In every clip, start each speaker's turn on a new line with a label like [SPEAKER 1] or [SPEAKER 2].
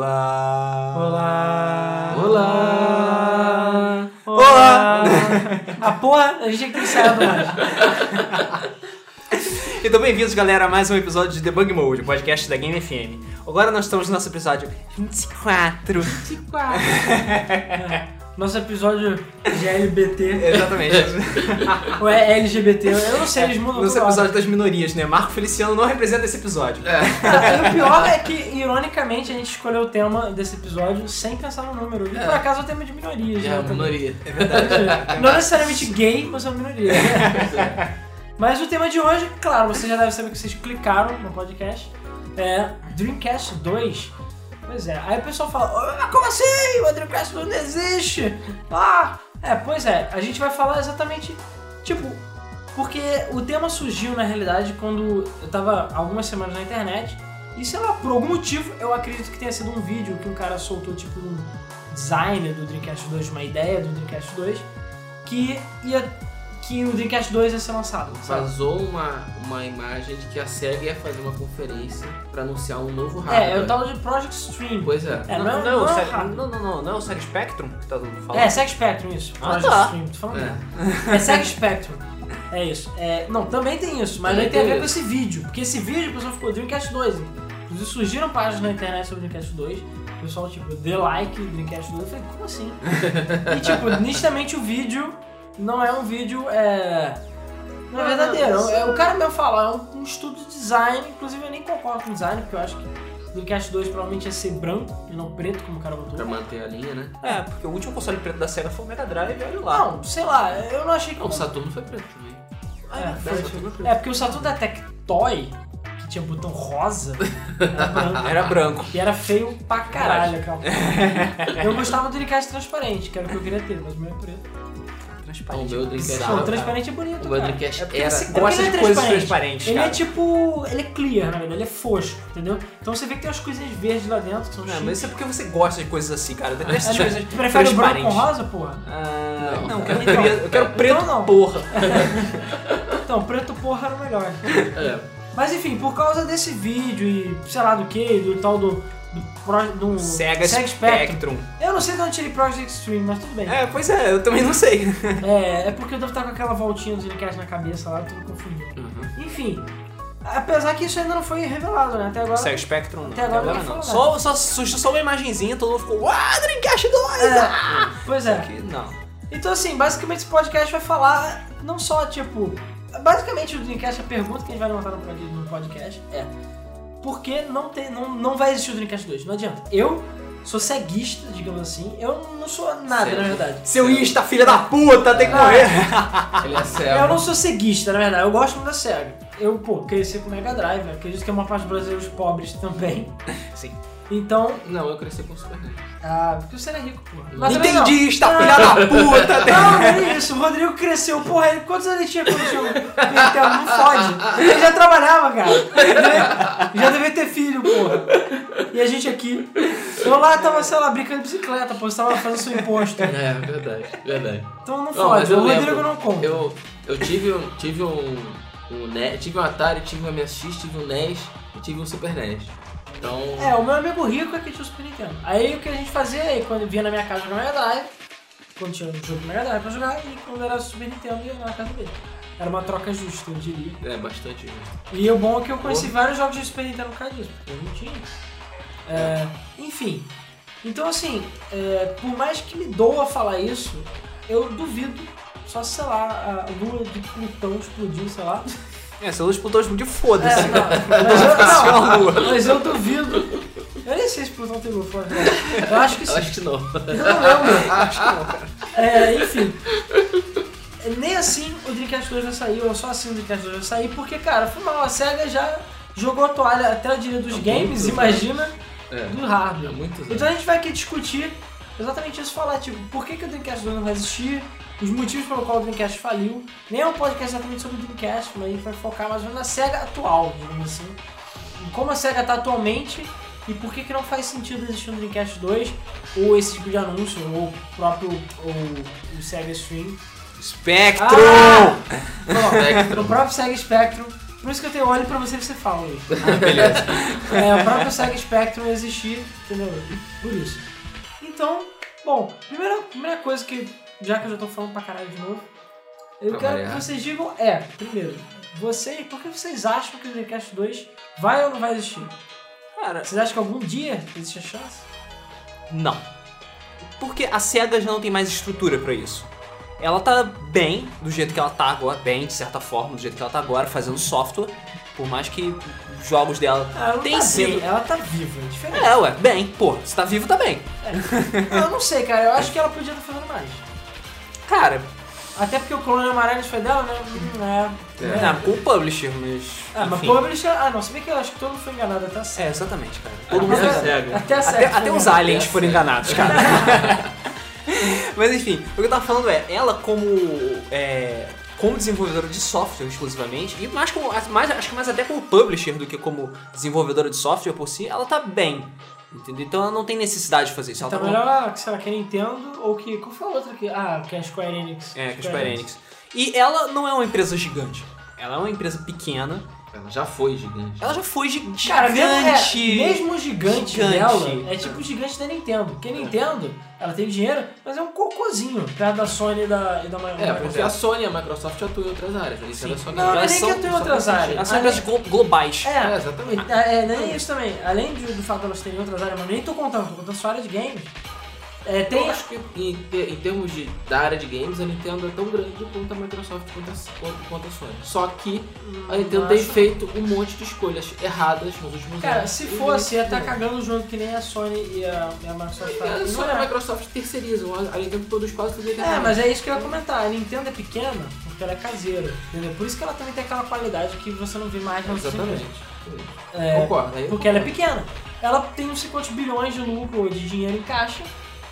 [SPEAKER 1] Olá!
[SPEAKER 2] Olá!
[SPEAKER 1] Olá!
[SPEAKER 2] Olá!
[SPEAKER 1] Olá!
[SPEAKER 2] A porra, a gente é cansado hoje.
[SPEAKER 1] Então, bem-vindos, galera, a mais um episódio de Debug Mode, o podcast da Game FM. Agora nós estamos no nosso episódio 24.
[SPEAKER 2] Nosso episódio GLBT,
[SPEAKER 1] Exatamente.
[SPEAKER 2] ou é LGBT, eu não sei, eles mudam
[SPEAKER 1] Nosso
[SPEAKER 2] toda hora.
[SPEAKER 1] episódio das minorias, né? Marco Feliciano não representa esse episódio.
[SPEAKER 2] E o pior é que, ironicamente, a gente escolheu o tema desse episódio sem pensar no número. E por acaso é o tema de minorias,
[SPEAKER 3] É,
[SPEAKER 2] né?
[SPEAKER 3] a
[SPEAKER 2] também.
[SPEAKER 3] minoria.
[SPEAKER 2] Não necessariamente gay, mas é uma minoria. mas o tema de hoje, claro, você já deve saber que vocês clicaram no podcast. É Dreamcast 2. Pois é, aí o pessoal fala, "Ah, como assim? O Dreamcast 2 não existe! Ah! É, pois é, a gente vai falar exatamente, tipo, porque o tema surgiu na realidade quando eu tava algumas semanas na internet e sei lá, por algum motivo, eu acredito que tenha sido um vídeo que um cara soltou, tipo, um designer do Dreamcast 2, uma ideia do Dreamcast 2, que ia. que o Dreamcast 2 ia ser lançado, sabe?
[SPEAKER 3] Vazou uma, uma imagem de que a SEGA ia fazer uma conferência pra anunciar um novo hardware.
[SPEAKER 2] É, é o tal de Project Stream.
[SPEAKER 3] Pois é.
[SPEAKER 2] É, não, é- não, é
[SPEAKER 1] Seg-
[SPEAKER 2] errado.
[SPEAKER 1] não, não, não, não é o Seg Spectrum que tá todo mundo falando.
[SPEAKER 2] É, Seg Spectrum, isso.
[SPEAKER 1] Ah,
[SPEAKER 2] Project
[SPEAKER 1] tá.
[SPEAKER 2] Stream, tô falando.
[SPEAKER 3] É.
[SPEAKER 2] mesmo. É Seg Spectrum. É isso. É, não, também tem isso, mas
[SPEAKER 3] Também
[SPEAKER 2] não tem a
[SPEAKER 3] tem
[SPEAKER 2] ver com esse vídeo. Porque esse vídeo, o pessoal ficou Dreamcast 2. Inclusive surgiram páginas na internet sobre Dreamcast 2. O pessoal, tipo, dê like Dreamcast 2. Eu falei, como assim? e, tipo, nitidamente o vídeo não é um vídeo. É... Não é
[SPEAKER 3] Não,
[SPEAKER 2] verdadeiro.
[SPEAKER 3] Ah, não,
[SPEAKER 2] É, o cara mesmo fala, é um, um estudo de design. Inclusive, eu nem concordo com design, porque eu acho que Dreamcast 2 provavelmente ia ser branco e não preto, como o cara botou.
[SPEAKER 3] Pra manter a linha, né?
[SPEAKER 1] É, porque o último console preto da SEGA foi o Mega Drive, olha lá.
[SPEAKER 2] Não, sei lá, eu não achei que.
[SPEAKER 3] Não, o Saturno foi preto também.
[SPEAKER 1] Ah,
[SPEAKER 2] é,
[SPEAKER 1] foi,
[SPEAKER 2] foi-
[SPEAKER 1] foi preto.
[SPEAKER 2] É, porque o Saturn da Tectoy, que tinha botão rosa, era branco.
[SPEAKER 1] Ah, Era branco.
[SPEAKER 2] E era feio pra caralho aquela porra. Eu gostava do Dreamcast transparente, que era o que eu queria ter, mas o meu é preto.
[SPEAKER 3] Então, o
[SPEAKER 1] Transparente.
[SPEAKER 3] meu Dreamcast
[SPEAKER 1] Bizarro,
[SPEAKER 2] Não,
[SPEAKER 1] cara.
[SPEAKER 2] o transparente é bonito,
[SPEAKER 3] O meu
[SPEAKER 2] cara.
[SPEAKER 3] Dreamcast
[SPEAKER 2] é porque
[SPEAKER 3] era-
[SPEAKER 2] você-
[SPEAKER 3] Eu
[SPEAKER 2] porque
[SPEAKER 1] tá. Gosta
[SPEAKER 2] ele
[SPEAKER 1] de
[SPEAKER 2] é
[SPEAKER 1] coisas
[SPEAKER 2] transparente.
[SPEAKER 1] transparentes,
[SPEAKER 2] Ele
[SPEAKER 1] cara.
[SPEAKER 2] é tipo. Ele é clear, na verdade, ele é fosco, entendeu? Então você vê que tem umas coisinhas verdes lá dentro, que são
[SPEAKER 1] Não,
[SPEAKER 2] chiques.
[SPEAKER 1] mas isso é porque você gosta de coisas assim, cara. Eu detesto
[SPEAKER 2] É,
[SPEAKER 1] essas coisas
[SPEAKER 2] tu prefere o branco com
[SPEAKER 1] transparentes.
[SPEAKER 2] rosa, porra?
[SPEAKER 1] Ah,
[SPEAKER 3] Não.
[SPEAKER 1] não, eu quero
[SPEAKER 2] Então-
[SPEAKER 1] preto, eu quero preto,
[SPEAKER 2] então não.
[SPEAKER 1] porra.
[SPEAKER 2] Então, preto porra era o melhor.
[SPEAKER 3] É.
[SPEAKER 2] Mas enfim, por causa desse vídeo e sei lá do que, do tal do. do, pro- do
[SPEAKER 1] Sega,
[SPEAKER 2] Sega
[SPEAKER 1] Spectrum.
[SPEAKER 2] Eu não sei de onde tirei Project Stream, mas tudo bem. É,
[SPEAKER 1] É, pois é, eu também não sei.
[SPEAKER 2] é, porque eu devo estar com aquela voltinha do Dreamcast na cabeça lá, eu tô me confundindo.
[SPEAKER 3] Uhum.
[SPEAKER 2] Enfim, apesar que isso ainda não foi revelado, né? Até agora.
[SPEAKER 1] Sega Spectrum não.
[SPEAKER 2] Até agora
[SPEAKER 1] Até
[SPEAKER 2] ninguém
[SPEAKER 1] não. Só,
[SPEAKER 2] falou
[SPEAKER 1] só surgiu só uma imagenzinha, todo mundo ficou, uau, Dreamcast 2! ah!"
[SPEAKER 2] É, Pois é.
[SPEAKER 1] Que não.
[SPEAKER 2] Então, assim, basicamente esse podcast vai falar não só, tipo. Basicamente, o Dreamcast, a pergunta que a gente vai levantar no pod- no podcast é: Por que não, tem, não, não vai existir o Dreamcast 2? Não adianta. Eu sou ceguista, digamos assim. Eu não sou nada,
[SPEAKER 3] Cego.
[SPEAKER 2] na verdade.
[SPEAKER 1] Seu É. Insta, filha da puta, tem que morrer!
[SPEAKER 3] Ele é
[SPEAKER 2] Eu
[SPEAKER 3] cego.
[SPEAKER 2] não sou ceguista, na verdade. Eu gosto muito da SEGA. Eu, pô, cresci com Mega Drive. né? Acredito que a maior parte dos brasileiros pobres também.
[SPEAKER 1] Sim.
[SPEAKER 2] Então,
[SPEAKER 3] Não, eu cresci com o Super Nintendo.
[SPEAKER 2] ah, porque você era rico, porra. também não.
[SPEAKER 1] Entendi, Insta, filha da puta! tem-
[SPEAKER 2] Não, não é isso. O Rodrigo cresceu. Porra, ele, quantos anos ele tinha quando tinha o Nintendo? Não fode. Ele já trabalhava, cara. Ele Já devia ter filho, porra. E a gente aqui. Eu lá tava, sei lá, brincando de bicicleta, pô. Você tava fazendo seu imposto.
[SPEAKER 3] É, verdade, verdade.
[SPEAKER 2] Então não
[SPEAKER 3] Não, mas
[SPEAKER 2] fode.
[SPEAKER 3] eu
[SPEAKER 2] o Rodrigo
[SPEAKER 3] lembro.
[SPEAKER 2] não conta.
[SPEAKER 3] Eu, eu tive um. Tive um. Um NES, tive um Atari, tive um MSX, tive um NES e tive um Super NES. Então.
[SPEAKER 2] É, o meu amigo rico é que tinha o Super Nintendo. Aí o que a gente fazia aí, quando vinha na minha casa jogar Mega Drive, quando tinha um jogo do Mega Drive pra jogar, e quando era Super Nintendo ia na casa dele. Era uma troca justa, eu diria.
[SPEAKER 3] É, bastante justo.
[SPEAKER 2] E o bom é que eu conheci vários jogos de Super Nintendo por causa disso, porque eu não tinha. É, enfim, então assim, é, por mais que me doa falar isso, eu duvido, só se, sei lá, a lua de Plutão explodiu, sei lá.
[SPEAKER 1] É, seu Luz Plutão explodiu, foda-se.
[SPEAKER 2] É, não, mas, eu, não, mas eu duvido. Eu nem sei se Plutão tem lua fora. dela. Eu acho que
[SPEAKER 3] Eu
[SPEAKER 2] sim.
[SPEAKER 3] acho que não.
[SPEAKER 2] Eu não lembro. É, enfim. Nem assim o Dreamcast 2 vai sair, ou só assim o Dreamcast 2 vai sair, porque, cara, foi mal, a SEGA já jogou a toalha até eu diria dos
[SPEAKER 3] Há
[SPEAKER 2] games,
[SPEAKER 3] muitos
[SPEAKER 2] imagina,
[SPEAKER 3] É.
[SPEAKER 2] do
[SPEAKER 3] Há
[SPEAKER 2] hardware.
[SPEAKER 3] muitos anos.
[SPEAKER 2] Então a gente vai aqui discutir exatamente isso, falar, tipo, por que, que o Dreamcast 2 não vai existir, os motivos pelo qual o Dreamcast faliu. Nem é um podcast exatamente sobre o Dreamcast, mas a gente vai focar mais ou menos na SEGA atual, digamos assim. Em como a SEGA tá atualmente e por que, que não faz sentido existir um Dreamcast 2, ou esse tipo de anúncio, ou o próprio ou o SEGA Stream.
[SPEAKER 1] Spectrum!
[SPEAKER 2] Ah! Ó, o próprio Sega Spectrum Por isso que eu tenho olho pra você e você fala, Luiz.
[SPEAKER 1] Ah, beleza.
[SPEAKER 2] É, o próprio Sega Spectrum existir, entendeu? Por isso. Então, bom, primeira, primeira coisa que, já que eu já tô falando pra caralho de novo, eu
[SPEAKER 3] Pra
[SPEAKER 2] quero
[SPEAKER 3] variar.
[SPEAKER 2] que vocês digam é, primeiro, vocês, por que vocês acham que o Dreamcast 2 vai ou não vai existir?
[SPEAKER 1] Cara,
[SPEAKER 2] Vocês acham que algum dia existe a chance?
[SPEAKER 1] Não. Porque a SEGA já não tem mais estrutura pra isso. Ela tá bem, do jeito que ela tá agora, bem, de certa forma, do jeito que ela tá agora, fazendo software, por mais que os jogos dela
[SPEAKER 2] Ela não
[SPEAKER 1] tem
[SPEAKER 2] tá
[SPEAKER 1] sido.
[SPEAKER 2] bem, ela tá viva, é diferente.
[SPEAKER 1] É, ué, bem, pô, se tá vivo, tá bem.
[SPEAKER 2] Eu não sei, cara, eu acho que ela podia estar fazendo mais.
[SPEAKER 1] Cara,
[SPEAKER 2] Até porque o Colônia Amarelo foi dela, né? Hum, É.
[SPEAKER 3] É.
[SPEAKER 2] né?
[SPEAKER 1] não, com o publisher, mas.
[SPEAKER 2] Ah, mas
[SPEAKER 1] enfim.
[SPEAKER 2] Publisher. Ah, não, se bem que eu acho que todo mundo foi enganado até a série.
[SPEAKER 1] É, exatamente, cara.
[SPEAKER 2] Todo mundo
[SPEAKER 1] Até-
[SPEAKER 2] é Até a série.
[SPEAKER 1] Até, até os aliens foram enganados, cara. Mas enfim, o que eu tava falando é, ela como. é, como desenvolvedora de software exclusivamente, e mais como, mais, acho que mais até como publisher do que como desenvolvedora de software por si, ela tá bem. Entendeu? Então ela não tem necessidade de fazer isso. Ela
[SPEAKER 2] Tá
[SPEAKER 1] tá com-
[SPEAKER 2] melhor que, sei lá, que a Nintendo ou que. Qual foi a outra que. Ah, que é a Square Enix.
[SPEAKER 1] É, com a Square Enix. E ela não é uma empresa gigante. Ela é uma empresa pequena.
[SPEAKER 3] Ela É, já foi gigante.
[SPEAKER 1] Ela já foi gi- gigante.
[SPEAKER 2] Cara, mesmo, é, mesmo o gigante,
[SPEAKER 1] Gigante.
[SPEAKER 2] dela é tipo o gigante da Nintendo. Porque a Nintendo, ela tem dinheiro, mas é um cocôzinho perto da Sony e da, e da
[SPEAKER 3] É, porque a
[SPEAKER 2] Microsoft.
[SPEAKER 3] Sony e a Microsoft atuam em outras áreas. A Nintendo
[SPEAKER 1] Sim.
[SPEAKER 3] só
[SPEAKER 2] Não, mas
[SPEAKER 1] Elas
[SPEAKER 2] nem
[SPEAKER 1] são-
[SPEAKER 2] que eu tenho
[SPEAKER 3] só
[SPEAKER 2] outras
[SPEAKER 3] pra
[SPEAKER 2] áreas.
[SPEAKER 1] Elas são empresas glo- globais.
[SPEAKER 2] É,
[SPEAKER 3] É, exatamente.
[SPEAKER 2] É, é, nem isso também. Além de- do fato de elas terem outras áreas, mas nem tô contando, tô contando só a área de games. É, tem.
[SPEAKER 3] Eu acho que em, te- em termos de, da área de games, a Nintendo é tão grande quanto a Microsoft quanto a, quanto- quanto a Sony. Só que a Nintendo tem
[SPEAKER 2] Hum, acho-
[SPEAKER 3] feito um monte de escolhas erradas nos últimos
[SPEAKER 2] Cara,
[SPEAKER 3] anos.
[SPEAKER 2] se
[SPEAKER 3] E
[SPEAKER 2] fosse, ia
[SPEAKER 3] muito-
[SPEAKER 2] estar cagando junto que nem a Sony e a, e a Microsoft.
[SPEAKER 3] É,
[SPEAKER 2] fazem.
[SPEAKER 3] só
[SPEAKER 2] Não
[SPEAKER 3] a
[SPEAKER 2] é.
[SPEAKER 3] Microsoft terceirizam, a a Nintendo todos quase tudo
[SPEAKER 2] É, mas é isso que eu ia comentar. A Nintendo é pequena porque ela é caseira, entendeu? Por isso que ela também tem aquela qualidade que você não vê mais na
[SPEAKER 3] Exatamente.
[SPEAKER 2] É,
[SPEAKER 3] Concordo. aí eu
[SPEAKER 2] Porque ela é
[SPEAKER 3] concordo.
[SPEAKER 2] pequena. Ela tem uns 50 bilhões de lucro de dinheiro em caixa,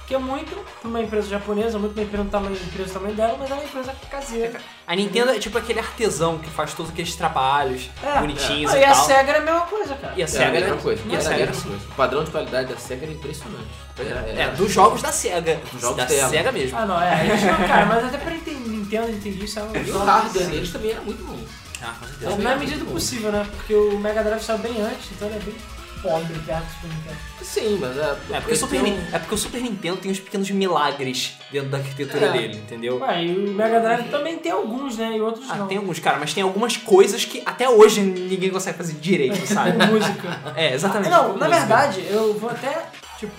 [SPEAKER 2] que é muito pra uma empresa japonesa, muito pra uma empresa do tamanho, empresa do tamanho dela, mas ela é uma empresa caseira.
[SPEAKER 1] A Nintendo é tipo aquele artesão que faz todos aqueles trabalhos
[SPEAKER 2] É.
[SPEAKER 1] bonitinhos
[SPEAKER 2] Ah,
[SPEAKER 1] e,
[SPEAKER 2] e a
[SPEAKER 1] tal.
[SPEAKER 2] SEGA era a mesma coisa, cara.
[SPEAKER 1] E a
[SPEAKER 3] É a
[SPEAKER 1] SEGA né?
[SPEAKER 3] mesma coisa.
[SPEAKER 1] E a
[SPEAKER 3] era a
[SPEAKER 1] SEGA
[SPEAKER 3] mesma coisa. O padrão de qualidade da SEGA era impressionante. Era-
[SPEAKER 1] É,
[SPEAKER 3] era-
[SPEAKER 1] dos jogos da SEGA.
[SPEAKER 3] Dos jogos
[SPEAKER 1] da
[SPEAKER 3] dela.
[SPEAKER 1] SEGA mesmo.
[SPEAKER 2] Ah, não, é. Eles não, cara, mas até pra Nintendo- Nintendo entender isso é um.
[SPEAKER 3] E o hardware deles também era muito bom.
[SPEAKER 1] Ah, com certeza.
[SPEAKER 2] É, na medida do possível, né? Porque o Mega Drive saiu bem antes, então ele é bem pobre perto do Super Nintendo.
[SPEAKER 3] Sim, mas é.
[SPEAKER 1] É porque, o Super,
[SPEAKER 3] tem um-
[SPEAKER 1] Ni- é porque o Super Nintendo tem uns pequenos milagres dentro da arquitetura
[SPEAKER 3] É.
[SPEAKER 1] dele, entendeu?
[SPEAKER 2] Ué, e o Mega Drive também tem alguns, né? E outros
[SPEAKER 1] Ah,
[SPEAKER 2] não.
[SPEAKER 1] tem alguns, cara, mas tem algumas coisas que até hoje ninguém consegue fazer direito, sabe?
[SPEAKER 2] Com música.
[SPEAKER 1] é, exatamente.
[SPEAKER 2] Não,
[SPEAKER 1] Música.
[SPEAKER 2] na verdade, eu vou até, tipo...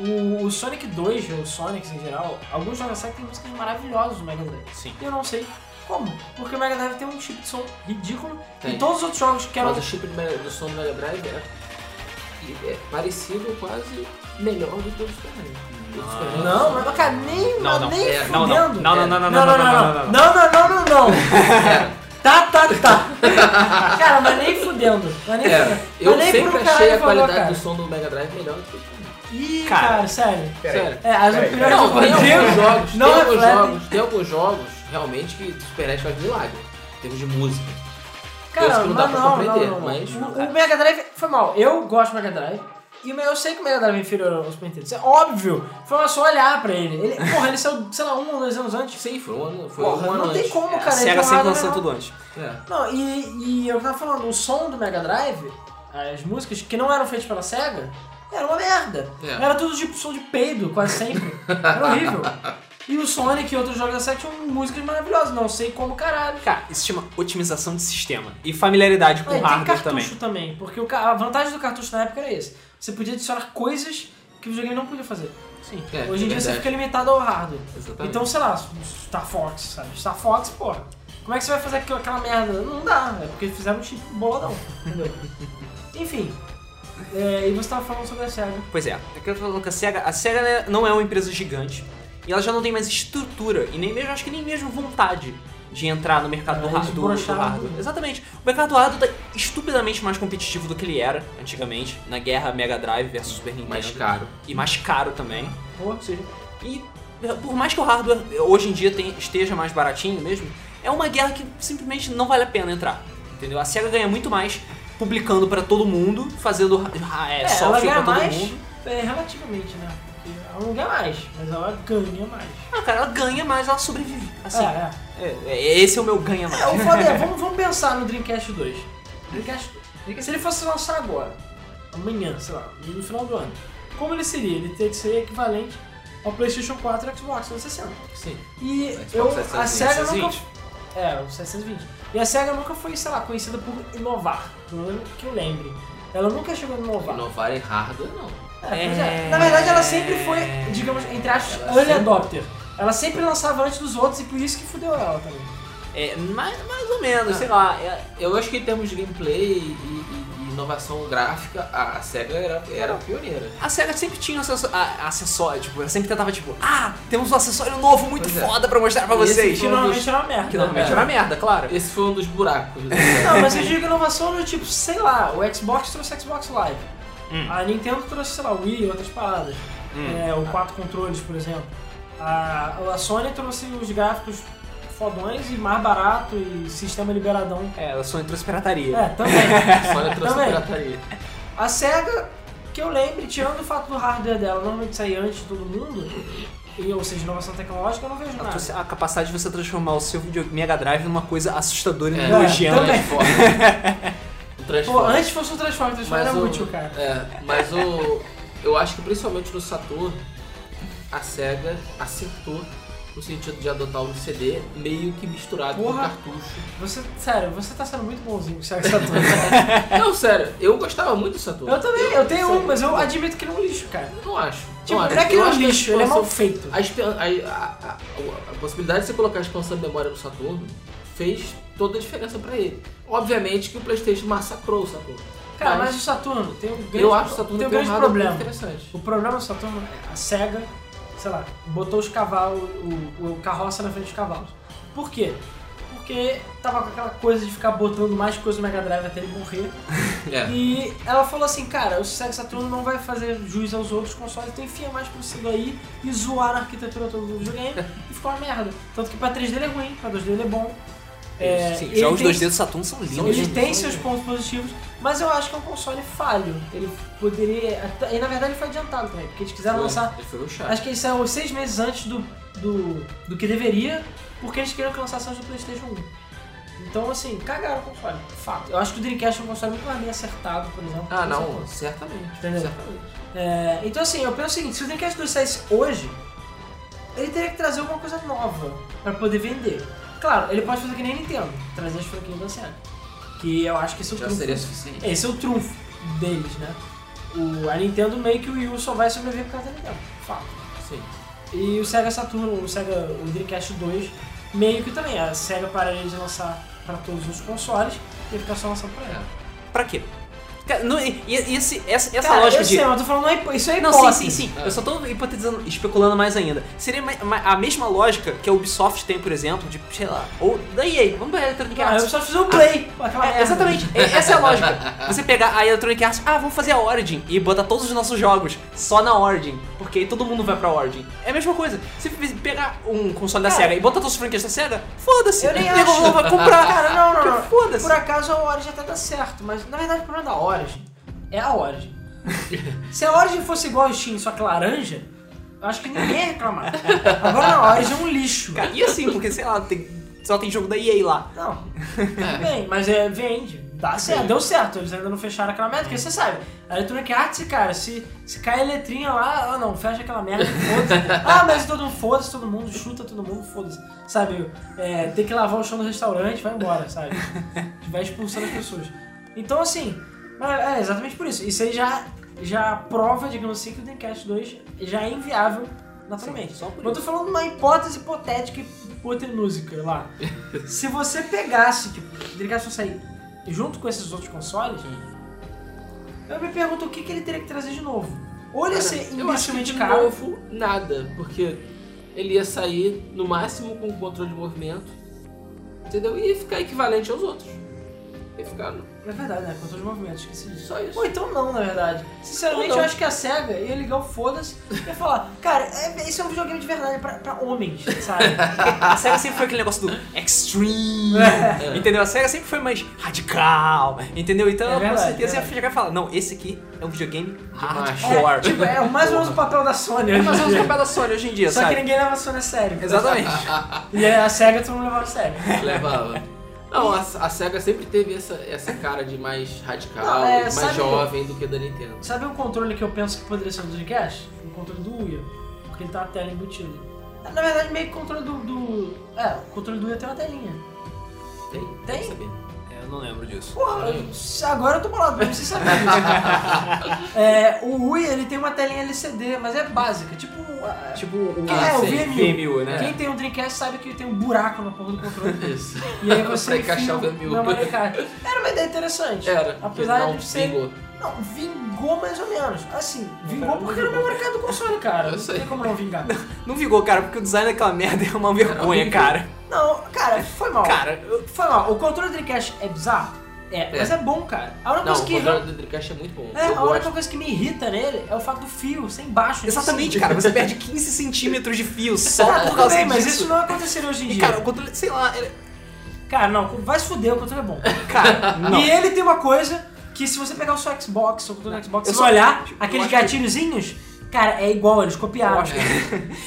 [SPEAKER 2] O, o Sonic 2, ou Sonics em geral, alguns jogos sabe, tem músicas maravilhosas do Mega Drive.
[SPEAKER 1] Sim.
[SPEAKER 2] E eu não sei como. Porque o Mega Drive tem um chip de som ridículo. E
[SPEAKER 3] Tem.
[SPEAKER 2] todos os outros jogos que eram...
[SPEAKER 3] Mas o chip do Mega- do som do Mega Drive é, né? é parecido, quase melhor do que o é assim. do Super
[SPEAKER 1] Ah.
[SPEAKER 3] Nintendo.
[SPEAKER 2] Não, mas cara, nem,
[SPEAKER 1] Não, não.
[SPEAKER 2] nem
[SPEAKER 3] é,
[SPEAKER 1] Não, não,
[SPEAKER 2] fudendo.
[SPEAKER 1] não, não, não, não,
[SPEAKER 2] Não, não, não, não, não, não, não, não. Tá, tá, tá. Cara, mas nem fudendo. Mas nem fudendo.
[SPEAKER 3] É, eu
[SPEAKER 2] mas nem
[SPEAKER 3] sempre
[SPEAKER 2] pro
[SPEAKER 3] achei a
[SPEAKER 2] caralho falou,
[SPEAKER 3] qualidade
[SPEAKER 2] cara.
[SPEAKER 3] do som do Mega Drive melhor do que o do Super Nintendo.
[SPEAKER 2] Ih,
[SPEAKER 1] Cara.
[SPEAKER 2] cara, sério.
[SPEAKER 3] Sério.
[SPEAKER 2] É, as
[SPEAKER 1] Peraí,
[SPEAKER 2] opiniões
[SPEAKER 3] Não,
[SPEAKER 2] do
[SPEAKER 3] mas tem alguns
[SPEAKER 2] Rodrigo-
[SPEAKER 3] jogos,
[SPEAKER 2] Não
[SPEAKER 3] tem alguns
[SPEAKER 2] refletem.
[SPEAKER 3] jogos, tem alguns jogos realmente que o Super NES faz milagre. Em termos de música.
[SPEAKER 2] Cara,
[SPEAKER 3] Esse
[SPEAKER 2] mas
[SPEAKER 3] não
[SPEAKER 2] não,
[SPEAKER 3] dá pra
[SPEAKER 2] não, não,
[SPEAKER 3] compreender,
[SPEAKER 2] não.
[SPEAKER 3] mas-
[SPEAKER 2] O, o Mega Drive foi mal. Eu gosto do Mega Drive. E eu sei que o Mega Drive é inferior ao Super Nintendo. Isso é óbvio. Foi só olhar pra ele. ele porra, ele saiu, sei lá, um ou dois anos antes.
[SPEAKER 3] Sim, foi um ano, foi
[SPEAKER 2] Porra,
[SPEAKER 3] um ano
[SPEAKER 2] não tem
[SPEAKER 3] antes.
[SPEAKER 2] como,
[SPEAKER 1] A
[SPEAKER 2] cara. ele
[SPEAKER 1] SEGA
[SPEAKER 2] tem um
[SPEAKER 1] sempre
[SPEAKER 2] hardware
[SPEAKER 1] lançando
[SPEAKER 2] melhor.
[SPEAKER 1] tudo antes.
[SPEAKER 3] É.
[SPEAKER 2] Não, e, e eu tava falando, o som do Mega Drive, as músicas que não eram feitas pela SEGA, era uma merda.
[SPEAKER 3] É.
[SPEAKER 2] Era tudo tipo som de peido, quase sempre. Era horrível. E o Sonic e outros jogos da SEGA tinham músicas maravilhosas, não sei como caralho.
[SPEAKER 1] Cara, isso chama otimização de sistema. E familiaridade com
[SPEAKER 2] É, tem
[SPEAKER 1] hardware também.
[SPEAKER 2] cartucho também, porque o ca- a vantagem do cartucho na época era esse. Você podia adicionar coisas que o videogame não podia fazer.
[SPEAKER 1] Sim.
[SPEAKER 3] É,
[SPEAKER 2] Hoje em
[SPEAKER 3] é
[SPEAKER 2] dia você
[SPEAKER 3] verdade.
[SPEAKER 2] fica limitado ao hardware.
[SPEAKER 3] é,
[SPEAKER 1] Tá.
[SPEAKER 3] Exatamente.
[SPEAKER 2] Então, sei lá, Star Fox, sabe? Star Fox, porra. Como é que você vai fazer aquilo- aquela merda? Não dá, é porque fizeram um chip boladão, entendeu? Enfim. é, e você tava falando sobre a SEGA.
[SPEAKER 1] Pois é, eu quero falar que a SEGA, a SEGA né, não é uma empresa gigante e ela já não tem mais estrutura e nem mesmo, acho que nem mesmo vontade de entrar no mercado
[SPEAKER 2] É,
[SPEAKER 1] do,
[SPEAKER 2] eles
[SPEAKER 1] ra- do- do
[SPEAKER 2] broxaram
[SPEAKER 1] hardware.
[SPEAKER 2] muito.
[SPEAKER 1] Exatamente. O mercado do hardware tá estupidamente mais competitivo do que ele era antigamente, na guerra Mega Drive versus Super Nintendo.
[SPEAKER 3] Mais caro.
[SPEAKER 1] E mais caro também.
[SPEAKER 2] Porra, ou seja,
[SPEAKER 1] E por mais que o hardware hoje em dia tem- esteja mais baratinho mesmo, é uma guerra que simplesmente não vale a pena entrar. Entendeu? A SEGA ganha muito mais publicando pra todo mundo, fazendo ra- ra- é,
[SPEAKER 2] é, ela
[SPEAKER 1] software
[SPEAKER 2] ganha
[SPEAKER 1] pra todo
[SPEAKER 2] mais
[SPEAKER 1] mundo.
[SPEAKER 2] é, relativamente, né? Porque Ela não ganha mais, mas ela ganha mais.
[SPEAKER 1] Ah, cara, ela ganha mais, ela sobrevive. Assim,
[SPEAKER 2] É, é.
[SPEAKER 1] é, é, esse é o meu ganha mais.
[SPEAKER 2] É, o foda é, vamos, vamos pensar no Dreamcast 2. Dreamcast, Dreamcast- se ele fosse lançar agora, amanhã, sei lá, e no final do ano, como ele seria? Ele teria que ser equivalente ao PlayStation 4 e Xbox 360.
[SPEAKER 3] Sim.
[SPEAKER 2] E
[SPEAKER 3] Xbox
[SPEAKER 2] eu, a
[SPEAKER 3] 720,
[SPEAKER 2] SEGA nunca.
[SPEAKER 1] 720.
[SPEAKER 2] É, o 720. E a SEGA nunca foi, sei lá, conhecida por inovar, pelo menos que eu lembre. Ela nunca chegou a inovar.
[SPEAKER 3] Inovar em hardware, não.
[SPEAKER 2] É, pois
[SPEAKER 1] É.
[SPEAKER 2] é. Na verdade, ela sempre foi, digamos, entre aspas,
[SPEAKER 3] Ela
[SPEAKER 2] early
[SPEAKER 3] sempre-
[SPEAKER 2] adopter. Ela sempre lançava antes dos outros e por isso que fudeu ela também.
[SPEAKER 1] É, mais, mais ou menos, sei lá. é-
[SPEAKER 3] Eu acho que em termos de gameplay e, e- e inovação gráfica, a, a SEGA era, era pioneira.
[SPEAKER 1] A SEGA sempre tinha acesso- a- acessório, tipo, ela sempre tentava, tipo, ah, temos um acessório novo muito
[SPEAKER 3] Pois é.
[SPEAKER 1] foda pra mostrar pra
[SPEAKER 3] E esse
[SPEAKER 1] vocês.
[SPEAKER 2] Que
[SPEAKER 3] foi-
[SPEAKER 1] Que
[SPEAKER 2] normalmente era uma merda. né?
[SPEAKER 1] normalmente era uma merda, claro.
[SPEAKER 3] Esse foi um dos buracos. Né?
[SPEAKER 2] Não, mas eu digo inovação no tipo, sei lá, o Xbox trouxe Xbox Live.
[SPEAKER 1] Hum.
[SPEAKER 2] A Nintendo trouxe, sei lá, Wii e outras paradas.
[SPEAKER 1] Hum.
[SPEAKER 2] É, o quatro controles, por exemplo. A, a Sony trouxe os gráficos fodões e mais barato e sistema liberadão.
[SPEAKER 1] É, ela só entrou em pirataria.
[SPEAKER 2] É, também.
[SPEAKER 3] A Sony trouxe tá
[SPEAKER 2] Também.
[SPEAKER 3] pirataria.
[SPEAKER 2] A SEGA, que eu lembre, tirando o fato do hardware dela normalmente sair antes de todo mundo, e, ou seja, inovação tecnológica, eu não vejo
[SPEAKER 1] Ela
[SPEAKER 2] nada.
[SPEAKER 1] trouxe a capacidade de você transformar o seu video Mega Drive numa coisa assustadora e
[SPEAKER 3] É,
[SPEAKER 1] nojenta.
[SPEAKER 2] também.
[SPEAKER 3] O
[SPEAKER 2] Pô,
[SPEAKER 3] Transformers.
[SPEAKER 2] antes fosse o Transformers, o
[SPEAKER 3] Mas
[SPEAKER 2] Transformers era
[SPEAKER 3] o-
[SPEAKER 2] útil, cara.
[SPEAKER 3] É, mas o. Eu acho que principalmente no Saturn, a SEGA acertou no sentido de adotar um CD meio que misturado
[SPEAKER 2] Porra.
[SPEAKER 3] com cartucho.
[SPEAKER 2] Você, sério, você tá sendo muito bonzinho com o Sega Saturn.
[SPEAKER 3] Não, sério, eu gostava muito do Saturn.
[SPEAKER 2] Eu também, eu tenho um, mas eu admito que ele é um lixo, cara.
[SPEAKER 3] Não acho.
[SPEAKER 2] Tipo, não
[SPEAKER 3] não acho.
[SPEAKER 2] é que
[SPEAKER 3] Eu
[SPEAKER 2] ele é um
[SPEAKER 3] acho que a
[SPEAKER 2] lixo, ele é
[SPEAKER 3] expansão-
[SPEAKER 2] mal feito.
[SPEAKER 3] A, expa- a- a- a- a possibilidade de você colocar a expansão de memória no Saturno fez toda a diferença pra ele. Obviamente que o PlayStation massacrou o Saturno.
[SPEAKER 2] Cara, mas o Saturno tem um grande,
[SPEAKER 3] eu acho o Saturno
[SPEAKER 2] tem um
[SPEAKER 3] tem um
[SPEAKER 2] grande
[SPEAKER 3] hardware
[SPEAKER 2] problema.
[SPEAKER 3] interessante.
[SPEAKER 2] O problema do Saturno é a SEGA, sei lá, botou os cavalos, o, o carroça na frente dos cavalos. Por quê? Porque tava com aquela coisa de ficar botando mais coisa no Mega Drive até ele morrer.
[SPEAKER 3] É.
[SPEAKER 2] E ela falou assim, cara, o Sega Saturno não vai fazer juiz aos outros consoles, então enfia mais possível aí e zoar a arquitetura toda do videogame e ficou uma merda. Tanto que pra 3D ele é ruim, pra 2D ele é bom. É,
[SPEAKER 1] Sim,
[SPEAKER 2] ele
[SPEAKER 1] jogos
[SPEAKER 2] tem-
[SPEAKER 1] 2D do Saturn são lindos.
[SPEAKER 2] ele
[SPEAKER 3] lindos,
[SPEAKER 2] tem
[SPEAKER 3] são
[SPEAKER 2] seus
[SPEAKER 3] lindos.
[SPEAKER 2] pontos positivos, mas eu acho que é um console falho. Ele poderia. até- E na verdade ele foi adiantado também, porque eles quiseram
[SPEAKER 3] Foi-
[SPEAKER 2] lançar.
[SPEAKER 3] Ele foi o chato.
[SPEAKER 2] Acho que ele saiu seis meses antes do, do, do que deveria, porque eles queriam que lançasse antes do PlayStation 1. Então, assim, cagaram o console, fato. Eu acho que o Dreamcast é um console muito mais bem acertado, por exemplo.
[SPEAKER 3] Ah,
[SPEAKER 2] que o
[SPEAKER 3] não,
[SPEAKER 2] Saturno.
[SPEAKER 3] certamente.
[SPEAKER 2] Entendeu?
[SPEAKER 3] Certamente.
[SPEAKER 2] É, então, assim, eu penso o seguinte: se o Dreamcast 2 saísse hoje, ele teria que trazer alguma coisa nova pra poder vender. Claro, ele pode fazer que nem a Nintendo, trazer as franquias da SEGA. Que eu acho que esse é o
[SPEAKER 3] Já
[SPEAKER 2] trunfo.
[SPEAKER 3] seria suficiente.
[SPEAKER 2] Esse é o trunfo deles, né? O, a Nintendo meio que o Wii U só vai sobreviver por causa da Nintendo, fato.
[SPEAKER 3] Sim.
[SPEAKER 2] E o Sega Saturn, o Sega o Dreamcast 2, meio que também. A Sega pararia de lançar pra todos os consoles e ia ficar só lançando pra ela.
[SPEAKER 3] É.
[SPEAKER 1] Pra quê? Cara, não, e, e- e esse, essa, essa
[SPEAKER 2] Cara,
[SPEAKER 1] lógica
[SPEAKER 2] eu
[SPEAKER 1] de.
[SPEAKER 2] sei, mas eu tô falando, não é hipo- isso é
[SPEAKER 1] Não, sim,
[SPEAKER 2] hipótese.
[SPEAKER 1] sim, sim.
[SPEAKER 3] É.
[SPEAKER 1] Eu só tô hipotetizando, especulando mais ainda. Seria ma- ma- a mesma lógica que a Ubisoft tem, por exemplo, de, sei lá, ou da EA, vamos pra Electronic
[SPEAKER 2] Ah, eu
[SPEAKER 1] Arts.
[SPEAKER 2] só fiz o play. aquela
[SPEAKER 1] É,
[SPEAKER 2] merda.
[SPEAKER 1] exatamente, É- essa é a lógica. Você pegar a Electronic Arts, ah, vamos fazer a Origin e botar todos os nossos jogos só na Origin, porque aí todo mundo vai pra Origin. É a mesma coisa. Se fe- pegar um console da
[SPEAKER 2] Cara,
[SPEAKER 1] SEGA e botar todos os franquias da SEGA, foda-se.
[SPEAKER 2] Eu nem
[SPEAKER 1] O nego
[SPEAKER 2] acho.
[SPEAKER 1] não vai comprar.
[SPEAKER 2] Cara, não, não, não.
[SPEAKER 1] Foda-se.
[SPEAKER 2] Por acaso a Origin até dá certo, mas na verdade o problema da Origin é a Origin. Se a Origin fosse igual ao Steam, só que laranja, eu acho que ninguém ia reclamar. Agora a Origin é um lixo.
[SPEAKER 1] Cara, e assim, porque sei lá, tem- só tem jogo da EA lá.
[SPEAKER 2] Não, tudo bem, mas é, vende. Dá certo, deu certo. Eles ainda não fecharam aquela merda, porque você sabe, a Electronic Arts, cara, se, se cai a letrinha lá, ah não, fecha aquela merda, foda-se. Ah, mas todo mundo, foda-se todo mundo, chuta todo mundo, foda-se. Sabe, é, tem que lavar o chão do restaurante, vai embora, sabe? Vai expulsando as pessoas. Então, assim, é, é exatamente por isso. Isso aí já, já prova, digamos assim, que o Dreamcast 2 já é inviável naturalmente.
[SPEAKER 1] Sim, só por
[SPEAKER 2] Não tô falando uma hipótese hipotética e outra música lá. Se você pegasse, tipo, o Dreamcast sair junto com esses outros consoles, eu me pergunto o que, que ele teria que trazer de novo. Ou ele ia ser
[SPEAKER 3] eu acho que
[SPEAKER 2] imbecilmente
[SPEAKER 3] de
[SPEAKER 2] caro.
[SPEAKER 3] novo, nada, porque ele ia sair no um máximo com o controle de movimento, entendeu? E ia ficar equivalente aos outros. e ficar no.
[SPEAKER 2] É verdade, né? Controle de movimentos, esqueci disso.
[SPEAKER 3] Só isso.
[SPEAKER 2] Ou então não, na verdade. Sinceramente,
[SPEAKER 3] Ou
[SPEAKER 1] Então
[SPEAKER 3] não.
[SPEAKER 2] eu acho que a SEGA ia ligar o foda-se e ia falar, cara, é, esse é um videogame de verdade pra, pra homens, sabe?
[SPEAKER 1] A SEGA sempre foi aquele negócio do extreme,
[SPEAKER 2] É.
[SPEAKER 1] entendeu? A SEGA sempre foi mais radical, entendeu? Então,
[SPEAKER 2] É
[SPEAKER 1] com
[SPEAKER 2] verdade,
[SPEAKER 1] certeza, ia
[SPEAKER 2] verdade.
[SPEAKER 1] chegar e falar, não, esse aqui é um videogame
[SPEAKER 3] macho.
[SPEAKER 1] hardcore.
[SPEAKER 2] É, tipo, é mais ou menos o papel da Sony.
[SPEAKER 1] É
[SPEAKER 2] hoje em
[SPEAKER 1] mais ou menos
[SPEAKER 2] dia.
[SPEAKER 1] o papel da Sony hoje em dia,
[SPEAKER 2] Só
[SPEAKER 1] sabe?
[SPEAKER 2] que ninguém leva a Sony a sério.
[SPEAKER 1] Exatamente.
[SPEAKER 2] E a SEGA todo mundo levava a sério.
[SPEAKER 3] Levava. Não, a, a SEGA sempre teve essa, essa cara de mais radical,
[SPEAKER 2] Não, é,
[SPEAKER 3] mais
[SPEAKER 2] sabe-
[SPEAKER 3] jovem do que a da Nintendo.
[SPEAKER 2] Sabe um controle que eu penso que poderia ser do Dreamcast? O controle do Uia, porque ele tem uma tela embutida. Na verdade, meio que o controle do, do- É, o controle do Uia tem uma telinha.
[SPEAKER 3] Tem?
[SPEAKER 2] Tem?
[SPEAKER 3] Saber.
[SPEAKER 1] É, Eu não lembro disso.
[SPEAKER 2] Porra, eu- agora eu tô bolado, não precisa saber disso. É, o Wii ele tem uma telinha LCD, mas é básica, tipo. a-
[SPEAKER 1] Tipo o,
[SPEAKER 2] é, o
[SPEAKER 3] sei,
[SPEAKER 2] VMU.
[SPEAKER 1] VMU, né?
[SPEAKER 2] Quem tem um Dreamcast sabe que tem um buraco na porra do controle.
[SPEAKER 3] Isso.
[SPEAKER 2] E aí você.
[SPEAKER 3] Pra encaixar
[SPEAKER 2] enfia
[SPEAKER 3] o VMU.
[SPEAKER 2] na memória card. Era uma ideia interessante.
[SPEAKER 3] Era. um
[SPEAKER 2] Apesar
[SPEAKER 3] não
[SPEAKER 2] de ser-
[SPEAKER 3] vingou.
[SPEAKER 2] Não, vingou mais ou menos. Assim, vingou
[SPEAKER 1] cara,
[SPEAKER 2] porque
[SPEAKER 1] não
[SPEAKER 2] era o meu mercado do console, cara.
[SPEAKER 3] Eu
[SPEAKER 2] Não
[SPEAKER 3] sei.
[SPEAKER 2] tem como não vingar.
[SPEAKER 1] Não vingou, cara, porque o design daquela merda é uma vergonha, cara.
[SPEAKER 2] Não, cara, foi mal.
[SPEAKER 1] Cara, eu-
[SPEAKER 2] Foi mal. O controle do Dreamcast é bizarro? É,
[SPEAKER 3] É.
[SPEAKER 2] mas é bom, cara. A única
[SPEAKER 3] Não,
[SPEAKER 2] coisa
[SPEAKER 3] o
[SPEAKER 2] que.
[SPEAKER 3] controle do Dreamcast é muito bom.
[SPEAKER 2] É,
[SPEAKER 3] eu
[SPEAKER 2] a única
[SPEAKER 3] gosto.
[SPEAKER 2] coisa que me irrita nele é o fato do fio sem baixo. assim. nem
[SPEAKER 1] exatamente,
[SPEAKER 2] sem-
[SPEAKER 1] cara, você perde 15 centímetros de fio só
[SPEAKER 2] Tá,
[SPEAKER 1] por
[SPEAKER 2] tudo
[SPEAKER 1] causa
[SPEAKER 2] bem, mas
[SPEAKER 1] disso.
[SPEAKER 2] isso não aconteceria hoje em
[SPEAKER 1] E,
[SPEAKER 2] dia.
[SPEAKER 1] cara,
[SPEAKER 2] Cara,
[SPEAKER 1] o controle, sei lá, ele-
[SPEAKER 2] não, vai se fuder, o controle é bom.
[SPEAKER 1] cara, não.
[SPEAKER 2] E ele tem uma coisa que se você pegar o seu Xbox, o controle do Xbox,
[SPEAKER 1] Eu
[SPEAKER 2] se você
[SPEAKER 1] só-
[SPEAKER 2] olhar
[SPEAKER 1] eu
[SPEAKER 2] aqueles
[SPEAKER 1] acho que-
[SPEAKER 2] gatilhozinhos, cara, é igual, eles copiaram. É
[SPEAKER 1] acho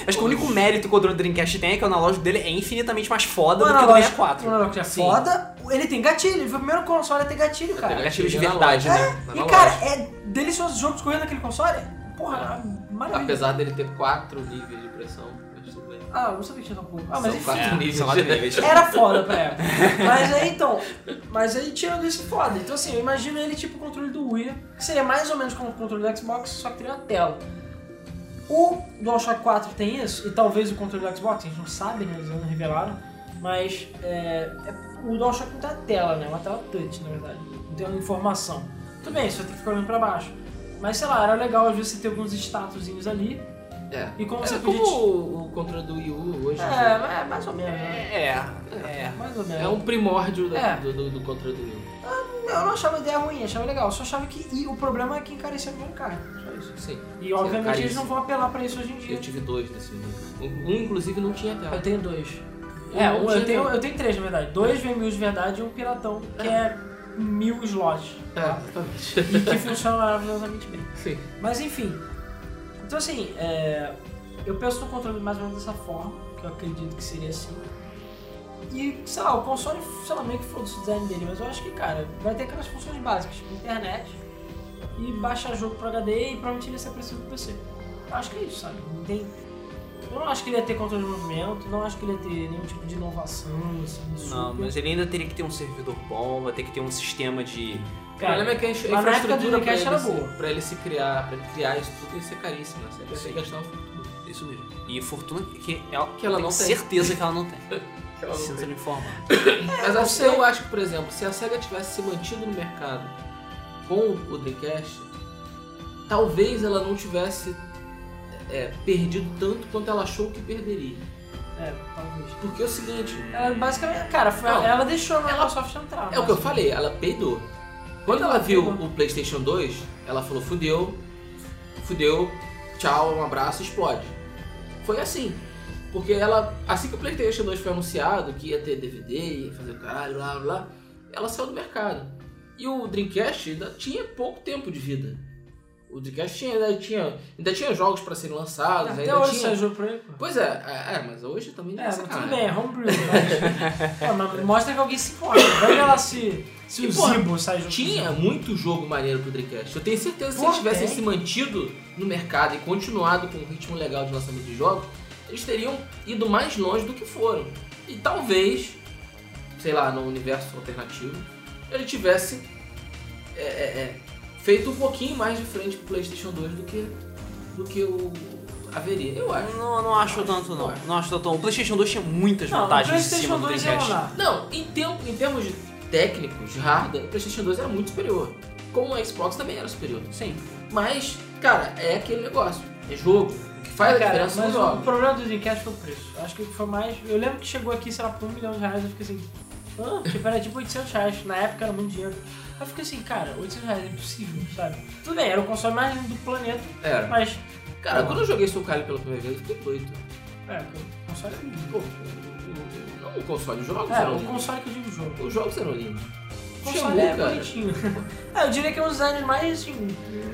[SPEAKER 1] Acho que o único mérito que o controle do Dreamcast tem é que o analógico dele é infinitamente mais foda do
[SPEAKER 2] O
[SPEAKER 1] que o do
[SPEAKER 2] analógico, o
[SPEAKER 1] 64.
[SPEAKER 2] analógico é
[SPEAKER 3] Sim.
[SPEAKER 2] foda, ele tem gatilho, ele foi o primeiro console a ter gatilho,
[SPEAKER 3] Tem
[SPEAKER 2] cara.
[SPEAKER 1] gatilho de
[SPEAKER 3] na
[SPEAKER 1] verdade,
[SPEAKER 3] loja.
[SPEAKER 1] né?
[SPEAKER 3] Tá na
[SPEAKER 2] E cara,
[SPEAKER 3] loja.
[SPEAKER 2] é delicioso os jogos correndo naquele console. Porra,
[SPEAKER 1] É.
[SPEAKER 2] maravilha.
[SPEAKER 3] apesar dele ter quatro níveis de pressão, mas tudo bem.
[SPEAKER 2] Ah, eu não sabia que tinha tão pouco. Ah, mas
[SPEAKER 3] São
[SPEAKER 2] enfim.
[SPEAKER 3] quatro níveis.
[SPEAKER 1] são quatro níveis.
[SPEAKER 2] Era foda pra época. Mas aí então. Mas aí tirando isso foda. Então assim, eu imagino ele tipo o controle do Wii, que seria mais ou menos como o controle do Xbox, só que teria uma tela. O DualShock 4 tem isso, e talvez o controle do Xbox, a gente não sabe, né? Eles ainda não revelaram. Mas é, é- o DualShock não tem a tela, né? É uma tela touch, na verdade. Não tem uma informação. Tudo bem, você vai ter que ficar olhando pra baixo. Mas sei lá, era legal às vezes você ter alguns statuzinhos ali.
[SPEAKER 3] É.
[SPEAKER 2] E como
[SPEAKER 3] É
[SPEAKER 2] você
[SPEAKER 3] como
[SPEAKER 2] podia. te-
[SPEAKER 3] o, o controle do Wii U hoje. né?
[SPEAKER 2] É, é, mais ou menos, né?
[SPEAKER 1] É, é.
[SPEAKER 2] Mais ou menos.
[SPEAKER 3] É um primórdio da-
[SPEAKER 2] É.
[SPEAKER 3] do, do, do controle do Wii U.
[SPEAKER 2] Eu não achava a ideia ruim, achava legal. Só achava que e o problema é que encareceram o mercado. Só isso.
[SPEAKER 3] Sim.
[SPEAKER 2] E obviamente eles
[SPEAKER 3] caríssimo.
[SPEAKER 2] não vão apelar pra isso hoje em dia.
[SPEAKER 3] Eu tive dois desse mundo. Um, um, inclusive, não tinha tela.
[SPEAKER 2] Eu tenho dois.
[SPEAKER 3] Um
[SPEAKER 2] É,
[SPEAKER 3] não
[SPEAKER 2] um,
[SPEAKER 3] tinha
[SPEAKER 2] eu, tenho,
[SPEAKER 3] tela.
[SPEAKER 2] eu tenho três, na verdade. Dois VMUs de verdade e um piratão, que é mil slots. tá?
[SPEAKER 3] É,
[SPEAKER 2] Ah,
[SPEAKER 3] exatamente.
[SPEAKER 2] E que funciona maravilhosamente bem.
[SPEAKER 3] Sim.
[SPEAKER 2] Mas enfim. Então assim, é, eu penso no controle mais ou menos dessa forma, que eu acredito que seria assim. E, sei lá, o console, sei lá, meio que foda-se o design dele, mas eu acho que, cara, vai ter aquelas funções básicas, tipo internet, e baixar jogo pro HD e provavelmente ele ia ser preciso pro PC. Eu acho que é isso, sabe? Não tem. Eu não acho que ele ia ter controle de movimento, não acho que ele ia ter nenhum tipo de inovação, assim,
[SPEAKER 1] Não,
[SPEAKER 2] super.
[SPEAKER 1] mas ele ainda teria que ter um servidor bom, vai ter que ter um sistema de.
[SPEAKER 3] o
[SPEAKER 2] Cara,
[SPEAKER 3] problema é que a infra-
[SPEAKER 2] mas na época do
[SPEAKER 3] infraestrutura pra
[SPEAKER 2] Dreamcast
[SPEAKER 3] ele,
[SPEAKER 2] era
[SPEAKER 3] se-
[SPEAKER 2] boa.
[SPEAKER 3] pra ele se criar, pra ele criar isso tudo ia ser caríssimo. Né? Você ia gastar uma fortuna.
[SPEAKER 1] Isso mesmo. E fortuna que ela,
[SPEAKER 3] Que ela
[SPEAKER 1] tenho
[SPEAKER 3] não tem.
[SPEAKER 1] certeza que ela não tem.
[SPEAKER 3] Ela não
[SPEAKER 1] Sinto
[SPEAKER 3] tem.
[SPEAKER 1] lhe informar.
[SPEAKER 3] é Mas
[SPEAKER 2] não
[SPEAKER 3] assim,
[SPEAKER 2] sei.
[SPEAKER 3] eu acho que, por exemplo, se a SEGA tivesse se mantido no mercado com o Dreamcast, talvez ela não tivesse é, perdido tanto quanto ela achou que perderia.
[SPEAKER 2] É, talvez.
[SPEAKER 3] Porque é o seguinte,
[SPEAKER 2] Ela basicamente, cara, foi-
[SPEAKER 3] Não.
[SPEAKER 2] ela deixou a Microsoft entrar.
[SPEAKER 3] é o que eu falei, ela peidou. Quando ela viu
[SPEAKER 2] Peidou.
[SPEAKER 3] o PlayStation 2, ela falou: fudeu, fudeu, tchau, um abraço, explode. Foi assim. Porque ela, assim que o PlayStation 2 foi anunciado, que ia ter DVD, ia fazer o caralho, blá blá blá, ela saiu do mercado. E o Dreamcast ainda tinha pouco tempo de vida. O Dreamcast tinha, ainda, tinha, ainda tinha jogos pra serem lançados,
[SPEAKER 2] Até
[SPEAKER 3] ainda
[SPEAKER 2] hoje
[SPEAKER 3] tinha.
[SPEAKER 2] sai jogo pra ele, pô.
[SPEAKER 3] Pois é, é, é, mas hoje também não
[SPEAKER 2] É,
[SPEAKER 3] é,
[SPEAKER 2] mas
[SPEAKER 3] sacanagem.
[SPEAKER 2] tudo bem, é homebrew. Mas... Pô, mas mostra que alguém se importa. Vai ver lá se, se
[SPEAKER 3] E,
[SPEAKER 2] o
[SPEAKER 3] porra,
[SPEAKER 2] Zibo sai junto.
[SPEAKER 3] Tinha muito jogo maneiro pro Dreamcast. Eu tenho certeza que se
[SPEAKER 2] Porra,
[SPEAKER 3] eles tivessem
[SPEAKER 2] tem.
[SPEAKER 3] se mantido no mercado e continuado com um ritmo legal de lançamento de jogos, eles teriam ido mais longe do que foram. E talvez, sei lá, no universo alternativo, ele tivesse é, é, é, feito um pouquinho mais de frente pro PlayStation 2 do que, do que o haveria, eu acho.
[SPEAKER 1] Não, não acho tanto, não. Não acho tanto. O PlayStation 2 tinha muitas
[SPEAKER 2] Não, o
[SPEAKER 1] vantagens em cima
[SPEAKER 2] PlayStation é
[SPEAKER 1] do
[SPEAKER 2] 2 ia
[SPEAKER 1] Dreamcast.
[SPEAKER 2] rolar.
[SPEAKER 3] Não, em, tempo, em termos de técnicos, de hardware, o PlayStation 2 era muito superior. Como o Xbox também era superior.
[SPEAKER 1] Sim.
[SPEAKER 3] Mas, cara, é aquele negócio. É jogo. O que faz
[SPEAKER 2] Ah,
[SPEAKER 3] a
[SPEAKER 2] cara,
[SPEAKER 3] diferença no
[SPEAKER 2] mas o
[SPEAKER 3] jogo.
[SPEAKER 2] problema do Dreamcast foi o preço. Eu Acho que foi mais. Eu lembro que chegou aqui, sei lá, por um milhão de reais. Eu fiquei assim, Ah, tipo, era tipo 800 reais. Na época era muito dinheiro. Aí eu fiquei assim, cara, 800 reais é impossível, sabe? Tudo bem, era o console mais lindo do planeta,
[SPEAKER 3] Era.
[SPEAKER 2] mas...
[SPEAKER 3] É. Cara, quando eu joguei Soul Calibur pela primeira vez, eu fiquei doido.
[SPEAKER 2] É, o console é lindo.
[SPEAKER 3] Pô, o- o- o- não o console, os jogos
[SPEAKER 2] É,
[SPEAKER 3] eram
[SPEAKER 2] o
[SPEAKER 3] lindos.
[SPEAKER 2] console que eu digo o jogo.
[SPEAKER 3] Os jogos eram lindos.
[SPEAKER 2] O
[SPEAKER 1] um
[SPEAKER 3] Xambu,
[SPEAKER 2] console é
[SPEAKER 3] cara.
[SPEAKER 2] bonitinho. É, eu diria que é um dos designs mais, assim,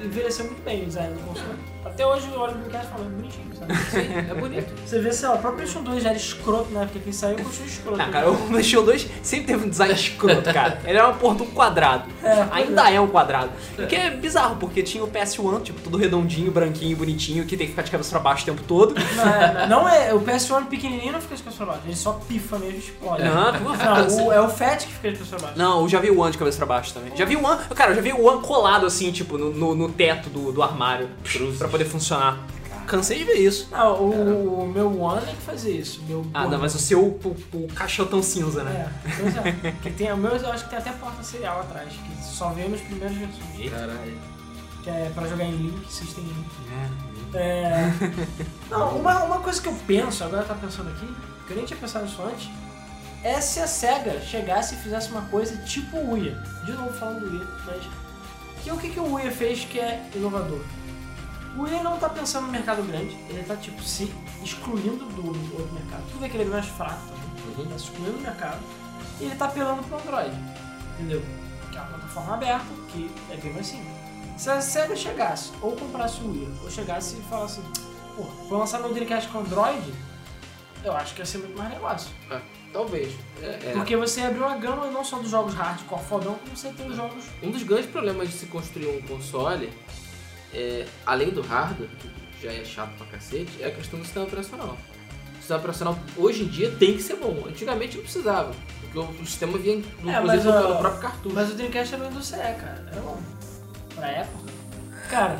[SPEAKER 2] envelheceu muito bem o design do console. Até hoje eu olho o Dreamcast e falo, é bonitinho, sabe?
[SPEAKER 3] Sim, é bonito.
[SPEAKER 2] Você vê, sei lá, o próprio PlayStation 2 já era escroto na época que ele saiu, continua escroto.
[SPEAKER 1] Ah, cara, o PlayStation 2 sempre teve um design escroto, cara. Ele era uma porra de um quadrado.
[SPEAKER 2] É, pois
[SPEAKER 1] Ainda é um quadrado. O que é bizarro, porque tinha o PS1, tipo, tudo redondinho, branquinho, bonitinho, que tem que ficar de cabeça pra baixo o tempo todo.
[SPEAKER 2] Não, é, não é, o PS1 pequenininho não fica de cabeça pra baixo, ele só pifa mesmo, explode.
[SPEAKER 1] É. Não, assim, pô,
[SPEAKER 2] Não, o- é o Fat que fica de cabeça pra baixo.
[SPEAKER 1] Não, eu já vi o One de cabeça pra baixo também. Já vi o One, cara, eu já vi o One colado assim, tipo, no, no, no teto do, do armário, pra poder funcionar. Cansei de ver isso.
[SPEAKER 2] Não, Ah, o, o meu One é que fazia isso. Meu
[SPEAKER 1] Ah, não, mas o seu o, o caixotão cinza, né?
[SPEAKER 2] É, pois é. Que tem, o meu eu acho que tem até porta serial atrás, que só veio nos primeiros versões.
[SPEAKER 3] Caralho.
[SPEAKER 2] Que é pra jogar em Link, System Link.
[SPEAKER 1] É.
[SPEAKER 2] É... Não, uma, uma coisa que eu penso, agora eu tava pensando aqui, que eu nem tinha pensado nisso antes, é se a SEGA chegasse e fizesse uma coisa tipo o Uia. De novo falando do Uia, mas... Que, o que, que o Uia fez que é inovador? O Uia não tá pensando no mercado grande, ele tá tipo se excluindo do outro mercado. Tudo bem que ele é mais fraco também, ele
[SPEAKER 3] Uhum.
[SPEAKER 2] tá se excluindo do mercado e ele tá apelando pro Android, entendeu? Que é uma plataforma aberta, que é bem mais simples. Se a SEGA chegasse, ou comprasse o Wii, ou chegasse e falasse, pô, vou lançar meu Dreamcast com Android, eu acho que ia ser muito mais negócio.
[SPEAKER 3] Ah, talvez. É, é.
[SPEAKER 2] Porque você abriu uma gama não só dos jogos hardcore fodão, como você tem os jogos...
[SPEAKER 3] Um dos grandes problemas de se construir um console, é, além do hardware, que já é chato pra cacete, é a questão do sistema operacional. O sistema operacional hoje em dia tem que ser bom. Antigamente não precisava. Porque o, o sistema vinha, inclusive,
[SPEAKER 2] É, mas,
[SPEAKER 3] pelo
[SPEAKER 2] ó,
[SPEAKER 3] pelo próprio cartucho.
[SPEAKER 2] Mas o Dreamcast era do CE, cara, era bom. Pra época... Cara,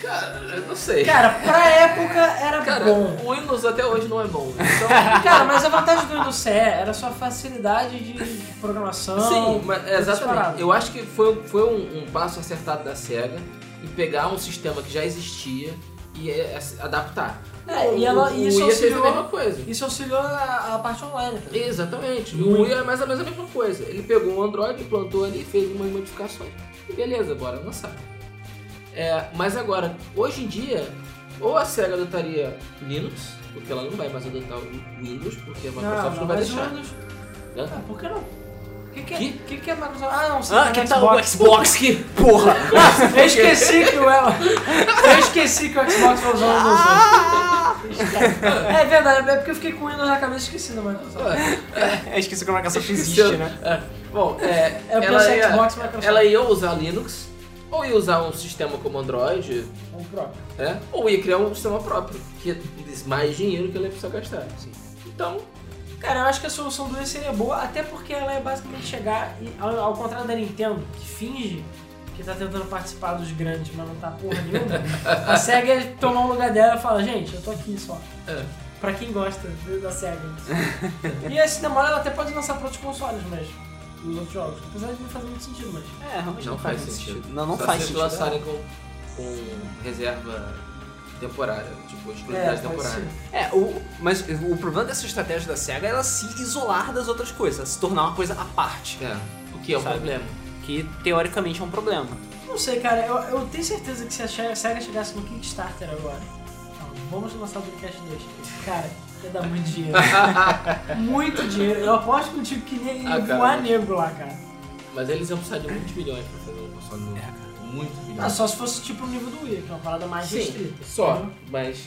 [SPEAKER 3] Cara, eu não sei.
[SPEAKER 2] cara, pra época era
[SPEAKER 3] É. Cara,
[SPEAKER 2] bom.
[SPEAKER 3] o Windows até hoje não é bom. Então,
[SPEAKER 2] Cara, mas a vantagem do Windows CE era sua facilidade de programação.
[SPEAKER 3] Sim, mas, é,
[SPEAKER 2] essas
[SPEAKER 3] exatamente.
[SPEAKER 2] paradas.
[SPEAKER 3] Eu acho que foi, foi um, um passo acertado da SEGA em pegar um sistema que já existia e é, é, se adaptar.
[SPEAKER 2] É,
[SPEAKER 3] O-
[SPEAKER 2] e ela-
[SPEAKER 3] o,
[SPEAKER 2] e isso
[SPEAKER 3] o Wii fez a
[SPEAKER 2] auxiliou-
[SPEAKER 3] mesma coisa.
[SPEAKER 2] Isso auxiliou a, a parte online. cara.
[SPEAKER 3] Exatamente.
[SPEAKER 2] Muito.
[SPEAKER 3] O Wii é mais ou menos a mesma coisa. Ele pegou um Android, implantou ali, fez umas modificações. E beleza, bora lançar. É, mas agora, hoje em dia, ou a SEGA adotaria Linux, porque ela não vai mais adotar o Windows, porque a Microsoft não, vai
[SPEAKER 2] mas
[SPEAKER 3] deixar.
[SPEAKER 2] o Windows-
[SPEAKER 3] né?
[SPEAKER 2] Ah, por que não? O que, que, é-
[SPEAKER 3] Que?
[SPEAKER 2] que que é Microsoft? Ah, não, sei
[SPEAKER 1] Ah, que tal o Xbox? Que porra!
[SPEAKER 2] Eu esqueci que o Eu esqueci que o Xbox foi usando Windows. Ah! É verdade, é porque eu fiquei com o Windows na cabeça e esqueci da Microsoft.
[SPEAKER 1] É, esqueci que a Microsoft existe,
[SPEAKER 3] Esqueceu.
[SPEAKER 1] né?
[SPEAKER 3] É. Bom, é,
[SPEAKER 2] É o
[SPEAKER 3] ela,
[SPEAKER 2] PS
[SPEAKER 3] ia,
[SPEAKER 2] Xbox Microsoft.
[SPEAKER 3] ela ia usar Linux, ou ia usar um sistema como Android,
[SPEAKER 2] O um próprio.
[SPEAKER 3] né? ou ia criar um sistema próprio, que ia mais dinheiro que ela ia precisar gastar. assim. Então,
[SPEAKER 2] Cara, eu acho que a solução do Wii seria boa, até porque ela é basicamente chegar, e, ao, ao contrário da Nintendo, que finge que tá tentando participar dos grandes, mas não tá porra nenhuma, a SEGA é tomar o lugar dela e fala, gente, eu tô aqui só.
[SPEAKER 3] É.
[SPEAKER 2] Pra quem gosta da SEGA. e aí, se demora, ela até pode lançar pra outros consoles, mas... Nos outros jogos. Apesar de não fazer muito sentido, mas...
[SPEAKER 1] É, realmente
[SPEAKER 3] não, faz sentido.
[SPEAKER 1] Não, não
[SPEAKER 3] Só
[SPEAKER 1] faz
[SPEAKER 3] se eles
[SPEAKER 1] sentido.
[SPEAKER 3] lançarem com, com reserva temporária, tipo, exclusividade
[SPEAKER 2] faz
[SPEAKER 3] temporária.
[SPEAKER 2] sentido.
[SPEAKER 1] É, o, mas o problema dessa estratégia da SEGA é ela se isolar das outras coisas, ela se tornar uma coisa à parte,
[SPEAKER 3] É, o que é um
[SPEAKER 1] Sabe?
[SPEAKER 3] problema.
[SPEAKER 1] que teoricamente é um problema.
[SPEAKER 2] Não sei, cara, eu, eu tenho certeza que se a SEGA SEGA chegasse no Kickstarter agora... "Não, Vamos lançar o Dreamcast 2. Cara, ia dar muito dinheiro. Muito dinheiro. Eu aposto contigo que nem ia
[SPEAKER 3] Ah, cara.
[SPEAKER 2] voar negro lá, cara.
[SPEAKER 3] Mas eles iam precisar de muitos milhões pra fazer um console novo. Muitos
[SPEAKER 2] Ah,
[SPEAKER 3] milhões.
[SPEAKER 2] só se fosse tipo o nível do Wii, que é uma parada mais
[SPEAKER 3] Sim,
[SPEAKER 2] restrita.
[SPEAKER 3] só,
[SPEAKER 2] Entendeu?
[SPEAKER 3] mas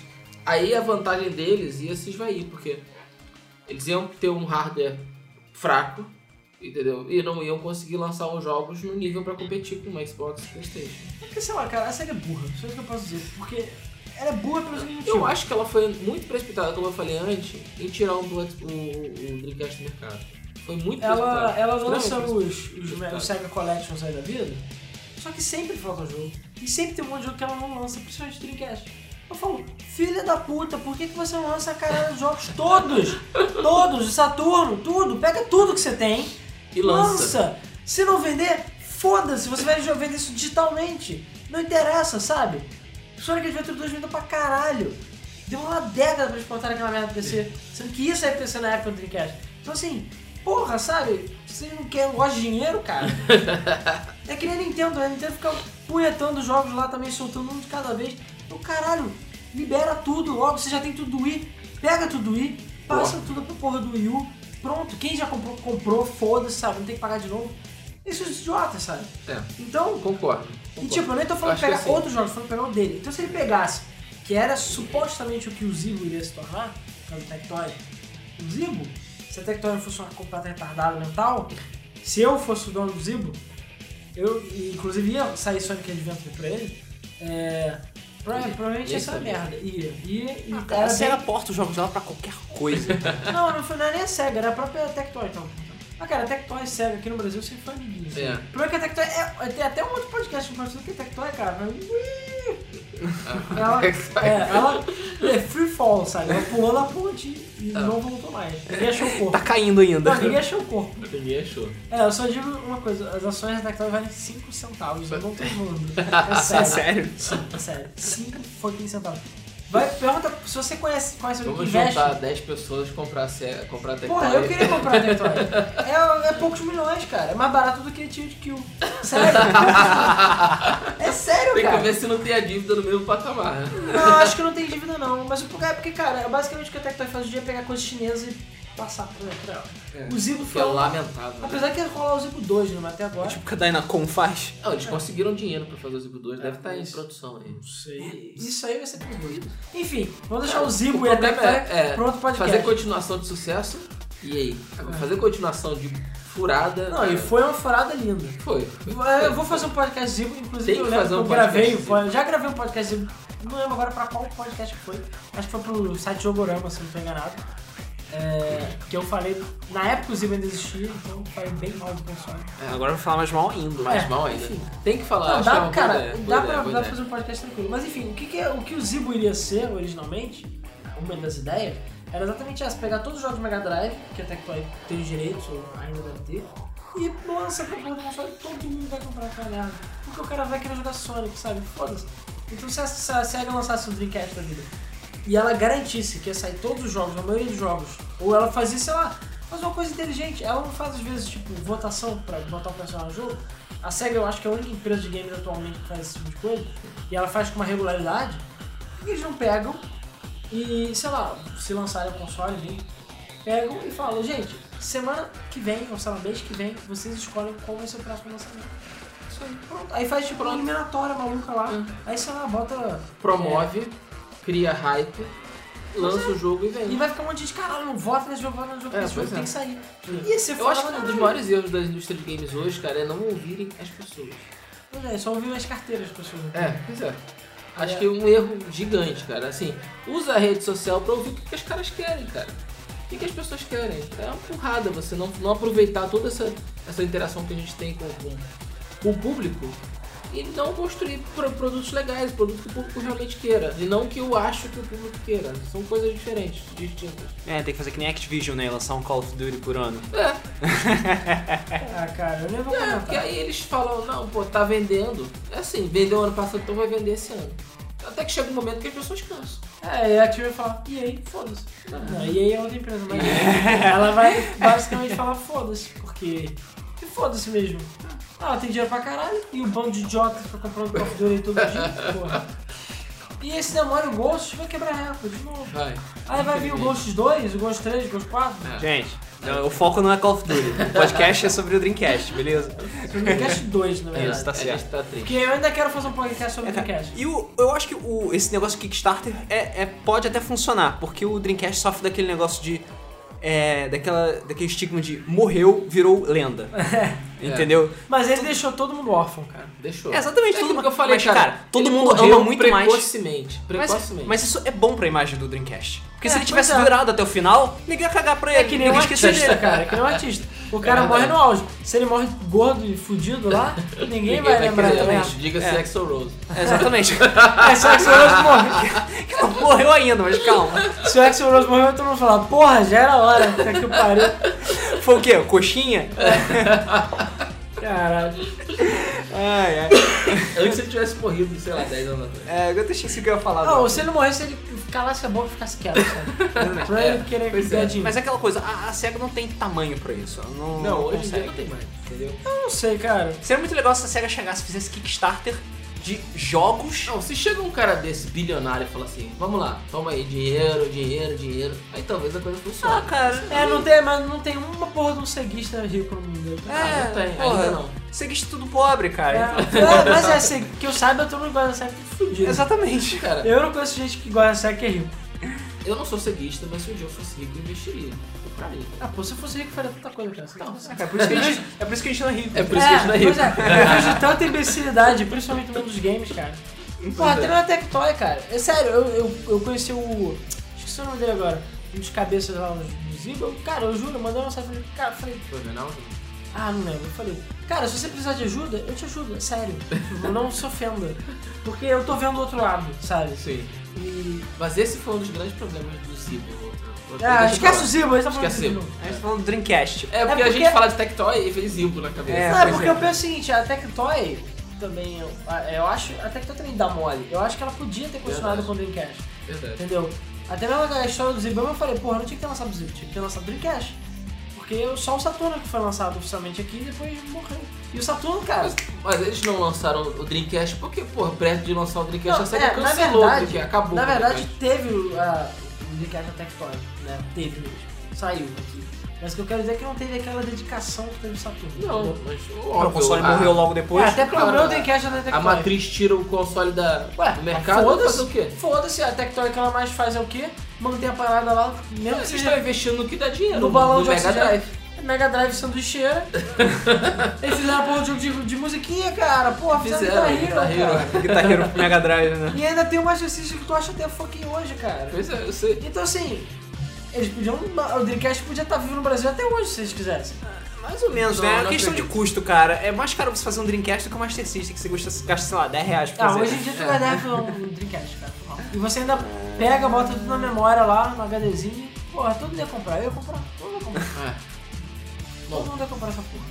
[SPEAKER 3] aí a vantagem deles ia se esvair, porque eles iam ter um hardware fraco, entendeu? E não iam conseguir lançar os jogos no nível pra competir com o Xbox e Playstation.
[SPEAKER 2] É Porque sei lá, cara, a série é burra. Só isso que eu posso dizer. Porque ela é burra pelo seguinte
[SPEAKER 3] Eu acho que ela foi muito precipitada, como eu falei antes, em tirar o, Blood- o, o Dreamcast do mercado. Foi muito
[SPEAKER 2] Ela,
[SPEAKER 3] precipitada.
[SPEAKER 2] ela
[SPEAKER 3] Extremamente
[SPEAKER 2] lança
[SPEAKER 3] precipitada.
[SPEAKER 2] os, os, os Sega Collections aí da vida, só que sempre falta jogo. E sempre tem um monte de jogo que ela não lança, principalmente Dreamcast. Eu falo, filha da puta, por que, que você não lança a caralho dos jogos todos? Todos, o Saturno, tudo, pega tudo que você tem
[SPEAKER 3] E lança.
[SPEAKER 2] Se não vender, foda-se, você vai jo- vender isso digitalmente. Não interessa, sabe? Sonic Adventure 2 vendeu pra caralho. é Deu uma década pra exportar aquela merda do PC. Sendo que isso aí PC na época do Dreamcast. Então assim, porra, sabe? Vocês não querem, gostam de dinheiro, cara? é que nem a Nintendo, a Nintendo fica punhetando os jogos lá também, soltando um de cada vez. Então, caralho, libera tudo logo, você já tem tudo do Wii, pega tudo do Wii, passa tudo pra porra do Wii U, pronto, quem já comprou, comprou, foda-se, sabe? Não tem que pagar de novo. Isso é idiota, sabe?
[SPEAKER 3] É,
[SPEAKER 2] Então,
[SPEAKER 3] concordo.
[SPEAKER 2] e
[SPEAKER 3] concordo.
[SPEAKER 2] tipo, eu nem tô falando de
[SPEAKER 3] Acho que
[SPEAKER 2] pegar
[SPEAKER 3] assim-
[SPEAKER 2] outros jogos, tô falando pegar o dele. Então se ele pegasse, que era supostamente o que o Zibo iria se tornar, que era o Tectoy, o Zibo, se a Tectoy fosse uma completa retardada mental, se eu fosse o dono do Zibo, eu e, inclusive ia sair Sonic Adventure pra ele, é, prova- provavelmente
[SPEAKER 3] Ia
[SPEAKER 2] ia ser uma
[SPEAKER 3] saber.
[SPEAKER 2] merda. Ia, ia, e
[SPEAKER 1] Ah,
[SPEAKER 2] era
[SPEAKER 1] cara, você
[SPEAKER 2] bem-
[SPEAKER 1] porta os jogos dela pra qualquer coisa.
[SPEAKER 2] Não, não foi não era nem a SEGA, era a própria Tectoy então. Ah, cara, a Tectoy e SEGA aqui no Brasil sempre foi amiguinho.
[SPEAKER 3] É.
[SPEAKER 2] O problema é que a Tectoy é. Tem até um outro podcast que fala sobre que a Tectoy, cara. Mas... ui. Ela, é, ela é free fall, sabe? Ela pulou na ponte e
[SPEAKER 3] Tá.
[SPEAKER 2] não voltou mais. Ninguém achou o
[SPEAKER 1] tá
[SPEAKER 2] corpo.
[SPEAKER 1] caindo ainda.
[SPEAKER 2] Não, ninguém achou o corpo.
[SPEAKER 3] Ninguém achou.
[SPEAKER 2] É, eu só digo uma coisa: as ações da Tectoy valem 5 centavos, eu não tô falando.
[SPEAKER 1] É
[SPEAKER 3] Tá
[SPEAKER 2] É sério.
[SPEAKER 1] sério?
[SPEAKER 2] É sério. 5 fucking centavos. Vai, pergunta se você conhece, conhece alguém que
[SPEAKER 3] Vamos
[SPEAKER 2] investe.
[SPEAKER 3] juntar 10 pessoas, comprar, se- comprar até
[SPEAKER 2] Porra, eu queria comprar a Tectoy. É, é poucos milhões, cara. É mais barato do que tio de kill. Sério? é sério,
[SPEAKER 3] Tem que
[SPEAKER 2] cara.
[SPEAKER 3] ver se não tem a dívida no mesmo patamar. né?
[SPEAKER 2] Não, acho que não tem dívida não. Mas o problema é porque, cara, basicamente o que a Tectoy faz hoje em dia é pegar coisa chinesa e passar por dentro dela. O Zibo
[SPEAKER 3] Que é
[SPEAKER 2] foi. um-
[SPEAKER 3] lamentável. né?
[SPEAKER 2] Apesar que ia rolar o Zibo 2, né? Mas até agora.
[SPEAKER 1] Tipo, o que a Dynacon faz.
[SPEAKER 3] Não, eles conseguiram dinheiro pra fazer o Zibo 2, deve
[SPEAKER 2] É,
[SPEAKER 3] estar em
[SPEAKER 2] isso.
[SPEAKER 3] produção aí.
[SPEAKER 2] Não sei. Isso aí vai ser perigoso. Enfim, vamos deixar o
[SPEAKER 3] O
[SPEAKER 2] Zibo e a
[SPEAKER 3] problema
[SPEAKER 2] Tectoy
[SPEAKER 3] é, é
[SPEAKER 2] pronto podcast. É.
[SPEAKER 3] fazer continuação de sucesso, e aí? Agora, Fazer continuação de furada... é.
[SPEAKER 2] Não, e foi uma furada linda.
[SPEAKER 3] Foi.
[SPEAKER 2] É, Eu vou fazer um podcast Zibo, inclusive
[SPEAKER 3] Tem
[SPEAKER 2] eu
[SPEAKER 3] que
[SPEAKER 2] lembro
[SPEAKER 3] fazer
[SPEAKER 2] que
[SPEAKER 3] um
[SPEAKER 2] eu gravei,
[SPEAKER 3] podcast
[SPEAKER 2] o pod- já gravei um podcast Zibo, não lembro agora pra qual podcast que foi, acho que foi pro site Jogorama, se eu não tô enganado, é, que eu falei, na época o Zibo ainda existia, então eu falei bem mal do console.
[SPEAKER 3] É.
[SPEAKER 1] Agora eu vou falar mais mal ainda.
[SPEAKER 3] Mais
[SPEAKER 2] É,
[SPEAKER 3] mal ainda.
[SPEAKER 2] enfim.
[SPEAKER 3] Tem que falar,
[SPEAKER 2] não,
[SPEAKER 3] acho que é
[SPEAKER 2] dá,
[SPEAKER 3] uma
[SPEAKER 2] cara,
[SPEAKER 3] boa ideia.
[SPEAKER 2] dá,
[SPEAKER 3] boa ideia,
[SPEAKER 2] pra, dá
[SPEAKER 3] boa
[SPEAKER 2] pra
[SPEAKER 3] ideia.
[SPEAKER 2] fazer um podcast tranquilo, mas enfim, o que, que, é- o, que o Zibo iria ser originalmente, uma das ideias, era exatamente essa, pegar todos os jogos do Mega Drive, que até que tu aí tem os direitos, ou ainda deve ter, e lança pra porra do console, todo mundo vai comprar aquela merda. Porque o cara vai querer jogar Sonic, sabe? Foda-se. Então se a, se a SEGA lançasse o Dreamcast da vida e ela garantisse que ia sair todos os jogos, a maioria dos jogos, ou ela fazia, sei lá, faz uma coisa inteligente. Ela não faz às vezes, tipo, votação pra botar o personagem no jogo. A SEGA eu acho que é a única empresa de games atualmente que faz esse tipo de coisa, e ela faz com uma regularidade, por que eles não pegam e, sei lá, se lançarem o console, enfim, pegam e falam, gente, semana que vem, ou sei lá, mês que vem, vocês escolhem qual vai ser o próximo lançamento. Isso aí, pronto. Aí faz tipo uma eliminatória maluca lá, aí sei lá, bota.
[SPEAKER 3] Promove, cria hype, lança o jogo e
[SPEAKER 2] E
[SPEAKER 3] vende.
[SPEAKER 2] vai ficar um monte de caralho, não vota nesse jogo, vota nesse jogo,
[SPEAKER 3] É,
[SPEAKER 2] esse jogo
[SPEAKER 3] pois é.
[SPEAKER 2] tem que sair. E esse
[SPEAKER 3] Eu acho que um dos maiores erros da indústria de games hoje, cara, é não ouvirem as pessoas.
[SPEAKER 2] É, só ouvir as carteiras das pessoas. né?
[SPEAKER 3] É, pois é. Acho
[SPEAKER 2] É.
[SPEAKER 3] que é um erro gigante, cara. Assim, usa a rede social pra ouvir o que, que os caras querem, cara. O que, que as pessoas querem? É uma porrada você não, não aproveitar toda essa, essa interação que a gente tem com, com- com o público e não construir pro- produtos legais, produtos que o público realmente queira. E não que eu acho que o público queira. São coisas diferentes, distintas.
[SPEAKER 1] É, tem que fazer que nem Activision, né? Lançar um Call of Duty por ano.
[SPEAKER 3] É,
[SPEAKER 2] Ah, tá. cara, eu nem vou
[SPEAKER 3] É,
[SPEAKER 2] comentar.
[SPEAKER 3] porque aí eles falam, não, pô, tá vendendo. É assim, vendeu ano passado, então vai vender esse ano. Até que chega um momento que as pessoas cansam.
[SPEAKER 2] É, e a Activision vai falar, e aí, foda-se. Não, e aí é outra empresa, mas ela vai basicamente falar, foda-se, porque. E foda-se mesmo. Ah, tem dinheiro pra caralho, e o bando de idiotas pra comprar um Call of Duty todo dia, porra. E esse demora o Ghost vai quebrar recorde de novo.
[SPEAKER 3] Vai.
[SPEAKER 2] Aí vai é. vir o Ghost 2, o Ghost 3, o Ghost 4.
[SPEAKER 3] É.
[SPEAKER 1] Gente, não, o foco não é Call of Duty. O podcast é sobre o Dreamcast, beleza?
[SPEAKER 2] Dreamcast 2, na verdade.
[SPEAKER 1] Isso, tá certo.
[SPEAKER 3] A gente tá triste.
[SPEAKER 2] Porque eu ainda quero fazer um podcast sobre o Dreamcast.
[SPEAKER 1] E o, eu acho que o, esse negócio do Kickstarter é, é- pode até funcionar, porque o Dreamcast sofre daquele negócio de. é, daquela, daquele estigma de morreu, virou lenda. É.
[SPEAKER 2] É.
[SPEAKER 1] Entendeu?
[SPEAKER 2] Mas ele deixou todo mundo órfão, cara.
[SPEAKER 3] Deixou.
[SPEAKER 1] É, exatamente,
[SPEAKER 3] É
[SPEAKER 1] todo
[SPEAKER 3] aquilo
[SPEAKER 1] mundo-
[SPEAKER 3] que eu falei,
[SPEAKER 1] mas,
[SPEAKER 3] cara.
[SPEAKER 1] cara, todo
[SPEAKER 3] ele
[SPEAKER 1] mundo ama
[SPEAKER 3] morreu
[SPEAKER 1] muito mais.
[SPEAKER 3] precocemente,
[SPEAKER 1] Mas,
[SPEAKER 3] Precocemente.
[SPEAKER 1] mas isso é bom pra imagem do Dreamcast. Porque
[SPEAKER 2] É,
[SPEAKER 1] se ele tivesse
[SPEAKER 2] pois é.
[SPEAKER 1] virado até o final, ninguém ia cagar pra ele.
[SPEAKER 2] É que nem um
[SPEAKER 1] ninguém ia esquecer
[SPEAKER 2] artista,
[SPEAKER 1] dele.
[SPEAKER 2] cara. É que nem um artista. O cara
[SPEAKER 3] É
[SPEAKER 2] morre
[SPEAKER 3] verdade.
[SPEAKER 2] no auge. Se ele morre gordo e fudido lá, ninguém, vai, lembrar
[SPEAKER 3] querer,
[SPEAKER 2] também.
[SPEAKER 3] é gente. Diga-se
[SPEAKER 1] É.
[SPEAKER 3] Axel Rose.
[SPEAKER 1] É, exatamente.
[SPEAKER 2] É, se o Axel Rose morrer,
[SPEAKER 1] Que não morreu ainda, mas calma.
[SPEAKER 2] se o Axel Rose morrer, todo mundo fala, porra, já era hora, até que eu parei.
[SPEAKER 1] Foi o quê? Coxinha?
[SPEAKER 2] Caralho.
[SPEAKER 1] Ai, ai.
[SPEAKER 3] Antes ele tivesse morrido, sei lá, 10 anos atrás.
[SPEAKER 1] É, eu deixei isso que eu ia falar.
[SPEAKER 2] Não,
[SPEAKER 1] não.
[SPEAKER 2] se ele morresse, é ele calasse a boca e ficasse quieto, sabe? pra
[SPEAKER 3] É,
[SPEAKER 2] ele querer
[SPEAKER 3] pois é.
[SPEAKER 2] gadinho.
[SPEAKER 1] Mas é aquela coisa, a, a SEGA não tem tamanho pra isso. ela Não,
[SPEAKER 3] Não, hoje em dia
[SPEAKER 1] consegue.
[SPEAKER 3] não tem mais, entendeu?
[SPEAKER 2] Eu não sei, cara.
[SPEAKER 1] Seria muito legal se a SEGA chegasse e fizesse Kickstarter de jogos.
[SPEAKER 3] Não, se chega um cara desse, bilionário, e fala assim, vamos lá, toma aí, dinheiro, dinheiro, dinheiro, aí talvez a coisa
[SPEAKER 1] Ah,
[SPEAKER 3] funcione.
[SPEAKER 1] cara.
[SPEAKER 2] É, não tem, mas não tem uma porra de um ceguista rico no mundo.
[SPEAKER 1] É,
[SPEAKER 3] Ah, não tem,
[SPEAKER 1] porra,
[SPEAKER 3] ainda não.
[SPEAKER 1] Seguiste é tudo pobre, cara.
[SPEAKER 2] É, é, mas é assim, que eu saiba, todo mundo gosta de segue fudido.
[SPEAKER 1] Exatamente.
[SPEAKER 3] Cara,
[SPEAKER 2] Eu não conheço gente que gosta de segue que é rico.
[SPEAKER 3] eu não sou ceguista, mas se um dia eu fosse rico, eu investiria. Compraria.
[SPEAKER 2] Ah, pô, se eu fosse rico, eu faria tanta coisa, cara. Você tá
[SPEAKER 1] É, por isso que a gente, é por isso que a gente não ri.
[SPEAKER 3] É por isso que a gente não é rico.
[SPEAKER 2] Pois é, eu vejo tanta imbecilidade, principalmente no mundo dos games, cara. Porra,
[SPEAKER 3] é.
[SPEAKER 2] até na Tectoy, cara. É sério, eu, eu, eu conheci o. Esqueci é o nome dele agora. Um dos cabeças lá do Zibo. Cara, eu juro, eu mandei uma mensagem falei, cara, eu falei,
[SPEAKER 3] Foi, não é não?
[SPEAKER 2] ah, não lembro. Eu falei, cara, se você precisar de ajuda, eu te ajudo, é sério. Não se ofenda. Porque eu tô vendo o outro lado, sabe?
[SPEAKER 3] Sim.
[SPEAKER 2] E.
[SPEAKER 3] Mas esse foi um dos grandes problemas do Zibo.
[SPEAKER 2] Ah, esquece o
[SPEAKER 3] Zibo.
[SPEAKER 2] Zibo, ele tá falando
[SPEAKER 3] Esquece o
[SPEAKER 2] do Zibo.
[SPEAKER 3] Zibo.
[SPEAKER 1] A gente tá falando do Dreamcast.
[SPEAKER 3] É porque, a
[SPEAKER 2] porque-
[SPEAKER 3] gente fala de Tectoy e fez Zibo na cabeça.
[SPEAKER 1] É,
[SPEAKER 2] Não, é
[SPEAKER 1] pois
[SPEAKER 2] porque eu penso o seguinte, a Tectoy também, eu, eu acho, a Tectoy também dá mole. Eu acho que ela podia ter continuado
[SPEAKER 3] Verdade.
[SPEAKER 2] com o Dreamcast,
[SPEAKER 3] Verdade.
[SPEAKER 2] entendeu? Até mesmo a história do Zibama eu falei, porra, eu não tinha que ter lançado o Zib, tinha que ter lançado o Dreamcast. Porque só o Saturno que foi lançado oficialmente aqui e depois morreu. E o Saturno, cara,
[SPEAKER 3] Mas, mas eles não lançaram o Dreamcast porque, porra, perto de lançar o Dreamcast,
[SPEAKER 2] Não,
[SPEAKER 3] a SEGA
[SPEAKER 2] é, na
[SPEAKER 3] cancelou
[SPEAKER 2] verdade-
[SPEAKER 3] o Dreamcast, acabou.
[SPEAKER 2] na
[SPEAKER 3] o
[SPEAKER 2] verdade
[SPEAKER 3] Dreamcast.
[SPEAKER 2] teve o- a, o Dreamcast da Tectoy, né? Teve mesmo. Saiu aqui. Mas o que eu quero dizer é que não teve aquela dedicação que teve o Saturno.
[SPEAKER 3] Não,
[SPEAKER 2] entendeu?
[SPEAKER 3] mas
[SPEAKER 1] O
[SPEAKER 3] óbvio,
[SPEAKER 1] console
[SPEAKER 3] a-
[SPEAKER 1] morreu logo
[SPEAKER 2] É,
[SPEAKER 1] depois.
[SPEAKER 2] até porque
[SPEAKER 3] claro,
[SPEAKER 2] o meu
[SPEAKER 3] a-
[SPEAKER 2] Dreamcast da Tectoy.
[SPEAKER 3] A matriz tira o console da,
[SPEAKER 2] Ué,
[SPEAKER 3] do
[SPEAKER 2] mas
[SPEAKER 3] mercado pra
[SPEAKER 2] foda-se.
[SPEAKER 3] fazer o quê?
[SPEAKER 2] Foda-se, a Tectoy que ela mais faz é o quê? Mantém a parada lá, mesmo que
[SPEAKER 3] Eles
[SPEAKER 2] seja
[SPEAKER 3] estão investindo no que dá dinheiro.
[SPEAKER 2] É, no balão de
[SPEAKER 3] Mega
[SPEAKER 2] oxigênio. É
[SPEAKER 3] Drive.
[SPEAKER 2] Mega Drive sanduicheira. Eles fizeram porra de jogo de, de musiquinha, cara. Porra, fizeram,
[SPEAKER 3] Fizeram,
[SPEAKER 2] Guitar Hero,
[SPEAKER 3] Guitar
[SPEAKER 2] cara.
[SPEAKER 1] Guitarreiro pro Mega Drive, né?
[SPEAKER 2] E ainda tem um Master System que tu acha até fucking hoje, cara.
[SPEAKER 3] Pois é, eu sei.
[SPEAKER 2] Então assim, eles podiam. O Dreamcast podia estar vivo no Brasil até hoje, se eles quisessem.
[SPEAKER 3] Ah,
[SPEAKER 1] Mais ou menos,
[SPEAKER 3] Não,
[SPEAKER 1] né? É
[SPEAKER 3] não
[SPEAKER 1] questão de
[SPEAKER 3] acredito.
[SPEAKER 1] custo, cara. É mais caro você fazer um Dreamcast do que um Master System, que você custa- gasta, sei lá, 10 reais pra
[SPEAKER 2] Ah,
[SPEAKER 1] fazer.
[SPEAKER 2] hoje em dia tu
[SPEAKER 3] É.
[SPEAKER 2] vai dar um Dreamcast, cara. E você ainda pega, bota tudo na memória lá, no HDzinho. Porra, todo mundo ia comprar. Eu ia comprar, todo mundo ia comprar.
[SPEAKER 3] É.
[SPEAKER 2] Todo mundo vai comprar essa porra.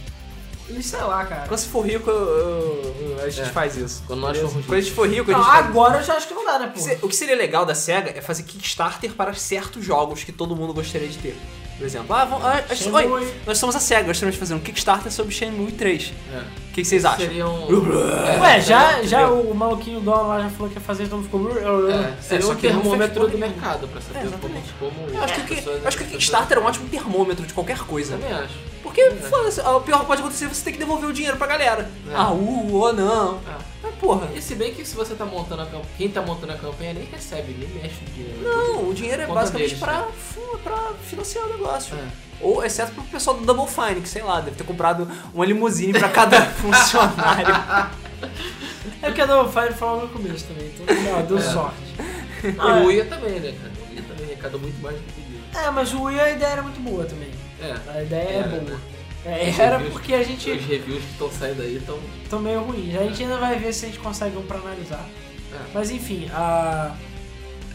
[SPEAKER 2] E sei é lá, cara.
[SPEAKER 1] Quando se for rico, eu- eu- eu- a gente
[SPEAKER 3] É.
[SPEAKER 1] faz isso.
[SPEAKER 3] Quando nós
[SPEAKER 1] beleza?
[SPEAKER 3] formos
[SPEAKER 1] Quando a gente for rico, a
[SPEAKER 2] Não,
[SPEAKER 1] gente faz...
[SPEAKER 2] agora eu já acho que não dá, né,
[SPEAKER 1] O que se-
[SPEAKER 2] porra?
[SPEAKER 1] O que seria legal da SEGA é fazer Kickstarter para certos jogos que todo mundo gostaria de ter. Por exemplo, ah, vamos, ah, a gente-
[SPEAKER 2] Shenmue.
[SPEAKER 1] oi, nós somos a SEGA, gostaríamos de fazer um Kickstarter sobre Shenmue 3.
[SPEAKER 3] é.
[SPEAKER 1] O que, que vocês acham?
[SPEAKER 3] Seria um... É,
[SPEAKER 2] Ué, já,
[SPEAKER 1] entendeu?
[SPEAKER 2] já o maluquinho dono lá já falou que ia fazer, então ficou.
[SPEAKER 3] É, seria
[SPEAKER 1] só
[SPEAKER 3] um
[SPEAKER 1] que ele não fez
[SPEAKER 3] termômetro
[SPEAKER 1] porra
[SPEAKER 3] do
[SPEAKER 1] nenhuma.
[SPEAKER 3] mercado pra
[SPEAKER 1] É,
[SPEAKER 3] saber como,
[SPEAKER 1] exatamente.
[SPEAKER 3] como
[SPEAKER 1] Eu acho
[SPEAKER 3] as
[SPEAKER 1] que,
[SPEAKER 3] pessoas-
[SPEAKER 1] eu acho que o
[SPEAKER 3] as pessoas-
[SPEAKER 1] Kickstarter é um ótimo termômetro de qualquer coisa.
[SPEAKER 3] Também acho.
[SPEAKER 1] Porque, foda-se, o pior que pode acontecer é você ter que devolver o dinheiro pra galera. Ah, uh, ou não.
[SPEAKER 3] É.
[SPEAKER 1] Mas porra.
[SPEAKER 3] E se bem que se você tá montando a campanha, quem tá montando a campanha nem recebe, nem mexe o dinheiro.
[SPEAKER 1] Não, o dinheiro é
[SPEAKER 3] Conta
[SPEAKER 1] basicamente
[SPEAKER 3] deles, né?
[SPEAKER 1] pra, fu- pra financiar o negócio.
[SPEAKER 3] É.
[SPEAKER 1] Ou, exceto pro pessoal do Double Fine, que sei lá, deve ter comprado uma limusine pra cada funcionário.
[SPEAKER 2] É porque a Double Fire falou no começo também, então não, deu
[SPEAKER 3] É.
[SPEAKER 2] sorte.
[SPEAKER 3] E
[SPEAKER 2] Ah,
[SPEAKER 3] o Uia também, né, cara? O Uia também arrecadou muito mais do que podia.
[SPEAKER 2] É, mas o Wii a ideia era muito boa também.
[SPEAKER 3] É.
[SPEAKER 2] A ideia é,
[SPEAKER 3] Era,
[SPEAKER 2] boa.
[SPEAKER 3] né?
[SPEAKER 2] É,
[SPEAKER 3] Os
[SPEAKER 2] era
[SPEAKER 3] reviews-
[SPEAKER 2] porque a
[SPEAKER 3] Os
[SPEAKER 2] gente
[SPEAKER 3] reviews que estão saindo aí estão.
[SPEAKER 2] tão meio ruim. A gente ainda vai ver se a gente consegue um pra analisar.
[SPEAKER 3] É.
[SPEAKER 2] Mas enfim, a.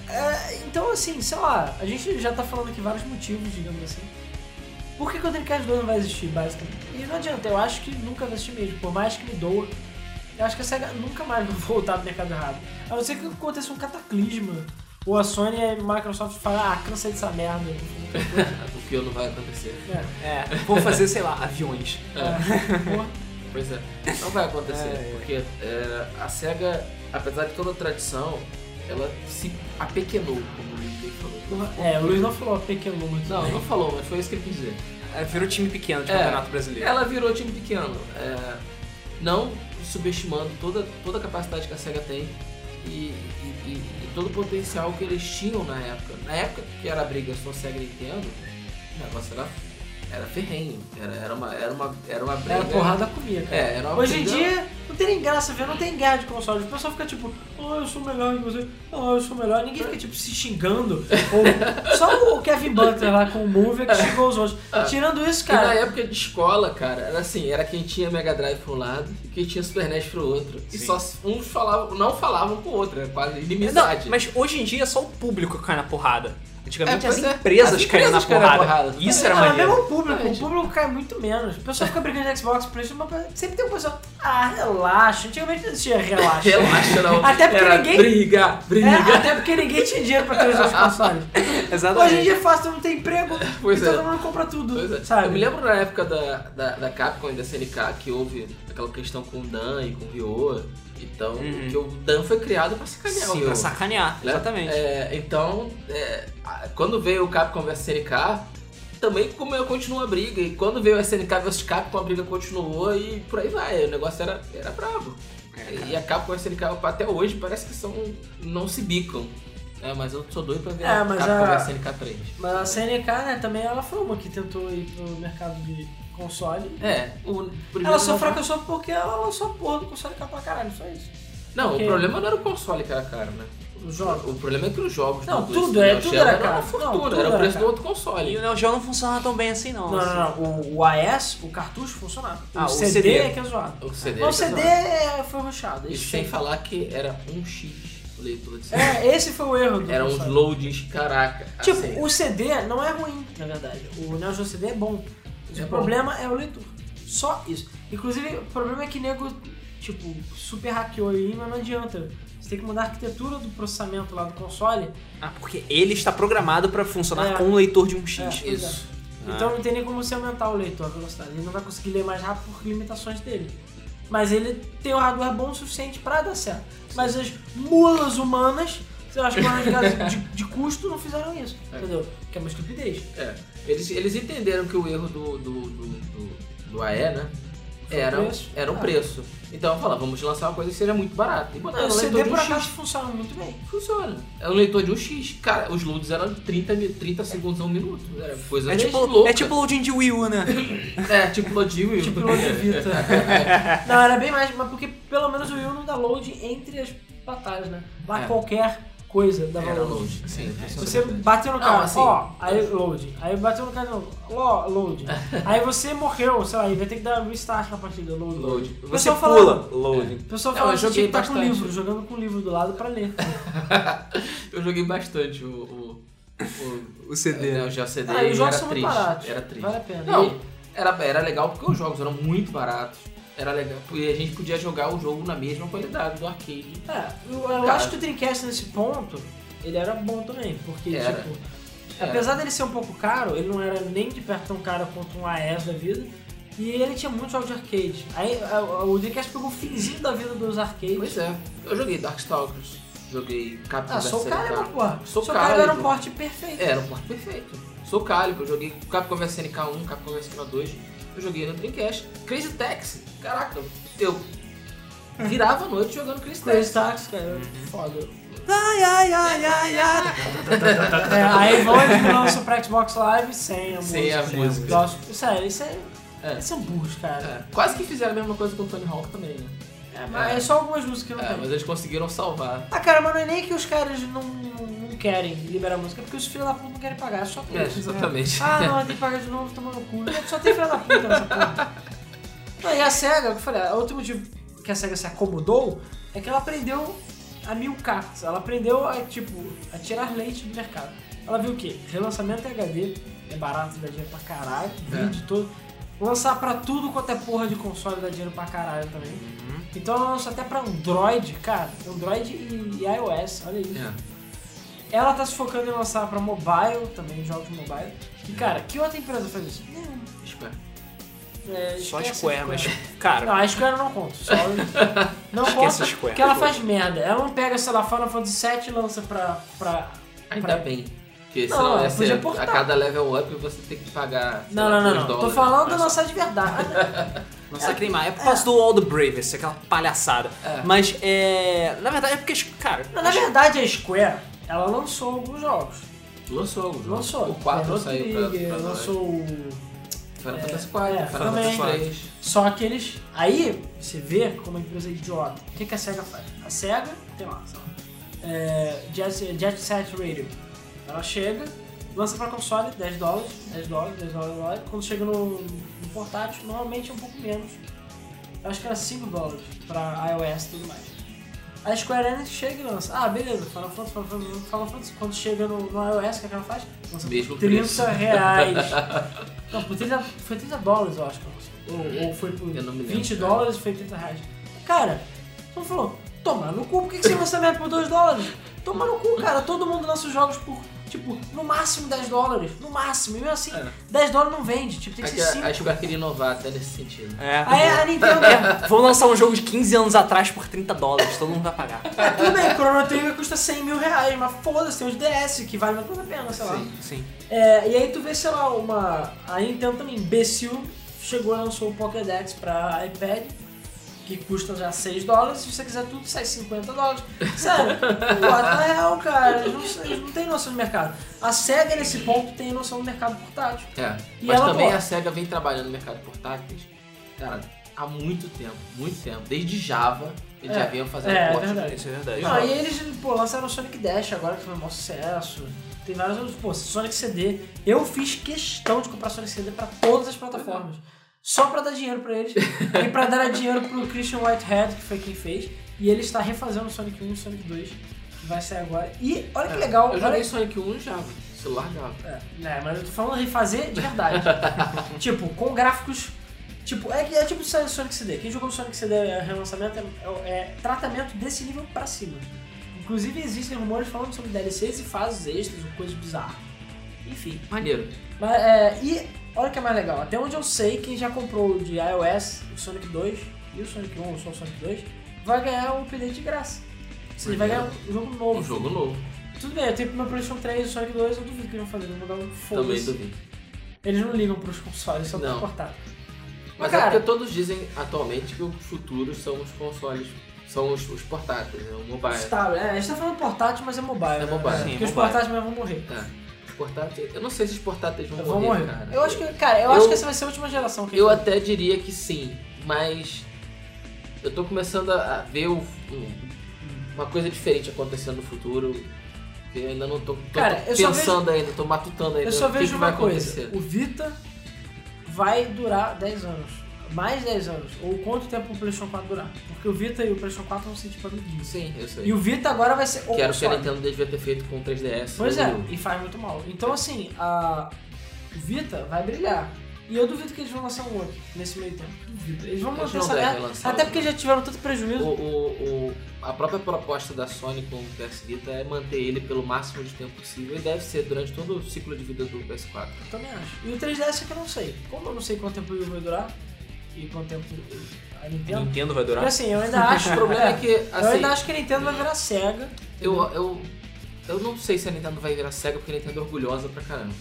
[SPEAKER 2] é, então assim, sei lá, a gente já tá falando aqui vários motivos, digamos assim. Por que, que o Dreamcast 2 não vai existir, basicamente? E não adianta, eu acho que nunca vai existir mesmo, por mais que me doa. Eu acho que a SEGA nunca mais vai voltar pro mercado errado. A não ser que aconteça um cataclisma. Ou a Sony e a Microsoft falam, ah, cansei dessa merda.
[SPEAKER 3] O que eu não vai acontecer.
[SPEAKER 2] É, é,
[SPEAKER 1] É, vão fazer, sei lá, aviões.
[SPEAKER 2] porra.
[SPEAKER 3] Pois é, não vai acontecer,
[SPEAKER 1] É, é.
[SPEAKER 3] porque é, a SEGA, apesar de toda a tradição, ela se apequenou, como o Luiz bem falou.
[SPEAKER 2] É, o Luiz não falou pequeno muito.
[SPEAKER 3] Não,
[SPEAKER 2] bem.
[SPEAKER 3] não falou, mas foi isso que ele quis dizer.
[SPEAKER 1] É, virou time pequeno de
[SPEAKER 3] É.
[SPEAKER 1] campeonato brasileiro.
[SPEAKER 3] Ela virou time pequeno, é, não subestimando toda, toda a capacidade que a SEGA tem e, e- e- e todo o potencial que eles tinham na época. Na época que era a briga só SEGA e Nintendo, o negócio era, era ferrenho, era, era, uma, era, uma, era uma briga.
[SPEAKER 2] Era É porrada comia, cara.
[SPEAKER 3] né? É, era uma
[SPEAKER 2] Hoje em
[SPEAKER 3] briga-
[SPEAKER 2] dia, não tem nem graça, velho. Não tem guerra de console. O pessoal fica tipo, oh, eu sou melhor que você. Oh, eu sou melhor. Ninguém fica, tipo, se xingando. Ou só o Kevin Butler lá com o Movie que xingou os outros. Tirando isso,
[SPEAKER 3] E na
[SPEAKER 2] cara...
[SPEAKER 3] época de escola, cara, era assim, era quem tinha Mega Drive pra um lado e quem tinha Super NES pro outro. E
[SPEAKER 1] Sim.
[SPEAKER 3] só se- uns falavam, não falavam com o outro, era quase
[SPEAKER 1] Não,
[SPEAKER 3] inimizade.
[SPEAKER 1] mas hoje em dia é só o público que cai na porrada. Antigamente
[SPEAKER 3] É,
[SPEAKER 1] as
[SPEAKER 3] pois é.
[SPEAKER 1] empresas,
[SPEAKER 3] As
[SPEAKER 1] caíam na
[SPEAKER 3] empresas caíam na
[SPEAKER 1] porrada.
[SPEAKER 3] porrada.
[SPEAKER 1] Isso era
[SPEAKER 2] ah,
[SPEAKER 1] maneiro.
[SPEAKER 2] mesmo o público. O
[SPEAKER 3] Verdade.
[SPEAKER 2] público cai muito menos. O pessoal fica brigando de Xbox, Playstation, mas sempre tem um pessoal... Ah, relaxa, relaxa. Antigamente não existia relaxa.
[SPEAKER 3] Relaxa, não.
[SPEAKER 2] Até porque
[SPEAKER 3] Era
[SPEAKER 2] ninguém-
[SPEAKER 3] Briga, briga.
[SPEAKER 2] É, até porque ninguém tinha dinheiro pra ter os dois consoles. Hoje em
[SPEAKER 1] Exatamente.
[SPEAKER 2] dia é fácil, todo mundo tem emprego
[SPEAKER 3] Pois
[SPEAKER 2] e
[SPEAKER 3] é.
[SPEAKER 2] todo mundo compra tudo,
[SPEAKER 3] Pois é.
[SPEAKER 2] sabe?
[SPEAKER 3] Eu me lembro na época da, da, da Capcom e da SNK que houve aquela questão com o Dan e com o Ryo. Então,
[SPEAKER 1] Uhum.
[SPEAKER 3] que o Dan foi criado pra sacanear o
[SPEAKER 1] Sim,
[SPEAKER 3] Ryo.
[SPEAKER 1] pra sacanear,
[SPEAKER 3] né?
[SPEAKER 1] exatamente.
[SPEAKER 3] É, então, é, a- quando veio o Capcom vs SNK, também como eu continuou a briga. E quando veio o SNK vs Capcom, a briga continuou e por aí vai. O negócio era, era brabo. e a Capcom e a SNK até hoje parece que são. não se bicam. né? mas eu sou doido pra ver
[SPEAKER 2] É,
[SPEAKER 3] a
[SPEAKER 2] mas
[SPEAKER 3] Capcom
[SPEAKER 2] a-
[SPEAKER 3] vs SNK 3.
[SPEAKER 2] Mas a CNK, né, também ela foi uma que tentou ir pro mercado de console.
[SPEAKER 3] É, o primeiro
[SPEAKER 2] Ela só
[SPEAKER 3] não-
[SPEAKER 2] fracassou porque ela lançou a porra do console caro pra caralho, só isso.
[SPEAKER 3] Não,
[SPEAKER 2] Porque-
[SPEAKER 3] o problema não era o console que era caro, né?
[SPEAKER 2] Os jogos.
[SPEAKER 3] O problema é que os jogos
[SPEAKER 2] Não,
[SPEAKER 3] do
[SPEAKER 2] tudo,
[SPEAKER 3] Studio
[SPEAKER 2] é,
[SPEAKER 3] Shell
[SPEAKER 2] tudo era
[SPEAKER 3] uma
[SPEAKER 2] caro.
[SPEAKER 3] fortuna,
[SPEAKER 2] Não, tudo
[SPEAKER 3] era o
[SPEAKER 2] era
[SPEAKER 3] preço
[SPEAKER 2] caro.
[SPEAKER 3] do outro
[SPEAKER 1] E o
[SPEAKER 3] console.
[SPEAKER 1] Neo Geo não funcionava tão bem assim, não.
[SPEAKER 2] Não,
[SPEAKER 1] assim.
[SPEAKER 2] não, não. O, o AS, o cartucho, funcionava.
[SPEAKER 1] Ah,
[SPEAKER 2] o,
[SPEAKER 1] o
[SPEAKER 2] CD,
[SPEAKER 1] CD.
[SPEAKER 2] é que é zoado.
[SPEAKER 3] O CD,
[SPEAKER 2] Mas o
[SPEAKER 3] que era
[SPEAKER 2] CD
[SPEAKER 3] zoado.
[SPEAKER 2] é, foi rushado.
[SPEAKER 3] E
[SPEAKER 2] Isso
[SPEAKER 3] sem
[SPEAKER 2] sim.
[SPEAKER 3] falar que era um X o leitor de CD.
[SPEAKER 2] É, esse foi o erro. do
[SPEAKER 3] Eram uns
[SPEAKER 2] console.
[SPEAKER 3] loadings, caraca.
[SPEAKER 2] Tipo,
[SPEAKER 3] assim.
[SPEAKER 2] o CD não é ruim, na verdade. O Neo Geo CD é bom. Mas
[SPEAKER 3] É
[SPEAKER 2] o
[SPEAKER 3] bom.
[SPEAKER 2] problema é o leitor. Só isso. Inclusive, o problema é que nego, tipo, super hackeou aí, mas não adianta. Você tem que mudar a arquitetura do processamento lá do console.
[SPEAKER 1] Ah, porque ele está programado pra funcionar
[SPEAKER 2] É.
[SPEAKER 1] com o leitor de um X.
[SPEAKER 2] É.
[SPEAKER 3] Isso.
[SPEAKER 2] Então não tem nem como você aumentar o leitor, a velocidade. Ele não vai conseguir ler mais rápido por limitações dele. Mas ele tem um hardware bom o suficiente pra dar certo. Mas as mulas humanas, as mulas de, de, de custo, não fizeram isso.
[SPEAKER 3] É.
[SPEAKER 2] Entendeu? Que é uma estupidez.
[SPEAKER 3] É. Eles, eles entenderam que o erro do, do, do, do, do AE, né?
[SPEAKER 2] Foi o
[SPEAKER 3] Era,
[SPEAKER 2] preço.
[SPEAKER 3] era o
[SPEAKER 2] Ah.
[SPEAKER 3] preço. Então eu falava, vamos lançar uma coisa que seja muito barata. E botaram
[SPEAKER 2] Então, o
[SPEAKER 3] um leitor
[SPEAKER 2] CD
[SPEAKER 3] de um
[SPEAKER 2] por
[SPEAKER 3] X.
[SPEAKER 2] acaso funciona muito bem.
[SPEAKER 3] Funciona. É um leitor de um X. Cara, os loads eram 30, mi- 30 segundos a um minuto. Era coisa
[SPEAKER 1] É tipo,
[SPEAKER 3] louca.
[SPEAKER 1] é tipo loading de Wii U, né?
[SPEAKER 3] É, tipo load Will.
[SPEAKER 2] Tipo load Vita. não, era bem mais, mas porque pelo menos o Will não dá load entre as batalhas, né? Lá
[SPEAKER 3] É.
[SPEAKER 2] qualquer coisa dava
[SPEAKER 3] Era
[SPEAKER 2] load.
[SPEAKER 3] load. Sim, isso é
[SPEAKER 2] Você
[SPEAKER 3] verdade.
[SPEAKER 2] bateu no
[SPEAKER 3] Não,
[SPEAKER 2] cara,
[SPEAKER 3] assim-
[SPEAKER 2] ó, aí load. Aí bateu no cara de novo, ó, load. aí você morreu, sei lá, e vai ter que dar um restart na partida, load.
[SPEAKER 3] Load.
[SPEAKER 2] O
[SPEAKER 1] Você
[SPEAKER 2] pessoal fala-
[SPEAKER 1] pula loading.
[SPEAKER 2] O pessoal
[SPEAKER 3] É,
[SPEAKER 2] fala
[SPEAKER 3] eu
[SPEAKER 2] que tinha
[SPEAKER 3] joguei
[SPEAKER 2] que estar com o
[SPEAKER 3] bastante.
[SPEAKER 2] livro, jogando com o livro do lado pra ler.
[SPEAKER 3] Eu joguei bastante o. o, o
[SPEAKER 1] O CD.
[SPEAKER 3] né, o Geo CD
[SPEAKER 2] Ah, e os jogos
[SPEAKER 3] era
[SPEAKER 2] são muito
[SPEAKER 3] triste.
[SPEAKER 2] baratos.
[SPEAKER 3] Era triste.
[SPEAKER 2] Vale a pena.
[SPEAKER 3] Não, era, era legal porque os jogos eram muito baratos. Era legal. E a gente podia jogar o jogo na mesma qualidade do arcade.
[SPEAKER 2] É, eu, eu
[SPEAKER 3] Cara.
[SPEAKER 2] acho que o Dreamcast nesse ponto, ele era bom também, porque
[SPEAKER 3] Era.
[SPEAKER 2] tipo,
[SPEAKER 3] Era.
[SPEAKER 2] apesar dele ser um pouco caro, ele não era nem de perto tão caro quanto um AES da vida, e ele tinha muitos jogos de arcade. Aí a- a- o Dreamcast pegou o finzinho da vida dos arcades.
[SPEAKER 3] Pois é. Eu joguei Darkstalkers, joguei Captain
[SPEAKER 2] ah, Soul Calibur, porra.
[SPEAKER 3] Soul
[SPEAKER 2] Soul Calibur era um
[SPEAKER 3] Calibur.
[SPEAKER 2] porte perfeito.
[SPEAKER 3] É, era um porte perfeito. Sou Calibur, eu joguei Capcom vs SNK 1, Capcom vs SNK 2, eu joguei no Dreamcast. Crazy Taxi, caraca, eu virava a noite jogando Crazy Taxi.
[SPEAKER 2] Crazy Taxi, cara, era
[SPEAKER 3] Uhum.
[SPEAKER 2] foda.
[SPEAKER 1] Ai, ai, ai, ai, ai.
[SPEAKER 2] É, aí vão eles lançam pra Xbox Live sem a
[SPEAKER 3] Sem
[SPEAKER 2] música.
[SPEAKER 3] a música.
[SPEAKER 2] Nossa, Sério, isso é...
[SPEAKER 3] É.
[SPEAKER 2] Eles são burros, cara.
[SPEAKER 3] É, quase que fizeram a mesma coisa com o Tony Hawk também, né?
[SPEAKER 2] É, mas é só algumas músicas que não
[SPEAKER 3] É,
[SPEAKER 2] tem.
[SPEAKER 3] mas eles conseguiram salvar.
[SPEAKER 2] Ah, cara, mas não é nem que os caras não, não- não querem liberar música, é porque os filhos da puta não querem pagar, é só por
[SPEAKER 3] É,
[SPEAKER 2] isso.
[SPEAKER 3] exatamente.
[SPEAKER 2] Ah, não, tem que pagar de novo, tomando cu. né? Só tem filha da puta nessa porra. Não, e a SEGA, eu falei, ah, outro motivo que a SEGA se acomodou é que ela aprendeu a milcar. Ela aprendeu a, tipo, a tirar leite do mercado. Ela viu o quê? Relançamento em HD, é barato, dá dinheiro pra caralho, vende todo. Lançar pra tudo quanto é porra de console dá dinheiro pra caralho também. Então ela lançou até pra Android, cara. Android e e iOS, olha isso.
[SPEAKER 3] É.
[SPEAKER 2] Ela tá se focando em lançar pra mobile também, jogos de mobile. E cara, que outra empresa faz isso? Não,
[SPEAKER 3] Espera.
[SPEAKER 2] é,
[SPEAKER 1] Só
[SPEAKER 2] esquece
[SPEAKER 1] Square, mas.
[SPEAKER 2] Não,
[SPEAKER 1] Cara,
[SPEAKER 2] a Square eu não conta. Só... não
[SPEAKER 1] Esquece
[SPEAKER 2] conta,
[SPEAKER 1] Square,
[SPEAKER 2] porque ela
[SPEAKER 1] pô.
[SPEAKER 2] faz merda. Ela não pega, sei lá, Final Fantasy VII e lança pra... pra, pra...
[SPEAKER 3] Ainda bem. Porque
[SPEAKER 2] Não,
[SPEAKER 3] senão ia
[SPEAKER 2] podia
[SPEAKER 3] ser,
[SPEAKER 2] portar.
[SPEAKER 3] a cada level up você tem que pagar. sei
[SPEAKER 2] Não, não,
[SPEAKER 3] lá,
[SPEAKER 2] não,
[SPEAKER 3] dois
[SPEAKER 2] não. Tô
[SPEAKER 3] dólares.
[SPEAKER 2] falando de lançar de verdade.
[SPEAKER 1] nossa, que É por causa do All the Bravest, aquela palhaçada.
[SPEAKER 3] É.
[SPEAKER 1] Mas é. Na verdade é porque. Cara,
[SPEAKER 2] Não, na
[SPEAKER 1] acho-
[SPEAKER 2] verdade, a Square, ela lançou alguns jogos.
[SPEAKER 3] Lançou o jogo.
[SPEAKER 2] Lançou.
[SPEAKER 3] O 4
[SPEAKER 2] Chrono
[SPEAKER 3] saiu pra,
[SPEAKER 2] Trigger,
[SPEAKER 3] pra nós.
[SPEAKER 2] lançou o...
[SPEAKER 3] Final
[SPEAKER 2] é,
[SPEAKER 3] Fantasy 4,
[SPEAKER 2] é,
[SPEAKER 3] Final
[SPEAKER 2] também.
[SPEAKER 3] Fantasy 3.
[SPEAKER 2] Só que eles. Aí você vê como a empresa é idiota. O que, que a SEGA faz? A SEGA, tem lá, sei lá. É, Jet, Jet Set Radio. Ela chega, lança pra console 10 dólares, 10 dólares, 10 dólares, 10 dólares. Quando chega no, no portátil, normalmente é um pouco menos. Eu acho que era 5 dólares pra iOS e tudo mais. A Square Enix chega e lança. Ah, beleza, Final Fantasy, Final Fantasy, Final Fantasy. Quando chega no, no iOS, o que, é que ela faz? Lança
[SPEAKER 3] Mesmo
[SPEAKER 2] por 30
[SPEAKER 3] preço.
[SPEAKER 2] reais. Não, por 30, foi 30 dólares, eu acho. que ela lançou. Ou, ou foi por
[SPEAKER 3] Eu não me lembro,
[SPEAKER 2] 20
[SPEAKER 3] cara.
[SPEAKER 2] dólares, foi 30 reais. Cara, todo mundo falou, toma no cu, por que, que você lança merda por 2 dólares? Toma no cu, cara, todo mundo lança os jogos por, tipo, no máximo 10 dólares, no máximo, e mesmo assim,
[SPEAKER 3] É.
[SPEAKER 2] 10 dólares não vende, tipo, tem que ser 5.
[SPEAKER 3] Acho que eu queria inovar até né, nesse sentido.
[SPEAKER 1] É.
[SPEAKER 2] Aí a Nintendo,
[SPEAKER 1] Vamos lançar um jogo de 15 anos atrás por 30 dólares, todo mundo vai pagar.
[SPEAKER 2] é, tudo bem, Chrono Trigger custa 100 mil reais, mas foda-se, tem os DS que vale mais toda a pena, sei lá.
[SPEAKER 3] Sim.
[SPEAKER 1] Sim.
[SPEAKER 2] É, e aí tu vê, sei lá, uma. A Nintendo também, imbecil, chegou e lançou o Pokédex pra iPad, que custa já 6 dólares, se você quiser tudo, sai 50 dólares. Sério, bota real, cara. Eles não, eles não têm noção de mercado. A SEGA nesse ponto tem noção do mercado portátil.
[SPEAKER 3] É.
[SPEAKER 2] E
[SPEAKER 3] Mas
[SPEAKER 2] ela,
[SPEAKER 3] também
[SPEAKER 2] pô-
[SPEAKER 3] a SEGA vem trabalhando no mercado portátil, cara, há muito tempo, muito tempo. Desde Java, eles
[SPEAKER 2] É.
[SPEAKER 3] já vinham fazendo
[SPEAKER 2] É, é
[SPEAKER 3] porte.
[SPEAKER 2] verdade.
[SPEAKER 1] Isso é verdade.
[SPEAKER 2] Não, e eles, pô, lançaram o Sonic Dash agora, que foi um maior sucesso. Tem vários outros, pô, Sonic CD. Eu fiz questão de comprar Sonic CD pra todas as plataformas. Só pra dar dinheiro pra eles. e pra dar dinheiro pro Christian Whitehead, que foi quem fez. E ele está refazendo o Sonic 1 e o Sonic 2, que vai sair agora. E olha que
[SPEAKER 3] É.
[SPEAKER 2] legal.
[SPEAKER 3] Eu
[SPEAKER 2] olha...
[SPEAKER 3] joguei Sonic 1 em Java, celular Java.
[SPEAKER 2] É, né, mas eu tô falando refazer de verdade. tipo, com gráficos. Tipo, é, que- é tipo o Sonic CD. Quem jogou o Sonic CD é relançamento é, é tratamento desse nível pra cima. Inclusive existem rumores falando sobre DLCs e fases extras, ou coisas bizarras. Enfim.
[SPEAKER 3] Maneiro.
[SPEAKER 2] Mas, é, e olha que é mais legal, até onde eu sei, quem já comprou o de iOS, o Sonic 2 e o Sonic 1, ou só o Sonic 2, vai ganhar um update de graça. Ele vai ganhar um jogo novo.
[SPEAKER 3] Um jogo novo,
[SPEAKER 2] Tudo bem, eu tenho pro meu PlayStation 3 e o Sonic 2, eu duvido que eles vão fazer, eles vão mudar um
[SPEAKER 3] também
[SPEAKER 2] foda-se.
[SPEAKER 3] duvido.
[SPEAKER 2] Eles não ligam pros consoles, só pra
[SPEAKER 3] Não.
[SPEAKER 2] cortar. Mas,
[SPEAKER 3] Mas é
[SPEAKER 2] cara,
[SPEAKER 3] porque todos dizem atualmente que o futuro são os consoles, são os, os portáteis, né? o mobile.
[SPEAKER 2] estável, é, a gente tá falando portátil, mas é mobile.
[SPEAKER 3] É
[SPEAKER 2] né?
[SPEAKER 3] mobile.
[SPEAKER 1] Sim,
[SPEAKER 2] porque os
[SPEAKER 1] mobile.
[SPEAKER 2] portáteis mesmo vão morrer.
[SPEAKER 3] É. Os portáteis, eu não sei se os portáteis vão
[SPEAKER 2] vão
[SPEAKER 3] morrer,
[SPEAKER 2] morrer.
[SPEAKER 3] cara.
[SPEAKER 2] Eu acho que, cara, eu,
[SPEAKER 3] Eu-
[SPEAKER 2] acho que essa vai ser a última geração que
[SPEAKER 3] Eu
[SPEAKER 2] a gente
[SPEAKER 3] até diria que sim, mas eu tô começando a a ver o- um- uma coisa diferente acontecendo no futuro. que Eu ainda não tô, tô-
[SPEAKER 2] Cara,
[SPEAKER 3] tô
[SPEAKER 2] eu só
[SPEAKER 3] pensando ainda, tô matutando
[SPEAKER 2] vai.
[SPEAKER 3] ainda.
[SPEAKER 2] Eu só
[SPEAKER 3] o que
[SPEAKER 2] vejo
[SPEAKER 3] que
[SPEAKER 2] uma
[SPEAKER 3] vai
[SPEAKER 2] coisa:
[SPEAKER 3] acontecer.
[SPEAKER 2] o Vita vai durar 10 anos. Mais 10 anos. Ou quanto tempo o PlayStation 4 durar? Porque o Vita e o PlayStation 4 vão ser tipo amiguinhos.
[SPEAKER 3] Sim, eu sei.
[SPEAKER 2] E o Vita agora vai ser.
[SPEAKER 3] Que era o que a
[SPEAKER 2] console.
[SPEAKER 3] Nintendo devia ter feito com o 3DS.
[SPEAKER 2] Pois
[SPEAKER 3] né,
[SPEAKER 2] é,
[SPEAKER 3] Wii U.
[SPEAKER 2] e faz muito mal. Então, assim, a o Vita vai brilhar. E eu duvido que eles vão lançar um outro nesse meio tempo. Duvido. Eles vão
[SPEAKER 3] Eles
[SPEAKER 2] manter
[SPEAKER 3] não
[SPEAKER 2] essa
[SPEAKER 3] devem
[SPEAKER 2] merda. Até
[SPEAKER 3] lançar outro. né?
[SPEAKER 2] porque já tiveram tanto prejuízo.
[SPEAKER 3] O, o- o- a própria proposta da Sony com o PS Vita é manter ele pelo máximo de tempo possível e deve ser durante todo o ciclo de vida do PS4.
[SPEAKER 2] Eu também acho. E o 3DS é que eu não sei. Como eu não sei quanto tempo ele vai durar e quanto tempo a
[SPEAKER 1] A
[SPEAKER 2] Nintendo.
[SPEAKER 1] Nintendo vai
[SPEAKER 2] E
[SPEAKER 1] durar?
[SPEAKER 2] assim, eu ainda acho.
[SPEAKER 3] O problema é que,
[SPEAKER 2] eu
[SPEAKER 3] assim,
[SPEAKER 2] ainda acho que a Nintendo vai virar cega.
[SPEAKER 3] Eu, eu, eu não sei se a Nintendo vai virar cega porque a Nintendo é orgulhosa pra caramba.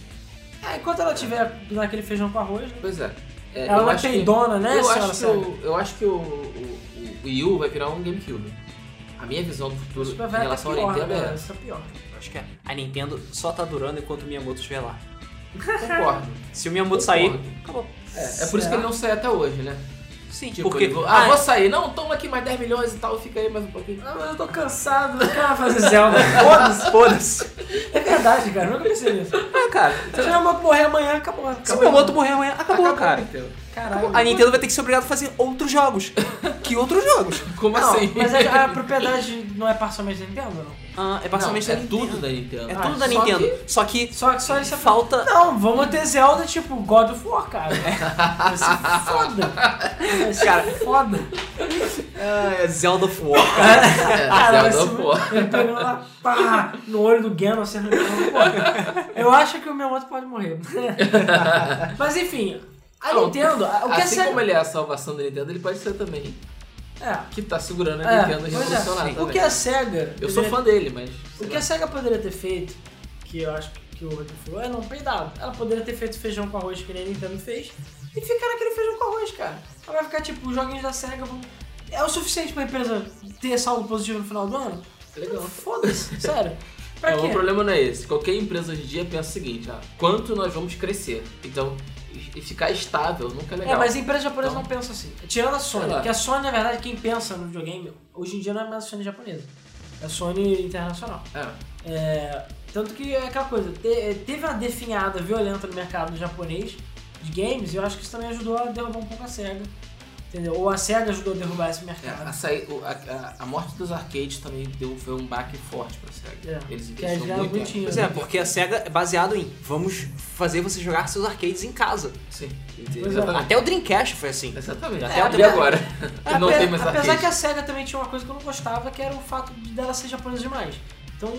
[SPEAKER 2] É, enquanto ela tiver naquele feijão com arroz, né?
[SPEAKER 3] Pois é. É,
[SPEAKER 2] Ela
[SPEAKER 3] eu
[SPEAKER 2] vai
[SPEAKER 3] acho que-
[SPEAKER 2] peidona, né,
[SPEAKER 3] eu
[SPEAKER 2] senhora
[SPEAKER 3] acho, que
[SPEAKER 2] cega?
[SPEAKER 3] o, eu acho que o, o, o Wii U vai virar um GameCube. A minha visão do futuro
[SPEAKER 2] Isso vai
[SPEAKER 3] em
[SPEAKER 2] virar até
[SPEAKER 3] relação à
[SPEAKER 2] pior,
[SPEAKER 3] Nintendo
[SPEAKER 2] né?
[SPEAKER 3] é
[SPEAKER 2] Isso é pior.
[SPEAKER 1] Acho que é. A Nintendo só tá durando enquanto o Miyamoto estiver lá.
[SPEAKER 3] Concordo.
[SPEAKER 1] Se o Miyamoto sair,
[SPEAKER 3] Concordo.
[SPEAKER 1] acabou.
[SPEAKER 3] É, é por isso que ele não sai até hoje, né?
[SPEAKER 1] Sim,
[SPEAKER 3] Tipo,
[SPEAKER 1] porque...
[SPEAKER 3] ele falou,
[SPEAKER 2] é.
[SPEAKER 3] ah, vou sair. Não, toma aqui mais 10 milhões e tal, fica aí mais um pouquinho.
[SPEAKER 2] Ah, mas eu tô cansado, não quero fazer Zelda. Foda-se.
[SPEAKER 1] foda-se.
[SPEAKER 2] É verdade, cara, eu nunca pensei nisso.
[SPEAKER 1] Ah, cara.
[SPEAKER 2] Se o Miyamoto morrer amanhã, acabou.
[SPEAKER 1] Se
[SPEAKER 2] acabou.
[SPEAKER 1] o Miyamoto morrer amanhã,
[SPEAKER 2] Tá
[SPEAKER 1] acabou, cara.
[SPEAKER 3] Nintendo.
[SPEAKER 2] Caralho.
[SPEAKER 1] A Nintendo vai ter que ser obrigada a fazer outros jogos. que outros jogos?
[SPEAKER 3] Como
[SPEAKER 2] Não,
[SPEAKER 3] assim?
[SPEAKER 2] Mas é a, a propriedade não é parcialmente da Nintendo, não?
[SPEAKER 1] Ah, é
[SPEAKER 3] Não,
[SPEAKER 1] parcialmente
[SPEAKER 3] é
[SPEAKER 1] da Nintendo.
[SPEAKER 3] tudo da Nintendo.
[SPEAKER 1] É
[SPEAKER 2] Ah,
[SPEAKER 1] tudo da
[SPEAKER 2] só
[SPEAKER 1] Nintendo. Só que
[SPEAKER 2] Só, só isso é...
[SPEAKER 1] falta...
[SPEAKER 2] Não, vamos ter Zelda tipo God of War, cara. Vai ser foda. Vai ser
[SPEAKER 1] Cara.
[SPEAKER 2] foda.
[SPEAKER 1] Ah, é Zelda of War, cara.
[SPEAKER 3] É,
[SPEAKER 2] Cara,
[SPEAKER 3] Zelda,
[SPEAKER 2] vai ser-
[SPEAKER 3] pô.
[SPEAKER 2] Ele pegando lá, pá, no olho do Ganon, sendo pô. Eu acho que o meu outro pode morrer. Mas enfim, a
[SPEAKER 3] Não,
[SPEAKER 2] Nintendo, a- o que
[SPEAKER 3] assim
[SPEAKER 2] é
[SPEAKER 3] como ele é a salvação da Nintendo, ele pode ser também.
[SPEAKER 2] É,
[SPEAKER 3] Que tá segurando a
[SPEAKER 2] É,
[SPEAKER 3] Nintendo
[SPEAKER 2] pois é.
[SPEAKER 3] revolucionar
[SPEAKER 2] O
[SPEAKER 3] também.
[SPEAKER 2] que a SEGA.
[SPEAKER 3] Eu sou
[SPEAKER 2] poderia-
[SPEAKER 3] fã dele, mas. sei
[SPEAKER 2] O que
[SPEAKER 3] lá.
[SPEAKER 2] a SEGA poderia ter feito, que eu acho que o Rodrigo falou, é não peidar. Ela poderia ter feito feijão com arroz que nem a Nintendo fez e ficar naquele feijão com arroz, cara. Ela vai ficar tipo, os joguinhos da SEGA vão. É o suficiente pra empresa ter saldo positivo no final do ano?
[SPEAKER 3] é Legal.
[SPEAKER 2] Foda-se, sério. Pra
[SPEAKER 3] Não,
[SPEAKER 2] quê?
[SPEAKER 3] o problema não é esse. Qualquer empresa hoje em dia pensa o seguinte, ah, quanto nós vamos crescer. Então, e e ficar estável nunca é legal.
[SPEAKER 2] É, mas a empresa japonesa não,
[SPEAKER 3] Não.
[SPEAKER 2] pensa assim. Tirando a Sony,
[SPEAKER 3] Sei lá.
[SPEAKER 2] porque a Sony, na verdade, quem pensa no videogame, hoje em dia não é mais a Sony japonesa. É a Sony internacional.
[SPEAKER 3] É,
[SPEAKER 2] É, tanto que é aquela coisa, te- teve uma definhada violenta no mercado japonês de games, e eu acho que isso também ajudou a derrubar um pouco a SEGA. Entendeu? Ou a SEGA ajudou a derrubar esse
[SPEAKER 3] É,
[SPEAKER 2] mercado.
[SPEAKER 3] a, saí- o- a- a- a morte dos arcades também deu, foi um baque forte pra
[SPEAKER 2] É,
[SPEAKER 3] SEGA. Eles
[SPEAKER 2] que eles
[SPEAKER 3] investiram
[SPEAKER 2] ganharam
[SPEAKER 3] muito
[SPEAKER 2] muito
[SPEAKER 3] tempo.
[SPEAKER 2] dinheiro.
[SPEAKER 1] Pois é, porque a SEGA é baseado em vamos fazer você jogar seus arcades em casa.
[SPEAKER 3] Sim.
[SPEAKER 2] Pois é.
[SPEAKER 3] Exatamente.
[SPEAKER 1] Até o Dreamcast foi assim.
[SPEAKER 3] Exatamente.
[SPEAKER 1] É,
[SPEAKER 3] Até, até
[SPEAKER 1] apesar-
[SPEAKER 3] agora.
[SPEAKER 2] Ape-
[SPEAKER 3] não tem mais
[SPEAKER 2] apesar
[SPEAKER 3] arcade.
[SPEAKER 2] que a SEGA também tinha uma coisa que eu não gostava, que era o fato de dela ser japonesa demais. Então,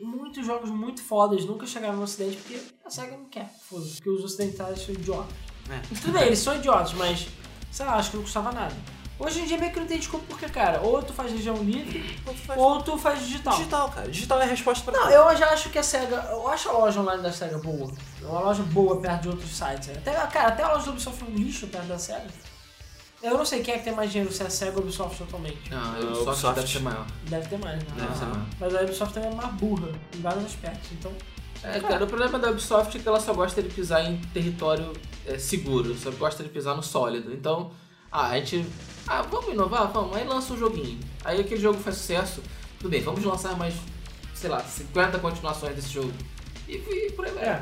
[SPEAKER 2] muitos jogos muito fodas nunca chegaram no ocidente porque a SEGA não quer, foda-se, porque os ocidentais são idiotas.
[SPEAKER 1] É.
[SPEAKER 2] Tudo bem, eles são idiotas, mas, sei lá, acho que não custava nada. Hoje em dia meio que não tem desculpa porque, cara, ou tu faz região livre, ou tu faz digital.
[SPEAKER 1] Tipo, Digital, cara. Digital é a resposta pra
[SPEAKER 2] Não,
[SPEAKER 1] tudo.
[SPEAKER 2] eu já acho que a SEGA. Eu acho a loja online da SEGA boa. É uma loja boa perto de outros sites. né? Até, cara, até a loja do Ubisoft é um lixo perto da SEGA. Eu não sei quem é que tem mais dinheiro, se é a SEGA ou a Ubisoft atualmente.
[SPEAKER 3] Não, a
[SPEAKER 1] Ah,
[SPEAKER 3] Ubisoft,
[SPEAKER 1] Ubisoft.
[SPEAKER 3] deve ser maior.
[SPEAKER 2] Deve ter mais, né?
[SPEAKER 3] É. Deve ser maior.
[SPEAKER 2] Mas a Ubisoft também é uma burra em vários aspectos. Então,
[SPEAKER 3] É, cara, o problema da Ubisoft é que ela só gosta de pisar em território é, seguro, só gosta de pisar no sólido. Então, ah, a gente. Ah, vamos inovar? Vamos. Aí lança um joguinho. Aí aquele jogo faz sucesso. Tudo bem, vamos lançar mais, sei lá, 50 continuações desse jogo. E, e por aí vai.
[SPEAKER 2] é.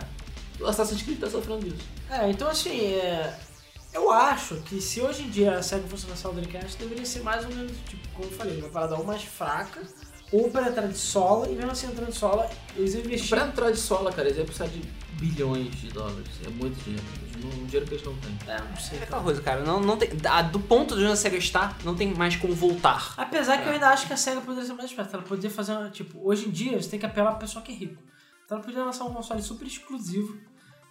[SPEAKER 3] O Assassin's Creed tá sofrendo isso.
[SPEAKER 2] É, então assim, é, eu acho que se hoje em dia a SEGA fosse lançar o Dreamcast, deveria ser mais ou menos, tipo, como eu falei, uma parada ou mais fraca, ou para entrar de sola, e mesmo assim entrando de sola, eles investiram.
[SPEAKER 3] Pra entrar de sola, cara, eles iam precisar de bilhões de dólares. É muito dinheiro. Eles não- Um dinheiro que eles não têm.
[SPEAKER 2] É, não sei.
[SPEAKER 1] É
[SPEAKER 2] cara.
[SPEAKER 1] aquela coisa, cara. Não, não tem, da- do ponto de onde a SEGA está, não tem mais como voltar.
[SPEAKER 2] Apesar que eu ainda acho que a SEGA poderia ser mais esperta. Ela poderia fazer, uma- tipo, hoje em dia você tem que apelar pra pessoa que é rico. Então ela poderia lançar um console super exclusivo,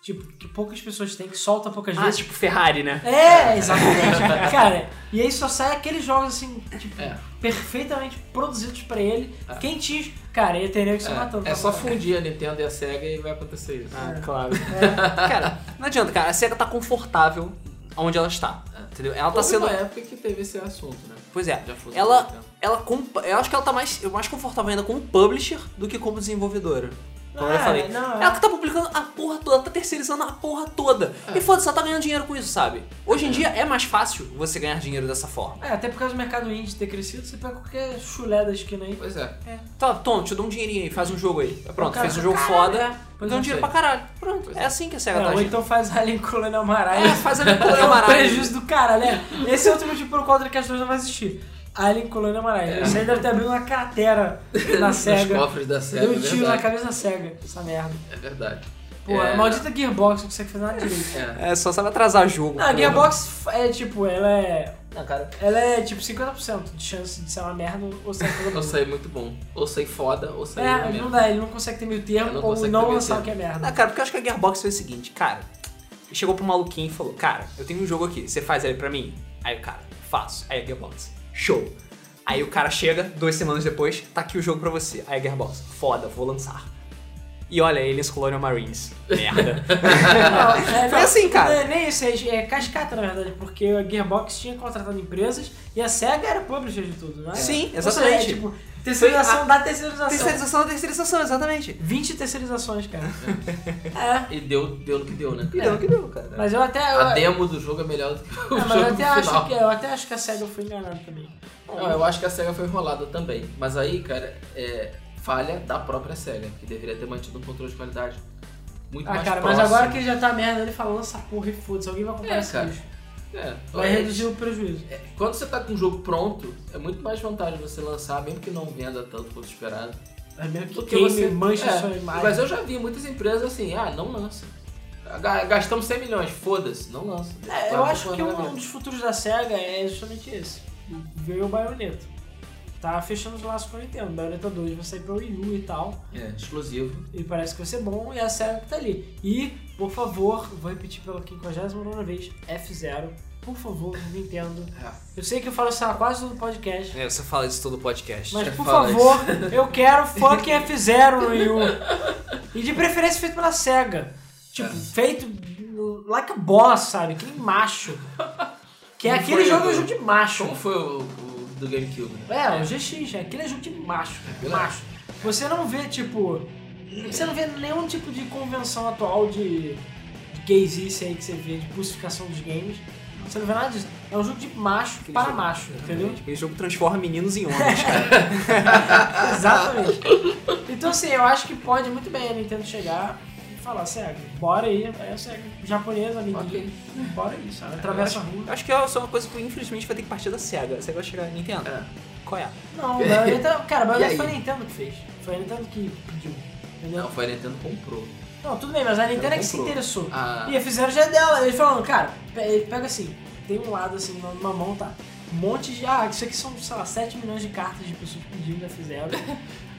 [SPEAKER 2] tipo, que poucas pessoas têm, que solta poucas
[SPEAKER 1] Ah,
[SPEAKER 2] vezes.
[SPEAKER 1] tipo Ferrari, né?
[SPEAKER 2] É, exatamente. cara, e aí só sai aqueles jogos assim, tipo,
[SPEAKER 3] É.
[SPEAKER 2] perfeitamente produzidos pra ele,
[SPEAKER 3] É.
[SPEAKER 2] quentinhos. Cara, ele teria que tá se matando.
[SPEAKER 3] É, é só
[SPEAKER 2] fugir.
[SPEAKER 3] fundir a Nintendo e a SEGA e vai acontecer isso.
[SPEAKER 1] Ah, claro.
[SPEAKER 2] É.
[SPEAKER 1] Cara, não adianta, cara. A SEGA tá confortável onde ela está. Entendeu? Ela tá
[SPEAKER 3] Houve
[SPEAKER 1] sendo.
[SPEAKER 3] uma época que teve esse assunto, né?
[SPEAKER 1] Pois é.
[SPEAKER 3] Já foi
[SPEAKER 1] Ela,
[SPEAKER 3] muito né? tempo.
[SPEAKER 1] ela comp- eu acho que ela tá mais, mais confortável ainda como publisher do que como desenvolvedora. Como eu falei.
[SPEAKER 2] É, Não,
[SPEAKER 1] Ela que tá publicando a porra toda, tá terceirizando a porra toda.
[SPEAKER 3] É.
[SPEAKER 1] E foda-se, ela tá ganhando dinheiro com isso, sabe? Hoje em dia é mais fácil você ganhar dinheiro dessa forma.
[SPEAKER 2] é, até por causa do mercado indie ter crescido, você pega qualquer chulé da esquina aí.
[SPEAKER 3] Pois é,
[SPEAKER 1] Tá, Tom, te dou um dinheirinho aí, faz um jogo aí. Pronto,
[SPEAKER 2] Cara,
[SPEAKER 1] fez um jogo
[SPEAKER 2] caralho,
[SPEAKER 1] foda,
[SPEAKER 2] Pois
[SPEAKER 1] ganhou
[SPEAKER 2] é.
[SPEAKER 1] dinheiro pra caralho. Pronto,
[SPEAKER 3] Pois
[SPEAKER 1] é
[SPEAKER 3] é.
[SPEAKER 1] assim que a SEGA
[SPEAKER 2] É,
[SPEAKER 1] tá
[SPEAKER 2] ou
[SPEAKER 1] agindo.
[SPEAKER 2] então faz Alien Colonial Marais.
[SPEAKER 1] É, faz a minha coluna
[SPEAKER 2] É um
[SPEAKER 1] amarada.
[SPEAKER 2] prejuízo do caralho, né? Esse é outro motivo pelo qual o Dreamcast 2 não vai existir. Alien Colônia
[SPEAKER 3] É.
[SPEAKER 2] Marais. Isso aí deve ter abrido uma cratera na
[SPEAKER 3] nos
[SPEAKER 2] SEGA.
[SPEAKER 3] cofres da SEGA,
[SPEAKER 2] Deu
[SPEAKER 3] é
[SPEAKER 2] um tiro na
[SPEAKER 3] verdade.
[SPEAKER 2] cabeça da SEGA, essa merda.
[SPEAKER 3] É verdade.
[SPEAKER 2] Pô,
[SPEAKER 3] é,
[SPEAKER 2] a maldita Gearbox não consegue fazer nada direito.
[SPEAKER 3] É.
[SPEAKER 1] É, só sabe atrasar jogo. tá
[SPEAKER 2] Não, a
[SPEAKER 1] porra.
[SPEAKER 2] Gearbox é tipo, ela é.
[SPEAKER 3] Não, cara.
[SPEAKER 2] Ela é tipo 50% de chance de ser uma merda ou ser uma
[SPEAKER 3] Ou
[SPEAKER 2] coisa boa.
[SPEAKER 3] sair muito bom, ou sair foda, ou sair
[SPEAKER 2] É,
[SPEAKER 3] mesmo.
[SPEAKER 2] não dá, ele não consegue ter meio termo
[SPEAKER 3] Ela né? não
[SPEAKER 2] ou
[SPEAKER 3] consegue ter
[SPEAKER 2] não
[SPEAKER 3] meio
[SPEAKER 2] lançar
[SPEAKER 3] termo.
[SPEAKER 2] o que é merda.
[SPEAKER 1] Ah, cara, porque eu acho que a Gearbox foi o seguinte, cara. Chegou pro maluquinho e falou, cara, eu tenho um jogo aqui, você faz ele pra mim? Aí o cara, faço. Aí a Gearbox, show. Aí o cara chega, duas semanas depois, tá aqui o jogo pra você. Aí a Gearbox, foda, vou lançar. E olha, eles Colonial Marines. Merda.
[SPEAKER 2] Não, é,
[SPEAKER 1] Foi
[SPEAKER 2] não,
[SPEAKER 1] assim, cara.
[SPEAKER 2] não é Nem isso, é, é cascata na verdade, porque a Gearbox tinha contratado empresas e a SEGA era publisher de tudo, né?
[SPEAKER 1] Sim,
[SPEAKER 2] Ou seja,
[SPEAKER 1] exatamente.
[SPEAKER 2] é, tipo, terceirização da terceirização.
[SPEAKER 1] terceirização da terceirização, exatamente.
[SPEAKER 2] 20 terceirizações, cara. é.
[SPEAKER 3] E deu, deu no que deu, né?
[SPEAKER 1] E deu o que deu, cara.
[SPEAKER 2] Mas eu até. Eu,
[SPEAKER 3] A demo do jogo é melhor do que o
[SPEAKER 2] é,
[SPEAKER 3] jogo
[SPEAKER 2] mas eu até,
[SPEAKER 3] final.
[SPEAKER 2] acho que, eu até acho que a SEGA foi enganada também.
[SPEAKER 3] Não, eu acho que a SEGA foi enrolada também. Mas aí, cara, é falha da própria SEGA, que deveria ter mantido um controle de qualidade muito
[SPEAKER 2] Ah,
[SPEAKER 3] mais
[SPEAKER 2] cara, mas
[SPEAKER 3] próximo.
[SPEAKER 2] agora que ele já tá merda, ele fala, lança porra e foda-se, alguém vai comprar
[SPEAKER 3] É,
[SPEAKER 2] esse
[SPEAKER 3] cara.
[SPEAKER 2] lixo.
[SPEAKER 3] É,
[SPEAKER 2] Vai
[SPEAKER 3] é,
[SPEAKER 2] reduzir o prejuízo.
[SPEAKER 3] é, quando você tá com um jogo pronto, é muito mais vantagem você lançar, mesmo que não venda tanto quanto esperado.
[SPEAKER 2] É mesmo que
[SPEAKER 3] do
[SPEAKER 2] queime, mancha
[SPEAKER 3] é,
[SPEAKER 2] sua imagem.
[SPEAKER 3] Mas eu já vi muitas empresas assim, ah, não lança. Ga- Gastamos 100 milhões, foda-se, não lança.
[SPEAKER 2] É, eu
[SPEAKER 3] Agora
[SPEAKER 2] acho
[SPEAKER 3] tá
[SPEAKER 2] que
[SPEAKER 3] falando
[SPEAKER 2] um
[SPEAKER 3] agora.
[SPEAKER 2] dos futuros da SEGA é justamente esse. Veio o Bayonetta. Tá fechando os laços com a Nintendo. Bayonetta 2 vai sair pra Wii U e tal.
[SPEAKER 3] É, exclusivo.
[SPEAKER 2] E parece que vai ser bom. E a SEGA que tá ali. E, por favor, vou repetir pela 59 vez, F0. Por favor, Nintendo.
[SPEAKER 3] É.
[SPEAKER 2] Eu sei que eu falo isso a quase todo podcast.
[SPEAKER 1] É, você fala isso todo o podcast.
[SPEAKER 2] Mas, por
[SPEAKER 3] fala
[SPEAKER 2] favor, eu quero fucking F0 no Wii U. E de preferência feito pela SEGA. Tipo, feito like a boss, sabe? Que nem macho. Que é
[SPEAKER 3] Não
[SPEAKER 2] aquele
[SPEAKER 3] foi
[SPEAKER 2] jogo,
[SPEAKER 3] o-
[SPEAKER 2] é jogo de macho.
[SPEAKER 3] Como foi o, o do GameCube? né?
[SPEAKER 2] É, o GX, é aquele é jogo de macho, cara,
[SPEAKER 3] Beleza.
[SPEAKER 2] macho. Você não vê, tipo. Você não vê nenhum tipo de convenção atual de, de gaysice aí que você vê, de crucificação dos games. Você não vê nada disso. É um jogo de macho
[SPEAKER 1] Aquele
[SPEAKER 2] para
[SPEAKER 1] jogo-
[SPEAKER 2] macho, entendeu?
[SPEAKER 1] Aquele jogo transforma meninos em homens, cara.
[SPEAKER 2] Exatamente. Então, assim, eu acho que pode muito bem a Nintendo chegar, falar, Sega, bora aí. Aí a Sega, japonesa, amiguinho,
[SPEAKER 3] Ok.
[SPEAKER 2] bora aí, sabe? Atravessa a rua.
[SPEAKER 1] Eu acho que é só uma coisa que infelizmente vai ter que partir da SEGA. A SEGA vai chegar na Nintendo.
[SPEAKER 3] É.
[SPEAKER 1] Qual é?
[SPEAKER 2] Não, mas então, cara, mas
[SPEAKER 3] E aí?
[SPEAKER 2] foi a Nintendo que fez. Foi a Nintendo que pediu. Entendeu?
[SPEAKER 3] Não, foi a Nintendo comprou.
[SPEAKER 2] Não, tudo bem, mas a Nintendo é que se
[SPEAKER 3] comprou.
[SPEAKER 2] interessou.
[SPEAKER 3] Ah.
[SPEAKER 2] E aí fizeram já dela. Eles falaram, cara, pe- ele pega assim, tem um lado assim, uma, uma mão tá. Um monte de. Ah, isso aqui são, sei lá, 7 milhões de cartas de pessoas pedindo da fizeram.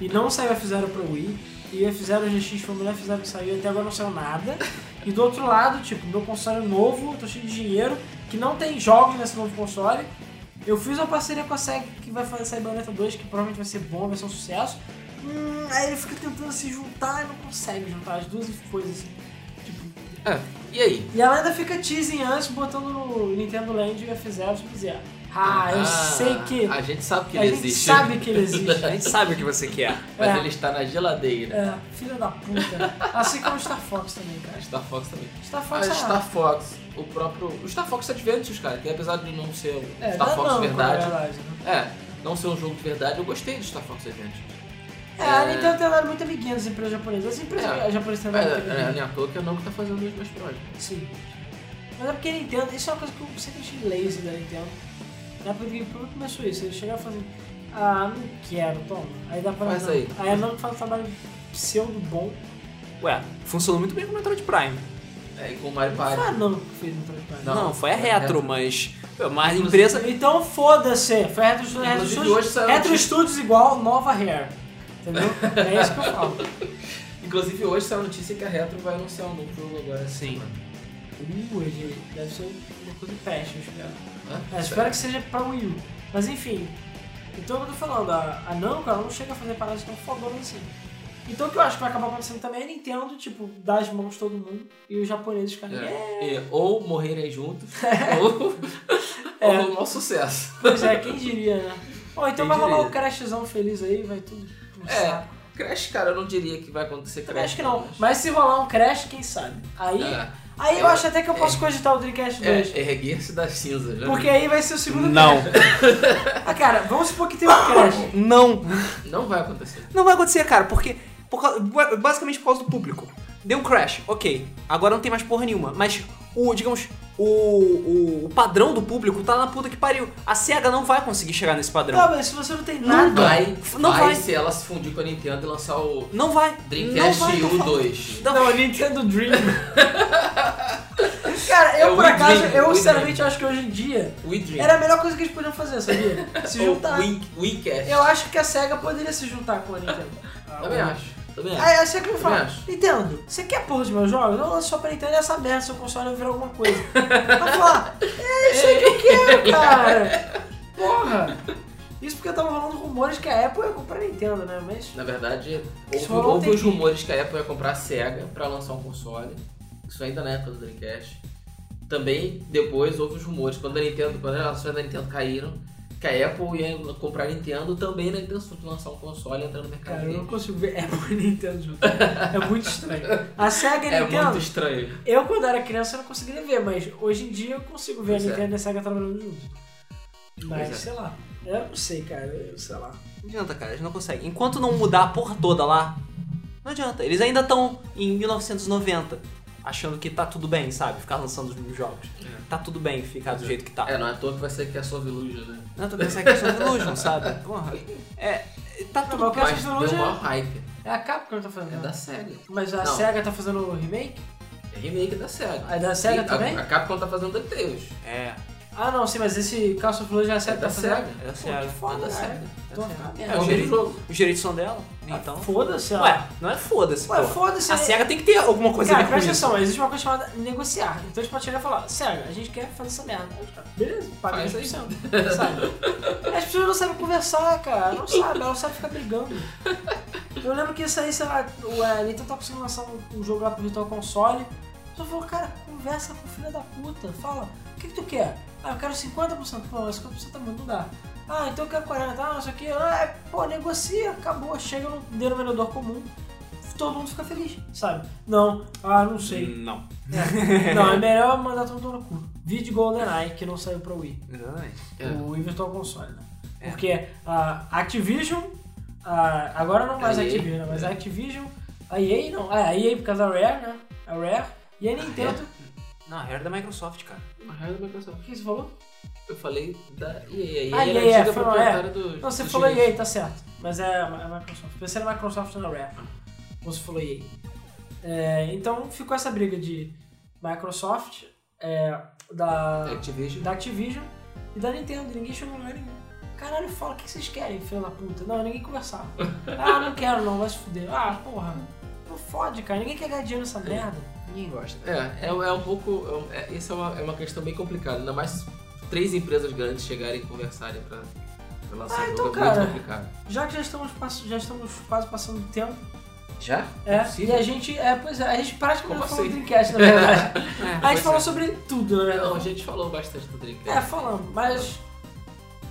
[SPEAKER 2] e não saiu a fizeram pra Wii. E a fizeram o GX foi a melhor fizeram que saiu, até agora não saiu nada. E do outro lado, tipo, meu console é novo, tô cheio de dinheiro, que não tem jogos nesse novo console. Eu fiz uma parceria com a SEG que vai fazer sair Bayonetta 2, que provavelmente vai ser bom, vai ser um sucesso. Hum, aí ele fica tentando se juntar e não consegue juntar as duas coisas. assim.
[SPEAKER 3] É. E aí?
[SPEAKER 2] E ela ainda fica teasing antes, botando no Nintendo Land e F0 e dizer, ah, eu sei que.
[SPEAKER 3] A gente sabe ah, que
[SPEAKER 2] a
[SPEAKER 3] ele
[SPEAKER 2] gente
[SPEAKER 3] existe.
[SPEAKER 2] sabe que ele existe.
[SPEAKER 1] A gente sabe o que você quer.
[SPEAKER 3] Mas
[SPEAKER 2] É.
[SPEAKER 3] ele está na geladeira.
[SPEAKER 2] É, filha da puta. Assim como o Star Fox também, cara.
[SPEAKER 3] A Star Fox também.
[SPEAKER 2] Star
[SPEAKER 3] A
[SPEAKER 2] Fox é.
[SPEAKER 3] Ah, Star Fox, o próprio. O Star Fox é Adventures, cara, que apesar de não ser o
[SPEAKER 2] é,
[SPEAKER 3] Star
[SPEAKER 2] dá
[SPEAKER 3] Fox
[SPEAKER 2] não,
[SPEAKER 3] verdade.
[SPEAKER 2] na verdade, né?
[SPEAKER 3] É, não ser um jogo de verdade, eu gostei de Star Fox Adventures.
[SPEAKER 2] É, a
[SPEAKER 3] É.
[SPEAKER 2] Nintendo ela era muito amiguinha das empresas japonesas. As empresas
[SPEAKER 3] É.
[SPEAKER 2] japonesas também eram muito
[SPEAKER 3] É, é,
[SPEAKER 2] amiguinhas.
[SPEAKER 3] nem à toa que a Namco tá fazendo os meus projetos.
[SPEAKER 2] Sim. Mas é porque a Nintendo, isso é uma coisa que eu sempre achei lazy da Nintendo. Na época do GameCube começou isso, eles chegavam fazendo, ah, não quero, toma. Aí dá pra.
[SPEAKER 3] Faz
[SPEAKER 2] não.
[SPEAKER 3] aí.
[SPEAKER 2] aí a Namco faz um trabalho pseudo bom.
[SPEAKER 1] Ué, funcionou muito bem com o Metroid Prime.
[SPEAKER 3] É, e com o Mario
[SPEAKER 2] Não
[SPEAKER 3] Party.
[SPEAKER 2] foi a Namco que fez no Transparente.
[SPEAKER 1] Não,
[SPEAKER 3] Não,
[SPEAKER 1] foi a
[SPEAKER 3] foi a
[SPEAKER 1] Retro,
[SPEAKER 3] Retro.
[SPEAKER 1] mas... Mas a empresa...
[SPEAKER 2] Então foda-se, foi a Retro Studios. Retro,
[SPEAKER 3] Inclusive, hoje
[SPEAKER 2] Studios,
[SPEAKER 3] saiu um
[SPEAKER 2] Retro
[SPEAKER 3] notícia-
[SPEAKER 2] Studios igual nova Hair. Entendeu? É isso que eu falo.
[SPEAKER 3] Inclusive hoje saiu a notícia que a Retro vai anunciar um novo jogo agora.
[SPEAKER 1] Sim.
[SPEAKER 2] Uh, ele deve ser uma coisa de peste, eu espero.
[SPEAKER 3] Hã?
[SPEAKER 2] É, espero que seja pra Wii U. Mas enfim, então eu tô falando, a, a Namco ela não chega a fazer paradas tão fodonas assim. Então o que eu acho que vai acabar acontecendo também é a Nintendo, tipo, dar as mãos a todo mundo e os japoneses ficarem. É.
[SPEAKER 3] É. E, ou morrerem juntos, ou,
[SPEAKER 2] É.
[SPEAKER 3] ou um mau sucesso.
[SPEAKER 2] Pois é, quem diria, né? Ou então vai
[SPEAKER 3] Quem
[SPEAKER 2] rolar o
[SPEAKER 3] diria?
[SPEAKER 2] crashzão feliz aí, vai tudo. pro
[SPEAKER 3] É.
[SPEAKER 2] saco.
[SPEAKER 3] Crash, cara, eu não diria que vai acontecer
[SPEAKER 2] Também
[SPEAKER 3] Crash.
[SPEAKER 2] acho que não.
[SPEAKER 3] mas-
[SPEAKER 2] Mas se rolar um crash, quem sabe? Aí,
[SPEAKER 3] É.
[SPEAKER 2] aí eu
[SPEAKER 3] É.
[SPEAKER 2] acho até que eu posso cogitar o Dreamcast 2.
[SPEAKER 3] É, erguer-se das cinzas, né?
[SPEAKER 2] Porque aí vai ser o segundo
[SPEAKER 1] Não.
[SPEAKER 2] Crash. Ah, cara, vamos supor que tem um crash.
[SPEAKER 1] Não.
[SPEAKER 3] Não vai acontecer.
[SPEAKER 1] Não vai acontecer, cara, porque. por causa- ba- basicamente por causa do público. Deu um crash, ok. Agora não tem mais porra nenhuma. Mas o, digamos, o, o, o padrão do público tá na puta que pariu. A SEGA não vai conseguir chegar nesse padrão.
[SPEAKER 2] Não, Tá, mas se você não tem nada.
[SPEAKER 3] Vai,
[SPEAKER 1] Não
[SPEAKER 3] vai
[SPEAKER 1] vai.
[SPEAKER 3] se ela se fundir com a Nintendo e lançar o
[SPEAKER 1] Não vai. não
[SPEAKER 3] Dreamcast um,
[SPEAKER 1] vai, tô
[SPEAKER 3] U
[SPEAKER 1] falando.
[SPEAKER 3] 2.
[SPEAKER 1] Não,
[SPEAKER 2] Não, Nintendo Dream. Cara, eu
[SPEAKER 3] É o
[SPEAKER 2] por
[SPEAKER 3] Wii
[SPEAKER 2] acaso,
[SPEAKER 3] Dream,
[SPEAKER 2] eu
[SPEAKER 3] Wii
[SPEAKER 2] sinceramente acho que hoje em dia
[SPEAKER 3] We Dream.
[SPEAKER 2] era a melhor coisa que eles podiam fazer, sabia?
[SPEAKER 3] É um
[SPEAKER 2] Se juntar.
[SPEAKER 3] O WeCast.
[SPEAKER 2] Eu acho que a SEGA poderia se juntar com a Nintendo.
[SPEAKER 3] Também acho. Também acho.
[SPEAKER 2] Aí a SEGA me
[SPEAKER 3] Também
[SPEAKER 2] fala,
[SPEAKER 3] acho.
[SPEAKER 2] Nintendo, você quer porra dos meus jogos? Eu lanço só pra Nintendo e essa merda, seu console vai virar alguma coisa. Ela fala, é isso aí que eu quero, cara. Porra. Isso porque tava rolando rumores que a Apple ia comprar a Nintendo, né? Mas...
[SPEAKER 3] Na verdade, houve,
[SPEAKER 2] Isso rolou
[SPEAKER 3] houve
[SPEAKER 2] ontem.
[SPEAKER 3] os rumores que a Apple ia comprar a SEGA pra lançar um console. Isso ainda na época do Dreamcast. Também, depois, houve os rumores quando a Nintendo, quando as ações da Nintendo caíram, que a Apple ia comprar a Nintendo também na intenção de lançar um console e entrar no mercado
[SPEAKER 2] Cara, eu não
[SPEAKER 3] livre.
[SPEAKER 2] consigo ver Apple e Nintendo junto. É muito estranho. A SEGA e a
[SPEAKER 3] É
[SPEAKER 2] Nintendo,
[SPEAKER 3] muito estranho.
[SPEAKER 2] eu quando era criança eu não conseguia ver, mas hoje em dia eu consigo ver
[SPEAKER 3] Pois
[SPEAKER 2] a
[SPEAKER 3] é.
[SPEAKER 2] Nintendo e a SEGA trabalhando juntos. Mas,
[SPEAKER 3] Pois é.
[SPEAKER 2] sei lá. Eu não sei, cara. Eu, sei lá.
[SPEAKER 1] Não adianta, cara, eles não conseguem. Enquanto não mudar a porra toda lá, não adianta. Eles ainda estão em 1990, achando que tá tudo bem, sabe? Ficar lançando os mesmos jogos.
[SPEAKER 3] É.
[SPEAKER 1] Tá tudo bem ficar do jeito que tá.
[SPEAKER 3] É, não é à toa que vai ser que é só Viluja, né?
[SPEAKER 1] Não, tu pensa que é só Illusion, sabe? Porra. É. Tá
[SPEAKER 2] Não,
[SPEAKER 1] tudo
[SPEAKER 2] mas o
[SPEAKER 3] Mas
[SPEAKER 2] Crash
[SPEAKER 3] deu uma
[SPEAKER 2] Bandicoot
[SPEAKER 3] hype.
[SPEAKER 2] é... é a Capcom que tá fazendo.
[SPEAKER 3] É
[SPEAKER 2] né?
[SPEAKER 3] da SEGA.
[SPEAKER 2] Mas a
[SPEAKER 3] Não.
[SPEAKER 2] SEGA tá fazendo o remake?
[SPEAKER 3] É remake da SEGA.
[SPEAKER 2] É da SEGA
[SPEAKER 3] E a-
[SPEAKER 2] também?
[SPEAKER 3] A Capcom tá fazendo DuckTales.
[SPEAKER 1] É,
[SPEAKER 2] Ah, não, sim, mas esse Castle of Lodge é a SEGA
[SPEAKER 3] É
[SPEAKER 2] que
[SPEAKER 3] da
[SPEAKER 2] tá fazendo.
[SPEAKER 3] SEGA.
[SPEAKER 1] é
[SPEAKER 2] Pô, que
[SPEAKER 1] sério.
[SPEAKER 3] É
[SPEAKER 2] foda,
[SPEAKER 3] da
[SPEAKER 2] cara.
[SPEAKER 3] SEGA.
[SPEAKER 2] Então vai ficar
[SPEAKER 3] É o
[SPEAKER 2] merda.
[SPEAKER 3] mesmo jogo.
[SPEAKER 1] Os direitos são dela? Então.
[SPEAKER 2] Ah, Foda-se, ó.
[SPEAKER 1] Ué, não é foda-se.
[SPEAKER 2] Ué,
[SPEAKER 1] pô.
[SPEAKER 2] foda-se.
[SPEAKER 1] A
[SPEAKER 2] né?
[SPEAKER 3] é
[SPEAKER 1] SEGA tem que ter alguma coisa
[SPEAKER 2] Cara,
[SPEAKER 1] a ver com
[SPEAKER 2] presta
[SPEAKER 1] isso.
[SPEAKER 2] atenção, existe uma coisa chamada negociar. Então a gente pode chegar e falar, sério, a gente quer fazer essa merda. Aí os caras, Beleza, paga
[SPEAKER 3] Faz
[SPEAKER 2] 10%. Sabe? As pessoas não sabem conversar, cara. Não sabem, elas sabem ficar brigando. Eu lembro que isso aí, sei lá, o é, Nintendo tá conseguindo lançar um, um jogo lá pro Virtual Console. Só falou, cara, conversa com o filho da puta. Fala, o que, que tu quer? Ah, eu quero 50%. Pô, 50% tá muito, não dá. Ah, então eu quero 40%. Ah, não sei o que. Ah, é, pô, negocia, acabou. Chega no denominador comum. Todo mundo fica feliz, sabe? Não, ah, não sei.
[SPEAKER 1] Não.
[SPEAKER 2] É. Não, é melhor mandar todo mundo no cu. Vídeo GoldenEye, que não saiu pra Wii.
[SPEAKER 1] Exatamente.
[SPEAKER 3] É.
[SPEAKER 2] O Wii Virtual Console, né?
[SPEAKER 1] É.
[SPEAKER 2] Porque a Activision, a- agora não mais
[SPEAKER 3] É,
[SPEAKER 2] Activision, né? mas
[SPEAKER 3] é.
[SPEAKER 2] a Activision A EA não. Ah, a EA por causa da Rare, né? A Rare. E a Nintendo.
[SPEAKER 1] Não, a Rare é da Microsoft, cara.
[SPEAKER 3] A Rare da Microsoft.
[SPEAKER 2] O que você falou?
[SPEAKER 3] Eu falei da EA. A
[SPEAKER 2] Ah,
[SPEAKER 3] EA
[SPEAKER 2] EA,
[SPEAKER 3] era a antiga
[SPEAKER 2] foi uma- é.
[SPEAKER 3] proprietária do.
[SPEAKER 2] Não, você
[SPEAKER 3] do
[SPEAKER 2] falou
[SPEAKER 3] chinês.
[SPEAKER 2] EA, tá certo. Mas é a a Microsoft. Pensei na Microsoft na Rare. Ou você falou EA. É, então ficou essa briga de Microsoft, é, da,
[SPEAKER 3] Activision.
[SPEAKER 2] da Activision e da Nintendo. Ninguém chegou em lugar nenhum. Caralho, fala, o que vocês querem, filho da puta? Não, ninguém conversava. Ah, não quero não, vai se fuder. Ah, porra. Não fode, cara. Ninguém quer ganhar dinheiro nessa merda.
[SPEAKER 1] Ninguém gosta.
[SPEAKER 3] É, é, é um pouco. é um- É, isso é uma, é uma questão bem complicada. Ainda mais se três empresas grandes chegarem e conversarem pra, pra lançar
[SPEAKER 2] Ah,
[SPEAKER 3] um
[SPEAKER 2] então,
[SPEAKER 3] jogo. É
[SPEAKER 2] cara.
[SPEAKER 3] muito complicado.
[SPEAKER 2] Já que já estamos, pass- já estamos quase passando do tempo,
[SPEAKER 3] Já?
[SPEAKER 2] É,
[SPEAKER 3] Possível?
[SPEAKER 2] e a gente, é, pois é, a gente praticamente
[SPEAKER 3] Como
[SPEAKER 2] não falou
[SPEAKER 3] assim?
[SPEAKER 2] do Dreamcast, na verdade. a
[SPEAKER 3] Pois
[SPEAKER 2] gente
[SPEAKER 3] é.
[SPEAKER 2] falou sobre tudo, na
[SPEAKER 3] Não, a
[SPEAKER 2] verdade.
[SPEAKER 3] gente falou bastante do Drake.
[SPEAKER 2] um É, falamos, mas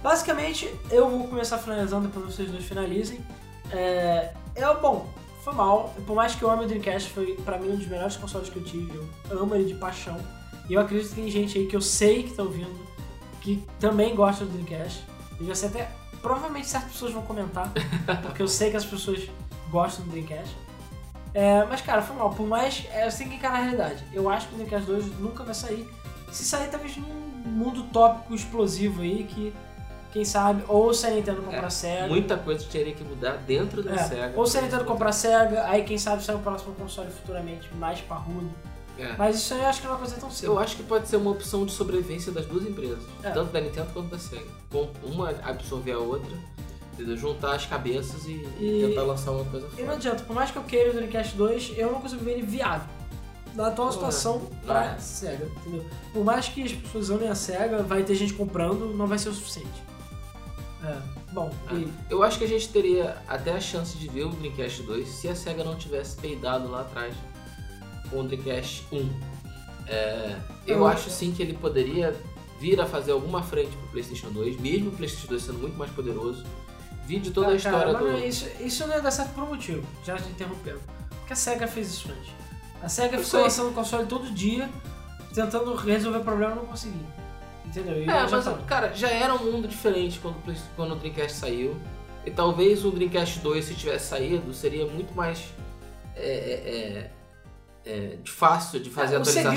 [SPEAKER 2] basicamente eu vou começar finalizando, depois vocês dois finalizem. É, é bom, foi mal, por mais que eu ame o Dreamcast, foi pra mim um dos melhores consoles que eu tive, eu amo ele de paixão. E eu acredito que tem gente aí que eu sei que tá ouvindo, que também gosta do Dreamcast. Eu já sei até, provavelmente certas pessoas vão comentar, porque eu sei que as pessoas gostam do Dreamcast. É, mas cara, foi mal, por mais, é, você tem que encarar a realidade. Eu acho que o Dreamcast 2 nunca vai sair, se sair talvez num mundo tópico explosivo aí que quem sabe ou se a Nintendo comprar a Sega
[SPEAKER 3] Muita coisa teria que mudar dentro da
[SPEAKER 2] é,
[SPEAKER 3] SEGA.
[SPEAKER 2] ou se a Nintendo comprar a Sega aí quem sabe sai o próximo console futuramente mais parrudo
[SPEAKER 3] É.
[SPEAKER 2] mas isso aí eu acho que não vai acontecer tão cedo
[SPEAKER 3] Eu acho que pode ser uma opção de sobrevivência das duas empresas,
[SPEAKER 2] É.
[SPEAKER 3] tanto da Nintendo quanto da Sega. Com uma absorver a outra, entendeu? juntar as cabeças e, e
[SPEAKER 2] E-
[SPEAKER 3] tentar lançar uma coisa
[SPEAKER 2] e não
[SPEAKER 3] fora.
[SPEAKER 2] adianta por mais que eu queira o Dreamcast 2 eu não consigo ver ele viável na atual
[SPEAKER 3] Porra.
[SPEAKER 2] situação pra
[SPEAKER 3] É.
[SPEAKER 2] Sega entendeu por mais que as pessoas amem a Sega vai ter gente comprando não vai ser o suficiente é. bom e
[SPEAKER 3] Eu acho que a gente teria até a chance de ver o Dreamcast 2 se a SEGA não tivesse peidado lá atrás com o Dreamcast 1. É, eu
[SPEAKER 2] Eu-
[SPEAKER 3] acho sim que ele poderia vir a fazer alguma frente pro Playstation 2, mesmo o Playstation 2 sendo muito mais poderoso. Vi de toda
[SPEAKER 2] Ah,
[SPEAKER 3] a história
[SPEAKER 2] cara, mas
[SPEAKER 3] do.
[SPEAKER 2] Isso, isso não ia dar certo por um motivo, já te interrompendo. Porque a SEGA fez isso antes. A SEGA
[SPEAKER 3] Eu
[SPEAKER 2] ficou
[SPEAKER 3] sei.
[SPEAKER 2] lançando console todo dia, tentando resolver problema e não conseguia. Entendeu? E
[SPEAKER 3] É,
[SPEAKER 2] já
[SPEAKER 3] mas,
[SPEAKER 2] tá lá.
[SPEAKER 3] cara, já era um mundo diferente quando, o Play- quando o Dreamcast saiu. E talvez o Dreamcast 2, se tivesse saído, seria muito mais é, é, é, é, de fácil de fazer
[SPEAKER 2] É, o segredo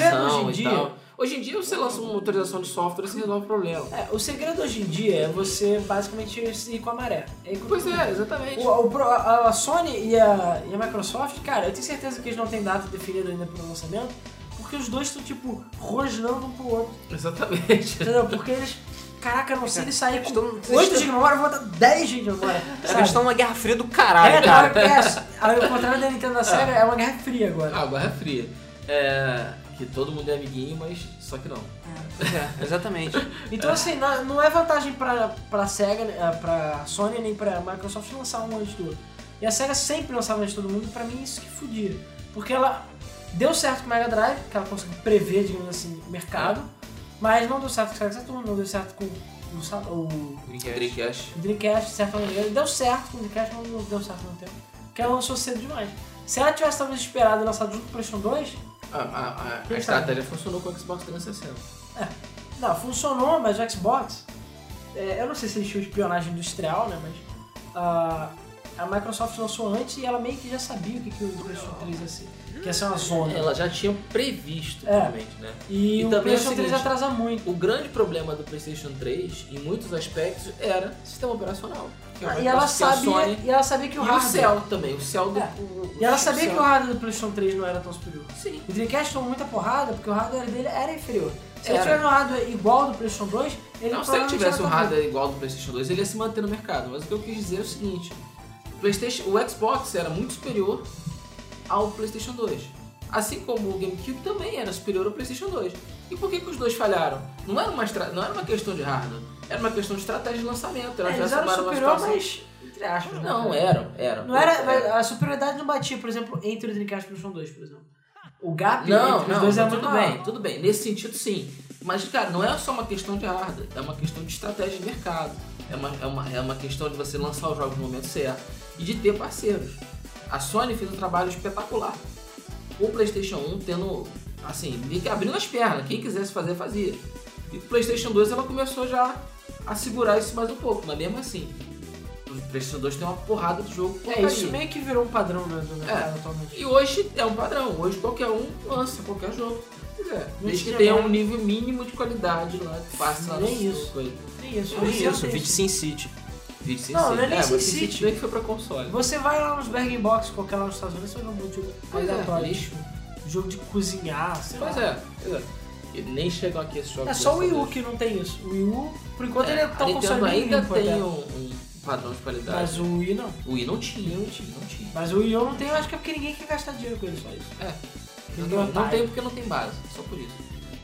[SPEAKER 2] hoje
[SPEAKER 3] atualização
[SPEAKER 2] em
[SPEAKER 3] e
[SPEAKER 2] dia-
[SPEAKER 3] tal. Hoje em dia você lança uma atualização de software e você resolve o problema.
[SPEAKER 2] É, o segredo hoje em dia é você basicamente ir com a maré. É ir com
[SPEAKER 3] Pois
[SPEAKER 2] tudo.
[SPEAKER 3] é, exatamente.
[SPEAKER 2] O- o pro- a a Sony e a, e a Microsoft, cara, eu tenho certeza que eles não têm data definida ainda para o lançamento, porque os dois estão, tipo, rosnando um pro outro.
[SPEAKER 3] Exatamente.
[SPEAKER 2] Entendeu? Porque eles. Caraca, não sei ele sair com
[SPEAKER 1] Estão-
[SPEAKER 2] 8
[SPEAKER 1] estão-
[SPEAKER 2] de memória, eu vou botar 10 de memória.
[SPEAKER 1] Os
[SPEAKER 2] sabe?
[SPEAKER 1] caras estão numa guerra fria do
[SPEAKER 2] É,
[SPEAKER 1] caralho,
[SPEAKER 2] cara,
[SPEAKER 1] cara.
[SPEAKER 2] é, ao contrário da Nintendo da Sega, é uma guerra fria agora.
[SPEAKER 3] Ah, barra fria. É, que todo mundo é amiguinho, mas só que não.
[SPEAKER 1] É, exatamente.
[SPEAKER 2] Então, assim, não, não é vantagem pra, pra Sega, eh, pra Sony nem pra Microsoft lançar um antes do outro. E a Sega sempre lançava antes de todo mundo, e pra mim isso que fudia. Porque ela deu certo com o Mega Drive, que ela conseguiu prever, digamos assim, o mercado, mas não deu certo com o Sega Saturn, não deu certo com o, Sa- o
[SPEAKER 1] Dreamcast.
[SPEAKER 3] Dreamcast.
[SPEAKER 2] O Dreamcast, de certa maneira, deu certo com o Dreamcast, mas não deu certo no tempo. Porque ela lançou cedo demais. Se ela tivesse talvez esperado e lançado junto com o PlayStation 2,
[SPEAKER 3] A, a- a- a
[SPEAKER 2] Quem
[SPEAKER 3] estratégia funcionou com o Xbox 360.
[SPEAKER 2] Não, funcionou, mas o Xbox. é, eu não sei se eles tinham espionagem industrial, né? Mas. ah, a Microsoft lançou antes e ela meio que já sabia o que, que o PlayStation 3 ia ser. Que ia ser uma zona.
[SPEAKER 3] Ela já tinha previsto,
[SPEAKER 2] Uhum. É.
[SPEAKER 3] realmente, né?
[SPEAKER 2] E, o
[SPEAKER 3] E também é o
[SPEAKER 2] PlayStation 3
[SPEAKER 3] seguinte,
[SPEAKER 2] atrasa muito.
[SPEAKER 3] O grande problema do PlayStation 3, em muitos aspectos, era o sistema operacional. Que é o
[SPEAKER 2] Ah, E ela,
[SPEAKER 3] Microsoft, a
[SPEAKER 2] sabia,
[SPEAKER 3] Sony
[SPEAKER 2] e ela sabia que
[SPEAKER 3] e
[SPEAKER 2] o
[SPEAKER 3] o
[SPEAKER 2] hardware.
[SPEAKER 3] Cell também. O Cell do.
[SPEAKER 2] É.
[SPEAKER 3] o-
[SPEAKER 2] E ela
[SPEAKER 3] o
[SPEAKER 2] sabia
[SPEAKER 3] Cell.
[SPEAKER 2] que o hardware do PlayStation 3 não era tão superior.
[SPEAKER 3] Sim.
[SPEAKER 2] O Dreamcast tomou muita porrada porque o hardware dele era inferior. Se ele
[SPEAKER 3] Era.
[SPEAKER 2] tivesse um hardware igual ao do PlayStation 2, ele
[SPEAKER 3] não, se ele
[SPEAKER 2] provavelmente tá
[SPEAKER 3] tivesse
[SPEAKER 2] era
[SPEAKER 3] um
[SPEAKER 2] tão bom.
[SPEAKER 3] hardware igual ao do PlayStation 2, ele ia se manter no mercado. Mas o que eu quis dizer é o seguinte: o, PlayStation, o Xbox era muito superior ao PlayStation 2. Assim como o GameCube também era superior ao PlayStation 2. E por que, que os dois falharam? Não era, uma estra- não era uma questão de hardware, era uma questão de estratégia de lançamento.
[SPEAKER 2] É,
[SPEAKER 3] já
[SPEAKER 2] Eles eram
[SPEAKER 3] somaram uma
[SPEAKER 2] superior,
[SPEAKER 3] situação-
[SPEAKER 2] mas. Entre aspas. né,
[SPEAKER 3] Não, é,
[SPEAKER 2] cara?
[SPEAKER 3] eram, eram.
[SPEAKER 2] Não era, a superioridade não batia, por exemplo, entre o Dreamcast e o PlayStation 2, por exemplo. O gap
[SPEAKER 3] Não,
[SPEAKER 2] entre
[SPEAKER 3] não,
[SPEAKER 2] os dois é era
[SPEAKER 3] tudo
[SPEAKER 2] muito
[SPEAKER 3] bem,
[SPEAKER 2] maior.
[SPEAKER 3] tudo bem. Nesse sentido, sim. Mas, cara, não é só uma questão de hardware, é uma questão de estratégia de mercado. É uma, é uma, é uma questão de você lançar o jogo no momento certo e de ter parceiros. A Sony fez um trabalho espetacular. Com o PlayStation 1 tendo, assim, meio que abrindo as pernas. Quem quisesse fazer, fazia. E o PlayStation 2 ela começou já a segurar isso mais um pouco, mas mesmo assim. O PlayStation 2 tem uma porrada de jogo
[SPEAKER 2] É,
[SPEAKER 3] porcaria.
[SPEAKER 2] isso meio que virou um padrão no no
[SPEAKER 3] É.
[SPEAKER 2] mercado atualmente.
[SPEAKER 3] E hoje é um padrão, hoje qualquer um lança qualquer jogo. que quiser. Desde que
[SPEAKER 2] tinha
[SPEAKER 3] tenha um
[SPEAKER 2] mais.
[SPEAKER 3] nível mínimo de qualidade lá, que passa lá
[SPEAKER 2] Nem
[SPEAKER 3] no-
[SPEAKER 2] isso.
[SPEAKER 3] coisa.
[SPEAKER 2] É isso,
[SPEAKER 1] Olha
[SPEAKER 2] hoje em
[SPEAKER 1] isso,
[SPEAKER 2] dia tem
[SPEAKER 1] Vit Sin City.
[SPEAKER 3] Vinte Sin
[SPEAKER 2] Não,
[SPEAKER 3] City.
[SPEAKER 2] não é nem
[SPEAKER 3] é,
[SPEAKER 2] Sin
[SPEAKER 3] mas Sin
[SPEAKER 2] City.
[SPEAKER 3] City bem que foi pra console.
[SPEAKER 2] Você vai lá nos Bergen Box, qualquer lá nos Estados Unidos, você vai ver um jogo
[SPEAKER 3] Pois é,
[SPEAKER 2] aleatório. tipo,
[SPEAKER 3] lixo.
[SPEAKER 2] Jogo de cozinhar, sei
[SPEAKER 3] Pois
[SPEAKER 2] lá.
[SPEAKER 3] é, pois é. E nem chegam aqui esses jogos.
[SPEAKER 2] É só o Wii U
[SPEAKER 3] lançadores.
[SPEAKER 2] que não tem isso. O Wii U, por enquanto, ele é
[SPEAKER 3] a
[SPEAKER 2] tão
[SPEAKER 3] Nintendo
[SPEAKER 2] console bem
[SPEAKER 3] ainda
[SPEAKER 2] limpo
[SPEAKER 3] tem
[SPEAKER 2] até.
[SPEAKER 3] um, um padrão de qualidade.
[SPEAKER 2] Mas o Wii não.
[SPEAKER 3] O Wii não tinha, não tinha, não tinha.
[SPEAKER 2] Mas o Wii U não tem, eu acho que é porque ninguém quer gastar dinheiro com ele, só isso.
[SPEAKER 3] É. Não,
[SPEAKER 2] Não
[SPEAKER 3] não
[SPEAKER 2] vai.
[SPEAKER 3] tem porque não tem base, só por isso.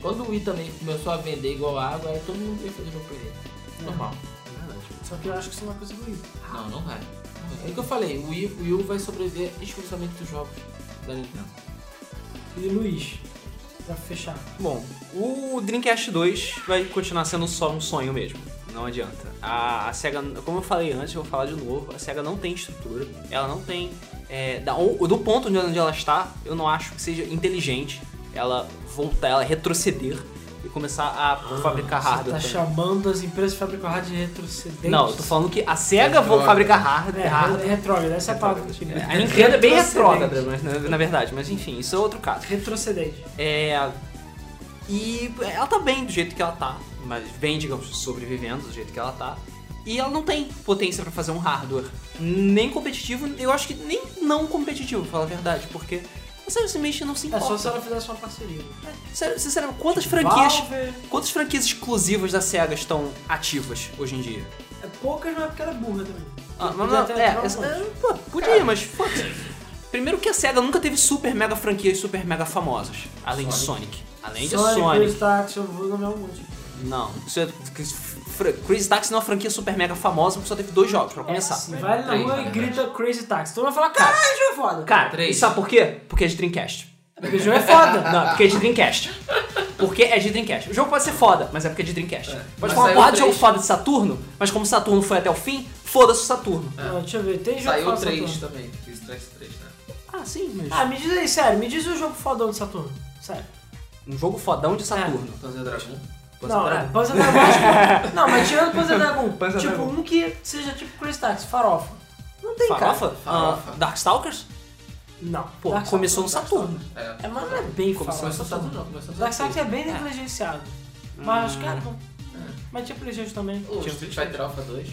[SPEAKER 3] Quando o Wii também começou a vender igual água, aí todo mundo veio fazer jogo pra ele. Normal.
[SPEAKER 2] Só que eu acho que isso não é coisa do Wii.
[SPEAKER 3] Não, não vai. É o que eu falei, o Wii, o Wii U vai sobreviver exclusivamente dos jogos da Nintendo.
[SPEAKER 2] E Luiz, pra fechar.
[SPEAKER 1] Bom, o Dreamcast 2 vai continuar sendo só um sonho mesmo. Não adianta. A, a SEGA, como eu falei antes, eu vou falar de novo, a SEGA não tem estrutura, ela não tem. é, da- ou- do ponto onde- onde ela está, eu não acho que seja inteligente ela voltar, ela retroceder e começar a fabricar
[SPEAKER 2] Você
[SPEAKER 1] hardware. também.
[SPEAKER 2] tá chamando as empresas que fabricam hardware de retrocedentes?
[SPEAKER 1] Não, eu tô falando que a SEGA vão
[SPEAKER 3] Retrógrada.
[SPEAKER 1] fabricar hardware.
[SPEAKER 2] É,
[SPEAKER 1] hardware.
[SPEAKER 2] hardware. retrógrado, essa é a palavra. que eu
[SPEAKER 1] É,
[SPEAKER 2] tinha.
[SPEAKER 1] A Nintendo é bem retrógrada,
[SPEAKER 2] Retrocedente.
[SPEAKER 1] mas, na, na verdade, mas enfim, isso é outro caso.
[SPEAKER 2] Retrocedente.
[SPEAKER 1] É. E ela tá bem do jeito que ela tá, mas bem, digamos, sobrevivendo do jeito que ela tá. E ela não tem potência pra fazer um hardware nem competitivo, eu acho que nem não competitivo, pra falar a verdade, porque você simplesmente não se
[SPEAKER 2] É
[SPEAKER 1] importa.
[SPEAKER 2] só se ela fizesse uma parceria.
[SPEAKER 1] Sério, Sinceramente, quantas franquias,
[SPEAKER 2] Valve, é
[SPEAKER 1] quantas franquias exclusivas da SEGA estão ativas hoje em dia?
[SPEAKER 2] É poucas, mas é porque ela é burra também.
[SPEAKER 1] Ah, mas
[SPEAKER 2] Podia
[SPEAKER 1] não,
[SPEAKER 2] ter
[SPEAKER 1] é,
[SPEAKER 2] entrado
[SPEAKER 1] essa-
[SPEAKER 2] um monte.
[SPEAKER 1] é, pô, podia, mas foda-se. Primeiro que a SEGA nunca teve super mega franquias super mega famosas, além de Sonic. Além de
[SPEAKER 2] Sonic,
[SPEAKER 1] Sonic.
[SPEAKER 2] Chris Tax, eu vou nomear um monte.
[SPEAKER 1] Não, isso é. Chris- Fra- Crazy Taxi não é uma franquia super mega famosa porque só teve dois jogos, pra começar.
[SPEAKER 2] Assim, vai na
[SPEAKER 3] Três,
[SPEAKER 2] rua
[SPEAKER 3] na
[SPEAKER 2] e
[SPEAKER 3] verdade.
[SPEAKER 2] grita Crazy Taxi. Todo mundo vai falar, caralho, jogo é foda.
[SPEAKER 1] Cara,
[SPEAKER 3] Três.
[SPEAKER 1] e sabe por quê? Porque é de Dreamcast.
[SPEAKER 2] Porque o jogo é foda.
[SPEAKER 1] Não, é porque é de Dreamcast. Porque é de Dreamcast. O jogo pode ser foda, mas é porque é de Dreamcast.
[SPEAKER 3] Mas
[SPEAKER 1] Pode ser uma
[SPEAKER 3] saiu
[SPEAKER 1] porrada de jogo
[SPEAKER 3] três.
[SPEAKER 1] foda de Saturno, mas como Saturno foi até o fim, foda-se o Saturno.
[SPEAKER 2] Não, Ah, deixa eu ver, tem jogo
[SPEAKER 3] Saiu
[SPEAKER 2] foda do
[SPEAKER 3] 3
[SPEAKER 2] Saturno.
[SPEAKER 3] também. Fiz 3 3, né?
[SPEAKER 1] Ah, sim, mas.
[SPEAKER 2] Ah, me diz aí, sério, me diz o jogo fodão de Saturno. Sério.
[SPEAKER 1] Um jogo fodão de
[SPEAKER 2] É.
[SPEAKER 1] Saturno.
[SPEAKER 3] Panzer Dragon.
[SPEAKER 1] Pô,
[SPEAKER 2] não,
[SPEAKER 1] sabe?
[SPEAKER 2] é, Panzer Dragon. acho que- não, mas tirando Panzer Dragon,
[SPEAKER 1] Panzer
[SPEAKER 2] tipo
[SPEAKER 1] Dragon.
[SPEAKER 2] um que seja tipo Crazy Taxi, farofa. Não tem,
[SPEAKER 1] Farofa?
[SPEAKER 2] cara.
[SPEAKER 3] Farofa.
[SPEAKER 1] Ah, Darkstalkers?
[SPEAKER 2] Não.
[SPEAKER 1] Pô,
[SPEAKER 2] Dark
[SPEAKER 1] começou no
[SPEAKER 2] Souls-
[SPEAKER 1] Saturno.
[SPEAKER 2] É, mas não é bem
[SPEAKER 3] Começou
[SPEAKER 2] farofa.
[SPEAKER 3] no Saturno, não. Começou no
[SPEAKER 2] Dark Souls é
[SPEAKER 3] Saturno.
[SPEAKER 2] bem
[SPEAKER 1] É.
[SPEAKER 2] negligenciado. Mas, cara, não. Mas tinha Playstation também.
[SPEAKER 3] O É. Street Fighter Alpha 2.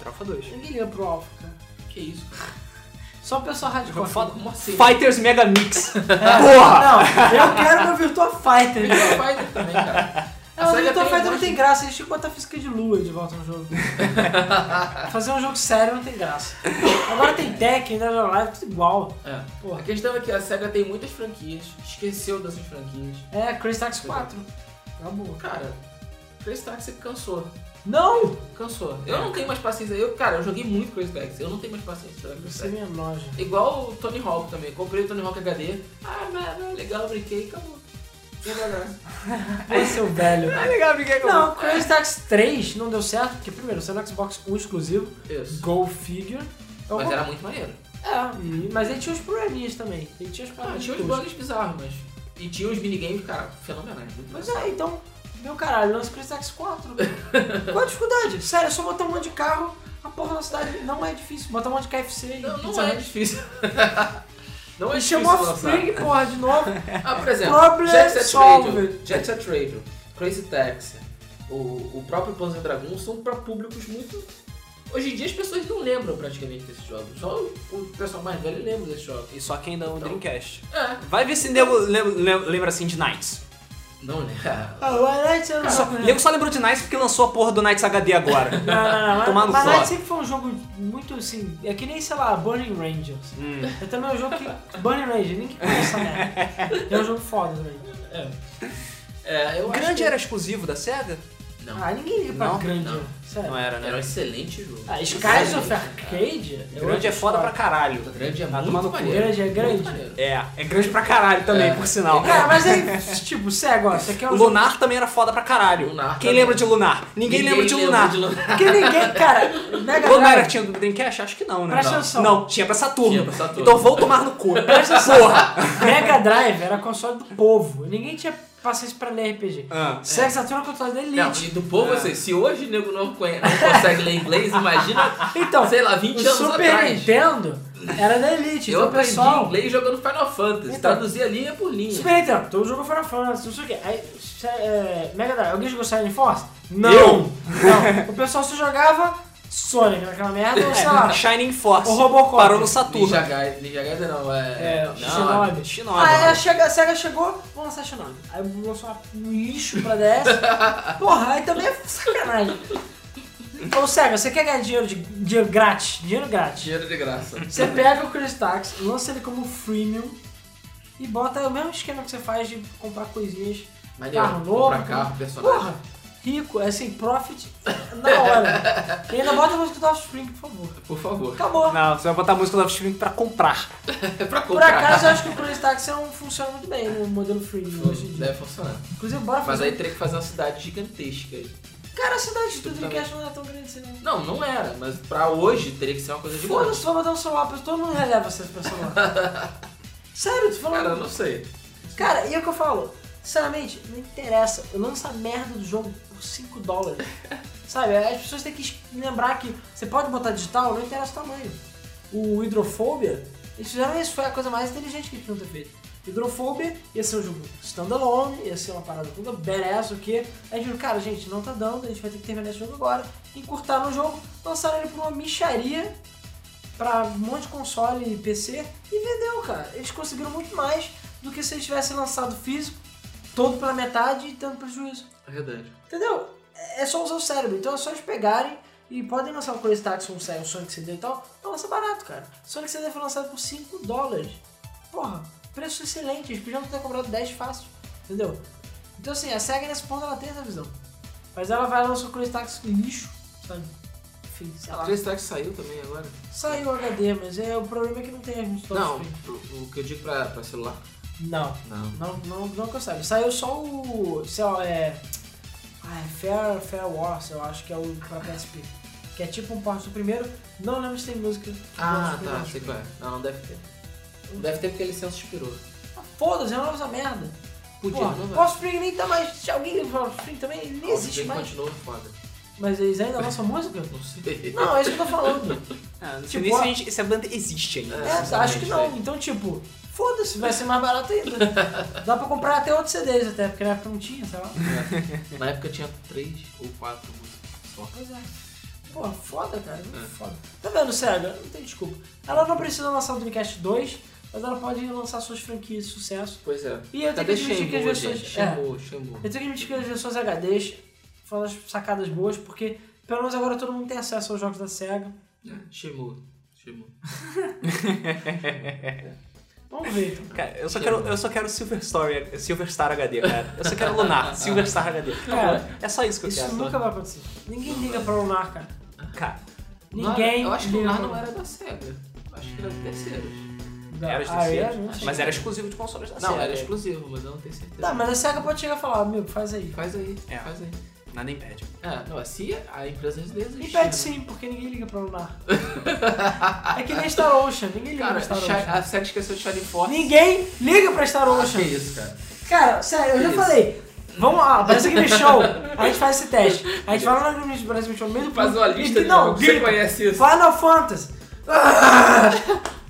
[SPEAKER 1] Trofa 2.
[SPEAKER 2] Ninguém liga pro Alpha, cara.
[SPEAKER 3] Que isso? cara?
[SPEAKER 2] Só o pessoal
[SPEAKER 3] Jogo
[SPEAKER 2] hardcore.
[SPEAKER 3] foda como assim?
[SPEAKER 1] Fighters Mega Mix.
[SPEAKER 2] É.
[SPEAKER 1] Porra!
[SPEAKER 2] Não, eu quero meu Virtua Fighter.
[SPEAKER 3] Street Fighter também, cara.
[SPEAKER 2] É, mas o
[SPEAKER 3] SEGA
[SPEAKER 2] Virtua
[SPEAKER 3] tem
[SPEAKER 2] Fighter não
[SPEAKER 3] mais-
[SPEAKER 2] tem graça, eles tinham que botar física de lua de volta no jogo. Fazer um jogo sério não tem graça. Agora tem Tekken, Dead or Alive, tudo igual.
[SPEAKER 3] É.
[SPEAKER 2] Porra.
[SPEAKER 3] A questão é que a SEGA tem muitas franquias, esqueceu dessas franquias.
[SPEAKER 2] É, Crazy Taxi 4. Acabou.
[SPEAKER 3] Cara, Crazy Taxi cansou.
[SPEAKER 2] Não!
[SPEAKER 3] Cansou. Eu não tenho mais paciência. Eu, cara, eu joguei muito Crazy Taxi. Eu não tenho mais paciência pra jogar Crazy
[SPEAKER 2] Você é
[SPEAKER 3] Taxi.
[SPEAKER 2] me enoja.
[SPEAKER 3] Igual o Tony Hawk também. Comprei o Tony Hawk HD. Ah, velho, legal, brinquei, acabou. Não dá nada.
[SPEAKER 2] Você seu velho.
[SPEAKER 1] É legal, brinquei
[SPEAKER 2] Não, Crazy Taxi 3 não deu certo, porque primeiro, saiu no Xbox 1 exclusivo,
[SPEAKER 3] Isso.
[SPEAKER 2] Go Figure. Eu
[SPEAKER 3] Mas
[SPEAKER 2] vou-
[SPEAKER 3] era muito maneiro.
[SPEAKER 2] É, e- mas ele tinha os programinhas também. Ele tinha os
[SPEAKER 3] Ah,
[SPEAKER 2] programinhas.
[SPEAKER 3] tinha uns
[SPEAKER 2] toscos.
[SPEAKER 3] bugs bizarros, mas. E tinha uns minigames, cara, fenomenais. Muito
[SPEAKER 2] Mas
[SPEAKER 3] engraçado.
[SPEAKER 2] é, então, meu caralho, lança o Crazy Taxi 4. Qual a dificuldade? Sério, é só botar um monte de carro, a porra da cidade não é difícil. Botar um monte de KFC e
[SPEAKER 3] Não, não
[SPEAKER 2] pizza
[SPEAKER 3] é
[SPEAKER 2] Hut.
[SPEAKER 3] difícil. não é
[SPEAKER 2] E
[SPEAKER 3] difícil.
[SPEAKER 2] chama
[SPEAKER 3] lançar.
[SPEAKER 2] Offspring, porra, de novo.
[SPEAKER 3] Ah, por exemplo,
[SPEAKER 2] Problem
[SPEAKER 3] Jet Set Radio,
[SPEAKER 2] solved.
[SPEAKER 3] Jet Set Radio, Crazy Taxi, o, o próprio Panzer Dragon são pra públicos muito. Hoje em dia as pessoas não lembram praticamente desses jogos. Só o, o pessoal mais velho lembra desses jogos.
[SPEAKER 1] E só quem dá um
[SPEAKER 3] Então.
[SPEAKER 1] Dreamcast.
[SPEAKER 3] É.
[SPEAKER 1] Vai ver se nego lembra, lembra- lembra, assim de Knights.
[SPEAKER 3] Não né? lembra.
[SPEAKER 2] Ah, o Night é um
[SPEAKER 1] Só,
[SPEAKER 2] jogo, né?
[SPEAKER 1] Nego só lembrou de Knights porque lançou a porra do Knights HD agora.
[SPEAKER 2] Não, não, não.
[SPEAKER 1] Tomar no
[SPEAKER 2] mas
[SPEAKER 1] cu.
[SPEAKER 2] Night sempre foi um jogo muito assim. É que nem, sei lá, Burning Rangers.
[SPEAKER 1] Hum.
[SPEAKER 2] É também um jogo que. Burning Rangers, ninguém conhece essa merda. É um jogo foda também.
[SPEAKER 3] É, eu
[SPEAKER 1] O
[SPEAKER 3] acho
[SPEAKER 1] grande
[SPEAKER 3] que-
[SPEAKER 1] era exclusivo da SEGA?
[SPEAKER 3] Não,
[SPEAKER 2] Ah, ninguém liga pra
[SPEAKER 1] Não,
[SPEAKER 2] grande.
[SPEAKER 3] não.
[SPEAKER 2] Sério.
[SPEAKER 1] Não era,
[SPEAKER 3] era um
[SPEAKER 1] né?
[SPEAKER 3] excelente jogo.
[SPEAKER 2] Ah, Skies of
[SPEAKER 3] Excelente,
[SPEAKER 2] Arcadia?
[SPEAKER 1] O grande é foda pra
[SPEAKER 3] cara.
[SPEAKER 1] caralho.
[SPEAKER 3] Grande é
[SPEAKER 1] Ah,
[SPEAKER 3] muito
[SPEAKER 1] tomar no cu.
[SPEAKER 3] maneiro.
[SPEAKER 2] Grande é
[SPEAKER 3] muito
[SPEAKER 2] grande.
[SPEAKER 3] maneiro.
[SPEAKER 1] É, é grande pra caralho também,
[SPEAKER 3] É.
[SPEAKER 1] por sinal.
[SPEAKER 2] Cara, mas aí, tipo, cego, ó, isso aqui é
[SPEAKER 1] O
[SPEAKER 2] um jogo
[SPEAKER 1] Lunar também era foda pra caralho.
[SPEAKER 3] Lunar
[SPEAKER 1] Quem
[SPEAKER 3] também.
[SPEAKER 1] lembra de Lunar? Ninguém, lembra de Lunar.
[SPEAKER 2] Porque ninguém, cara, Mega
[SPEAKER 1] Lunar
[SPEAKER 2] Drive.
[SPEAKER 1] tinha do Dreamcast? Acho que não, né?
[SPEAKER 2] Presta
[SPEAKER 1] não.
[SPEAKER 2] atenção.
[SPEAKER 1] Não, tinha pra Saturno.
[SPEAKER 3] Tinha pra Saturno.
[SPEAKER 1] Então vou tomar no cu.
[SPEAKER 2] assim, Presta atenção.
[SPEAKER 1] Porra!
[SPEAKER 2] Mega Drive era console do povo. Ninguém tinha paciência pra ler RPG.
[SPEAKER 1] Ah,
[SPEAKER 2] Sex Saturno contra da
[SPEAKER 3] Não,
[SPEAKER 2] é um Elite.
[SPEAKER 3] e do povo, assim, se hoje o nego não, conhe- não consegue ler inglês, imagina,
[SPEAKER 2] Então,
[SPEAKER 3] sei lá, 20
[SPEAKER 2] o
[SPEAKER 3] anos
[SPEAKER 2] Super
[SPEAKER 3] atrás.
[SPEAKER 2] Nintendo era da Elite.
[SPEAKER 3] Eu
[SPEAKER 2] então o
[SPEAKER 3] aprendi
[SPEAKER 2] pessoal.
[SPEAKER 3] inglês jogando Final Fantasy,
[SPEAKER 2] Então.
[SPEAKER 3] traduzia linha por linha.
[SPEAKER 2] Super Nintendo, todo jogo Final Fantasy, não sei o que. Aí, se- é, Mega Drive, alguém jogou Silent Force?
[SPEAKER 1] Não.
[SPEAKER 2] Não. O pessoal só jogava Sonic naquela merda, ou sei lá,
[SPEAKER 1] É, Shining Force.
[SPEAKER 2] o Robocop.
[SPEAKER 1] Parou no
[SPEAKER 3] Ninja
[SPEAKER 1] Saturno.
[SPEAKER 3] Gaiden, Ninja Gaiden não, é...
[SPEAKER 2] É,
[SPEAKER 3] não,
[SPEAKER 2] Shinobi.
[SPEAKER 1] Shinobi.
[SPEAKER 2] Aí a Sega, a Sega chegou, vamos lançar Shinobi. Aí lançou uma- um lixo pra DS. Porra, aí também é sacanagem. Ô Sega, você quer ganhar dinheiro, de, dinheiro grátis? Dinheiro grátis.
[SPEAKER 3] dinheiro de graça.
[SPEAKER 2] Você pega o Chris Tax, lança ele como freemium e bota o mesmo esquema que você faz de comprar coisinhas.
[SPEAKER 3] Mas
[SPEAKER 2] Carro
[SPEAKER 3] nego,
[SPEAKER 2] novo.
[SPEAKER 3] compra carro, personagem.
[SPEAKER 2] Porra, rico, é assim, profit na hora. E ainda bota a música do Offspring, por favor.
[SPEAKER 3] Por favor.
[SPEAKER 2] Acabou.
[SPEAKER 1] Não, você vai botar a música do Offspring pra comprar.
[SPEAKER 3] É pra
[SPEAKER 2] Por
[SPEAKER 3] comprar.
[SPEAKER 2] acaso, eu acho que o Chris Tax não funciona muito bem no modelo freemium hoje em dia.
[SPEAKER 3] Deve funcionar.
[SPEAKER 2] Inclusive, bora
[SPEAKER 3] é Mas
[SPEAKER 2] fazer
[SPEAKER 3] aí teria que fazer uma cidade gigantesca. aí.
[SPEAKER 2] Cara, a cidade do Dreamcast não era tão grande assim, não.
[SPEAKER 3] Não, não era, mas pra hoje teria que ser uma coisa de boa.
[SPEAKER 2] Foda-se, tu vai botar um celular, pra- todo mundo releva você pra celular. Sério, tu
[SPEAKER 3] Cara, eu
[SPEAKER 2] falando.
[SPEAKER 3] não sei.
[SPEAKER 2] Cara, e é o que eu falo? Sinceramente, não interessa. Eu lanço a merda do jogo por 5 dólares. Sabe, as pessoas têm que lembrar que você pode botar digital, não interessa o tamanho. O Hydrophobia, eles fizeram isso, foi a coisa mais inteligente que eles podiam ter feito. Hydrophobia ia ser um jogo standalone, ia ser uma parada toda badass, o que. Aí viram, cara, gente, não tá dando, a gente vai ter que terminar esse jogo agora. Encurtaram o jogo, lançaram ele pra uma micharia, pra um monte de console e PC, e vendeu, cara. Eles conseguiram muito mais do que se eles tivessem lançado físico, todo pela metade e tendo prejuízo.
[SPEAKER 3] É verdade.
[SPEAKER 2] Entendeu? É é só usar o cérebro. Então é só eles pegarem e podem lançar o Crazy Taxi, um Sonic, um Sonic CD e tal. Então lança barato, cara. Sonic CD foi lançado por 5 dólares. Porra, preço excelente. Eles podiam ter comprado 10 fácil. Entendeu? Então assim, a SEGA nesse ponto ela tem essa visão. Mas ela vai lançar o Crazy Taxi um lixo, sabe? Enfim, sei lá.
[SPEAKER 3] Crazy Taxi saiu também agora.
[SPEAKER 2] Saiu o HD, mas é, o problema é que não tem as músicas
[SPEAKER 3] Não,
[SPEAKER 2] offspring.
[SPEAKER 3] o, o que eu digo pra, pra celular?
[SPEAKER 2] Não.
[SPEAKER 3] Não.
[SPEAKER 2] Não, não, não que eu saiba. Saiu só o. Sei lá, é. Ah, é Fair, Fair Wars, eu acho que é o pra PSP. Que é tipo um porte do primeiro. Não lembro se tem música. que
[SPEAKER 3] Ah,
[SPEAKER 2] gosto do
[SPEAKER 3] tá,
[SPEAKER 2] primeiro.
[SPEAKER 3] sei qual é. Não, não deve ter. Não deve ter porque a licença expirou.
[SPEAKER 2] Ah, Foda-se, renova essa merda.
[SPEAKER 3] Podia, né,
[SPEAKER 2] Porra,
[SPEAKER 3] não é? vai.
[SPEAKER 2] Power Spring nem tá mais. se Alguém lembra Power Spring também? Ele Nem existe
[SPEAKER 3] Alguém
[SPEAKER 2] mais.
[SPEAKER 3] Continua foda.
[SPEAKER 2] Mas eles ainda lançam música?
[SPEAKER 3] Não sei.
[SPEAKER 2] Não, é isso que eu tô falando.
[SPEAKER 1] Ah, não sei
[SPEAKER 2] Tipo,
[SPEAKER 1] nem se,
[SPEAKER 2] a-
[SPEAKER 1] a gente- se a banda existe ainda.
[SPEAKER 2] É, acho que não. Então, tipo, foda-se, vai ser mais barato ainda. Dá pra comprar até outros CDs até, porque na época não tinha, sei lá.
[SPEAKER 3] Na época tinha três ou quatro músicas só.
[SPEAKER 2] Pois é. Pô, foda, cara.
[SPEAKER 3] É.
[SPEAKER 2] Muito foda. Tá vendo, Sega? Não tem desculpa. Ela não precisa lançar o Dreamcast 2, mas ela pode lançar suas franquias de sucesso.
[SPEAKER 3] Pois é.
[SPEAKER 2] E eu tenho que
[SPEAKER 3] Cadê
[SPEAKER 2] admitir que as
[SPEAKER 3] Shenmue, gente?
[SPEAKER 2] versões. É,
[SPEAKER 3] Shenmue, Shenmue.
[SPEAKER 2] eu tenho que admitir que as versões HDs foram as sacadas boas, porque pelo menos agora todo mundo tem acesso aos jogos da SEGA.
[SPEAKER 3] É, Shenmue. Shenmue.
[SPEAKER 2] Vamos ver. então.
[SPEAKER 1] Cara, eu só quero, eu só quero Silver, Story, Silver Star HD, cara. Eu só quero Lunar, Silver Star HD.
[SPEAKER 2] Cara,
[SPEAKER 1] É só isso que eu
[SPEAKER 2] isso
[SPEAKER 1] quero.
[SPEAKER 2] nunca vai acontecer. Ninguém liga pra Lunar, cara.
[SPEAKER 1] Cara,
[SPEAKER 2] Ninguém.
[SPEAKER 3] Eu acho que o
[SPEAKER 2] liga
[SPEAKER 3] Lar
[SPEAKER 2] pra
[SPEAKER 3] não era da SEGA. Acho que era de terceiros.
[SPEAKER 2] Lunar.
[SPEAKER 1] era de
[SPEAKER 2] Ah,
[SPEAKER 1] terceiro,
[SPEAKER 2] Não sei.
[SPEAKER 1] mas era exclusivo de consoles da
[SPEAKER 3] Hum. Não, é.
[SPEAKER 1] Sega.
[SPEAKER 3] era exclusivo, mas eu não tenho certeza.
[SPEAKER 2] Tá, mas a SEGA pode chegar e falar, meu, faz aí.
[SPEAKER 3] Faz aí,
[SPEAKER 1] É.
[SPEAKER 3] faz aí.
[SPEAKER 1] Nada impede.
[SPEAKER 3] É, não, assim a empresa deles.
[SPEAKER 2] Impede sim, porque ninguém liga pra Lunar. é que nem Star Ocean, ninguém liga
[SPEAKER 3] Cara,
[SPEAKER 2] pra Star
[SPEAKER 3] Sha-
[SPEAKER 2] Ocean.
[SPEAKER 3] a é série esqueceu de Shining Force.
[SPEAKER 2] Ninguém tá liga pra Star
[SPEAKER 3] Ah,
[SPEAKER 2] Ocean.
[SPEAKER 3] que isso, cara.
[SPEAKER 2] Cara, sério, eu já
[SPEAKER 3] Que
[SPEAKER 2] falei. Vamos lá, Brasil Game Show, a gente faz esse teste. A gente vai lá no Brasil Game Show mesmo.
[SPEAKER 3] Faz uma
[SPEAKER 2] e-
[SPEAKER 3] lista de
[SPEAKER 2] Não,
[SPEAKER 3] jogos, você
[SPEAKER 2] grita.
[SPEAKER 3] conhece isso.
[SPEAKER 2] Final Fantasy. Ah,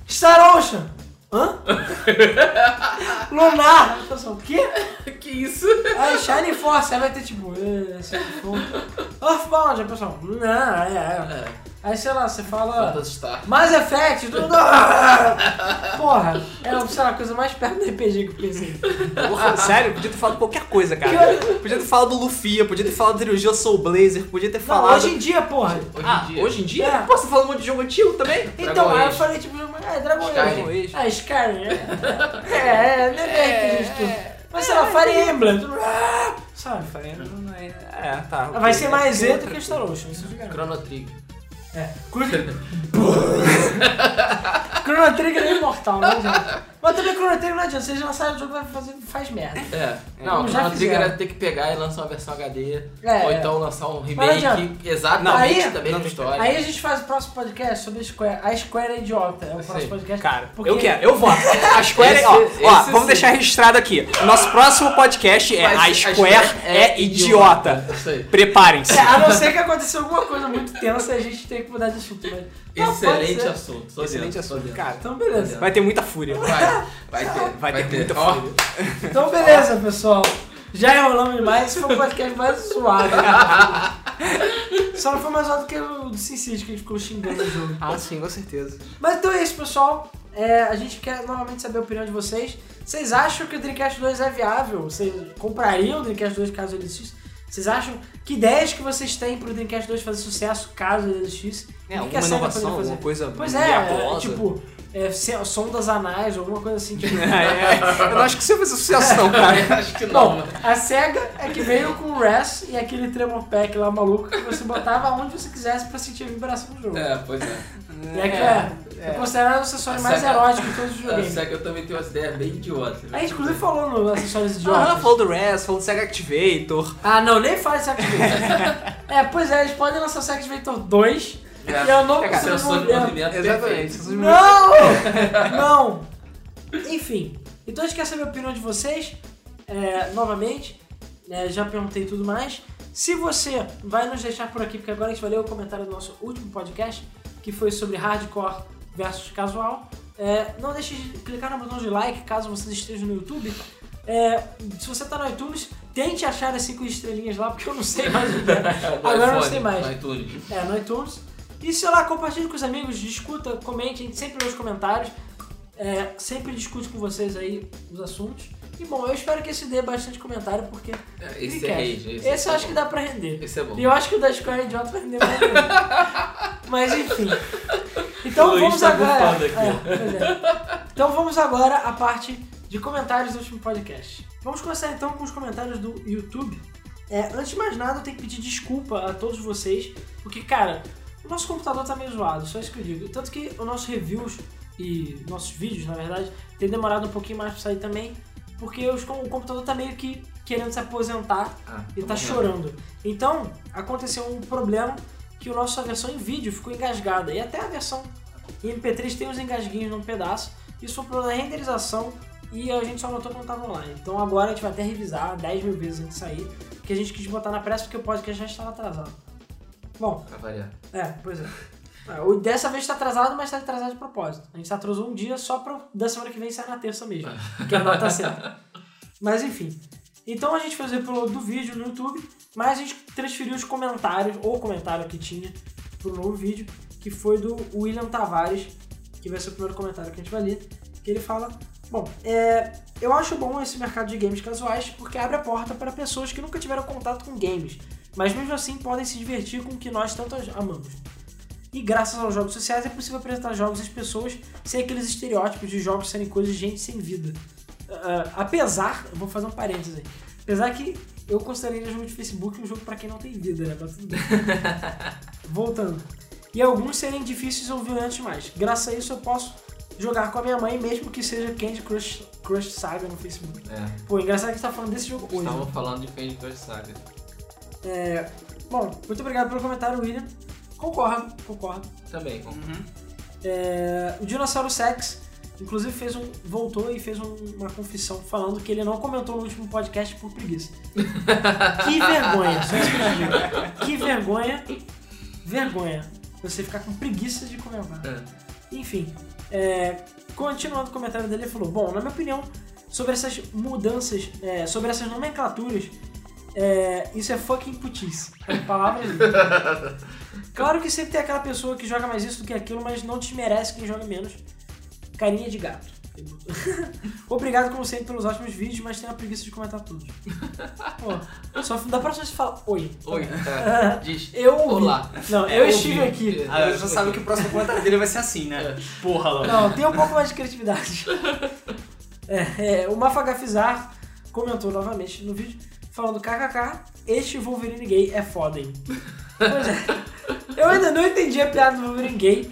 [SPEAKER 2] Star Ocean. Hã? Lunar. Aí eu falo, O quê?
[SPEAKER 3] que isso?
[SPEAKER 2] Aí Shining Force, aí vai ter tipo... eh, Shining Force. Earthbound, aí o pessoal... Não, é, é.
[SPEAKER 3] É,
[SPEAKER 2] Aí, sei lá, você fala...
[SPEAKER 3] Phantasy Star.
[SPEAKER 2] Mass Effect, tudo. "Ah, Porra, era sei lá, a coisa mais perto do RPG que eu pensei.
[SPEAKER 1] Porra, sério, podia ter falado qualquer coisa, cara. Podia ter falado Lufia, podia ter falado Trilogia Soul Blazer, podia ter
[SPEAKER 2] Não,
[SPEAKER 1] falado.
[SPEAKER 2] hoje em dia, porra.
[SPEAKER 3] Hoje
[SPEAKER 1] Ah,
[SPEAKER 3] em dia.
[SPEAKER 1] hoje em dia?
[SPEAKER 2] É.
[SPEAKER 1] Pô, você falou um monte de jogo antigo também?
[SPEAKER 2] Então,
[SPEAKER 3] Dragon
[SPEAKER 2] aí eu
[SPEAKER 3] Age.
[SPEAKER 2] falei, tipo, é Dragon
[SPEAKER 3] Skyrim.
[SPEAKER 2] Age.
[SPEAKER 1] Hoje.
[SPEAKER 2] Ah, Skyrim. É, é, é, não é bem que existe tudo. Mas sei lá, Fire Emblem, tudo. ah, Sabe? Ah,
[SPEAKER 1] Falei, não, não é. É, tá. ok.
[SPEAKER 2] Vai ser mais Z do
[SPEAKER 1] outra
[SPEAKER 2] que Star Ocean, isso eu te garanto.
[SPEAKER 3] Chrono Trigger.
[SPEAKER 2] É. Curte. Chrono Trigger é imortal, né, gente? Mas também Chrono Trigger não adianta, vocês lançaram o jogo vai fazer, faz merda.
[SPEAKER 3] É. Não,
[SPEAKER 2] Como
[SPEAKER 3] o
[SPEAKER 2] já
[SPEAKER 3] Chrono Trigger
[SPEAKER 2] fizeram.
[SPEAKER 3] era ter que pegar e lançar uma versão HD.
[SPEAKER 2] É,
[SPEAKER 3] ou
[SPEAKER 2] é.
[SPEAKER 3] então lançar um
[SPEAKER 2] Mas não
[SPEAKER 3] remake
[SPEAKER 2] adianta.
[SPEAKER 3] exatamente
[SPEAKER 2] Aí-
[SPEAKER 3] da mesma
[SPEAKER 1] não-
[SPEAKER 3] história.
[SPEAKER 2] Aí a gente faz o próximo podcast sobre a Square. A Square é idiota, é o
[SPEAKER 3] Sim.
[SPEAKER 2] próximo podcast.
[SPEAKER 1] Cara,
[SPEAKER 2] Porque-
[SPEAKER 1] eu quero, eu voto. A Square, é- ó,
[SPEAKER 3] Esse-
[SPEAKER 1] ó,
[SPEAKER 3] esse
[SPEAKER 1] vamos
[SPEAKER 3] sim.
[SPEAKER 1] deixar registrado aqui. Nosso próximo podcast é
[SPEAKER 3] Mas
[SPEAKER 1] A Square é idiota.
[SPEAKER 3] Isso aí.
[SPEAKER 1] Preparem-se.
[SPEAKER 2] É, a não ser que aconteceu alguma coisa muito tensa e a gente tem que mudar de assunto, mas. Não, pode
[SPEAKER 3] Excelente
[SPEAKER 2] ser.
[SPEAKER 3] assunto. Sou
[SPEAKER 1] Excelente
[SPEAKER 3] dentro, sou
[SPEAKER 1] assunto,
[SPEAKER 3] dentro.
[SPEAKER 1] cara.
[SPEAKER 2] Então, beleza.
[SPEAKER 1] Vai ter muita fúria.
[SPEAKER 3] Vai, vai ter.
[SPEAKER 1] Vai ter muita
[SPEAKER 3] Ó,
[SPEAKER 1] fúria.
[SPEAKER 2] Então, beleza, pessoal. Já enrolamos demais. Esse foi o podcast mais zoado. Só não foi mais zoado que o do Sin City, que a gente ficou xingando o jogo.
[SPEAKER 1] Ah, sim, com certeza.
[SPEAKER 2] Mas então é isso, pessoal. É, a gente quer novamente saber a opinião de vocês. Vocês acham que o Dreamcast 2 é viável? Vocês comprariam o Dreamcast 2 caso ele existisse? Vocês acham que ideias que vocês têm pro Dreamcast 2 fazer sucesso caso ele existisse?
[SPEAKER 1] É,
[SPEAKER 2] O que
[SPEAKER 1] alguma
[SPEAKER 2] que a Sega
[SPEAKER 1] inovação,
[SPEAKER 2] poderia
[SPEAKER 1] alguma coisa
[SPEAKER 2] Pois é, é,
[SPEAKER 1] miraculosa.
[SPEAKER 2] tipo, é, se- sondas anais, alguma coisa assim. Tipo,
[SPEAKER 1] É, Eu não acho que isso ia fazer sucesso, não, cara.
[SPEAKER 3] Acho que não.
[SPEAKER 2] Bom,
[SPEAKER 3] né?
[SPEAKER 2] a SEGA é que veio com o RES e aquele Tremor Pack lá maluco que você botava onde você quisesse pra sentir a vibração do jogo.
[SPEAKER 3] É, pois é.
[SPEAKER 2] E é que é, é, considerado o acessório mais erótico de todos os
[SPEAKER 3] Ah,
[SPEAKER 2] videogames.
[SPEAKER 3] Só que eu também tenho umas ideias bem idiotas.
[SPEAKER 2] A
[SPEAKER 3] né?
[SPEAKER 2] gente inclusive falou no acessórios
[SPEAKER 1] Ah,
[SPEAKER 2] idiotas.
[SPEAKER 1] falou do Res, falou do Sega Activator.
[SPEAKER 2] Ah, não, nem fale Sex Vator. É, pois é, eles podem lançar o Sex Vator 2 e eu não
[SPEAKER 1] É, cara,
[SPEAKER 2] consigo
[SPEAKER 3] Sensor de
[SPEAKER 2] ver.
[SPEAKER 3] movimento perfeito.
[SPEAKER 1] Essas meninas-
[SPEAKER 2] Não! Não! Enfim, então a gente quer saber a opinião de vocês, é, novamente, né, já perguntei tudo mais. Se você vai nos deixar por aqui, porque agora a gente vai ler o comentário do nosso último podcast, que foi sobre hardcore versus casual, é, não deixe de clicar no botão de like caso vocês estejam no YouTube. É, se você tá no iTunes, tente achar as 5 estrelinhas lá, porque eu não sei mais o que é.
[SPEAKER 3] Do
[SPEAKER 2] Agora eu não
[SPEAKER 3] iPhone,
[SPEAKER 2] sei mais.
[SPEAKER 3] do iTunes.
[SPEAKER 2] É, no iTunes. E sei lá, compartilhe com os amigos, discuta, comente, a gente sempre lê os comentários. É, sempre discute com vocês aí os assuntos. E bom, eu espero que esse dê bastante comentário, porque.
[SPEAKER 3] É, Esse é
[SPEAKER 2] Dreamcast.
[SPEAKER 3] rage.
[SPEAKER 2] Esse, eu acho que dá pra render.
[SPEAKER 3] Esse é bom.
[SPEAKER 2] E eu acho que o da Square Idiota vai render mais ainda. Mas enfim.
[SPEAKER 3] O
[SPEAKER 2] Então
[SPEAKER 3] Luiz
[SPEAKER 2] vamos
[SPEAKER 3] tá
[SPEAKER 2] agora.
[SPEAKER 3] bufando aqui.
[SPEAKER 2] É, pois é. Então vamos agora à parte de comentários do último podcast. Vamos começar então com os comentários do YouTube. É, antes de mais nada, eu tenho que pedir desculpa a todos vocês, porque, cara, o nosso computador tá meio zoado, só isso que eu digo. Tanto que os nossos reviews e nossos vídeos, na verdade, tem demorado um pouquinho mais pra sair também, porque os com- o computador tá meio que querendo se aposentar
[SPEAKER 3] Ah,
[SPEAKER 2] ele tá
[SPEAKER 3] vamos lá.
[SPEAKER 2] chorando. Então, aconteceu um problema que a nossa versão em vídeo ficou engasgada. E até a versão em MP3 tem uns engasguinhos num pedaço. Isso foi um problema da renderização e a gente só notou quando tava online. Então agora a gente vai até revisar 10 mil vezes antes de sair, porque a gente quis botar na pressa porque o podcast já estava atrasado. Bom,
[SPEAKER 3] Pra variar.
[SPEAKER 2] é, pois é. É, o- Dessa vez tá atrasado, mas tá atrasado de propósito. A gente atrasou um dia só pra da semana que vem sair na terça mesmo, que a data certa. Mas enfim. Então a gente fez o upload do vídeo no YouTube, mas a gente transferiu os comentários, ou o comentário que tinha, pro novo vídeo, que foi do William Tavares, que vai ser o primeiro comentário que a gente vai ler, que ele fala. Bom, é, eu acho bom esse mercado de games casuais porque abre a porta para pessoas que nunca tiveram contato com games, mas mesmo assim podem se divertir com o que nós tanto amamos. E graças aos jogos sociais é possível apresentar jogos às pessoas sem aqueles estereótipos de jogos serem coisas de gente sem vida. Ah, apesar, eu vou fazer um parênteses aí. Apesar que eu consideraria o jogo de Facebook um jogo pra quem não tem vida, né? Mas tudo bem. Voltando. E alguns serem difíceis ou violentos demais. Graças a isso eu posso jogar com a minha mãe, mesmo que seja Candy Crush, Crush Saga no Facebook.
[SPEAKER 3] É.
[SPEAKER 2] Pô, engraçado que você tá falando desse jogo hoje.
[SPEAKER 3] Estavam falando de Candy Crush Saga.
[SPEAKER 2] É, Bom, muito obrigado pelo comentário, William. Concordo, concordo. É,
[SPEAKER 3] Também, com
[SPEAKER 2] O Dinossauro Sex, inclusive, fez um. voltou e fez um- uma confissão falando que ele não comentou no último podcast por preguiça. que vergonha, só isso que eu digo. Que vergonha. Vergonha. Você ficar com preguiça de comentar.
[SPEAKER 3] Tá
[SPEAKER 2] Enfim, é, continuando o comentário dele, ele falou: Bom, na minha opinião, sobre essas mudanças, é, sobre essas nomenclaturas, é, isso é fucking putice. É palavra Claro que sempre tem aquela pessoa que joga mais isso do que aquilo, mas não desmerece quem joga menos. Carinha de gato. Ele botou. Obrigado, como sempre, pelos ótimos vídeos, mas tenho a preguiça de comentar tudo. Pô, só da próxima vez você fala oi. tá
[SPEAKER 3] Oi. É. Diz.
[SPEAKER 2] Eu ouvi.
[SPEAKER 3] Olá.
[SPEAKER 2] Não, eu
[SPEAKER 3] Ouvi.
[SPEAKER 2] estive aqui.
[SPEAKER 1] Ah, eu já sabe que o próximo comentário dele vai ser assim, né? Porra, Lão.
[SPEAKER 2] Não, tem um pouco mais de criatividade. É, é, o Mafagafizar comentou novamente no vídeo, falando kkk, este Wolverine gay é foda, hein? Pois é. Eu ainda não entendi a piada do Wolverine gay,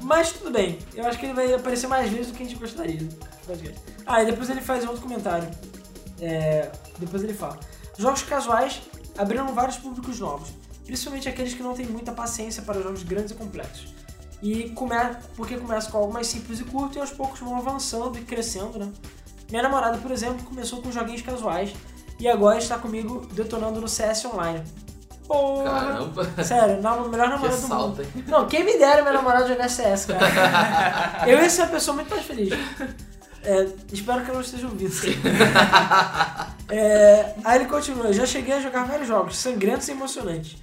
[SPEAKER 2] Mas tudo bem, eu acho que ele vai aparecer mais vezes do que a gente gostaria. no podcast. Ah, e depois ele faz outro comentário. É, depois ele fala. Jogos casuais abriram vários públicos novos, principalmente aqueles que não têm muita paciência para jogos grandes e complexos. E come... porque começa com algo mais simples e curto e aos poucos vão avançando e crescendo, né? Minha namorada, por exemplo, começou com joguinhos casuais e agora está comigo detonando no CS Online. Porra!
[SPEAKER 3] Caramba.
[SPEAKER 2] Sério, na, melhor
[SPEAKER 3] Que
[SPEAKER 2] namorada do mundo.
[SPEAKER 3] salto, hein?
[SPEAKER 2] Não, quem me dera meu namorado jogar CS, cara. Eu ia ser uma pessoa muito mais feliz. É, espero que eu não esteja ouvindo. É, aí ele continua, já cheguei a jogar vários jogos, sangrentos e emocionantes.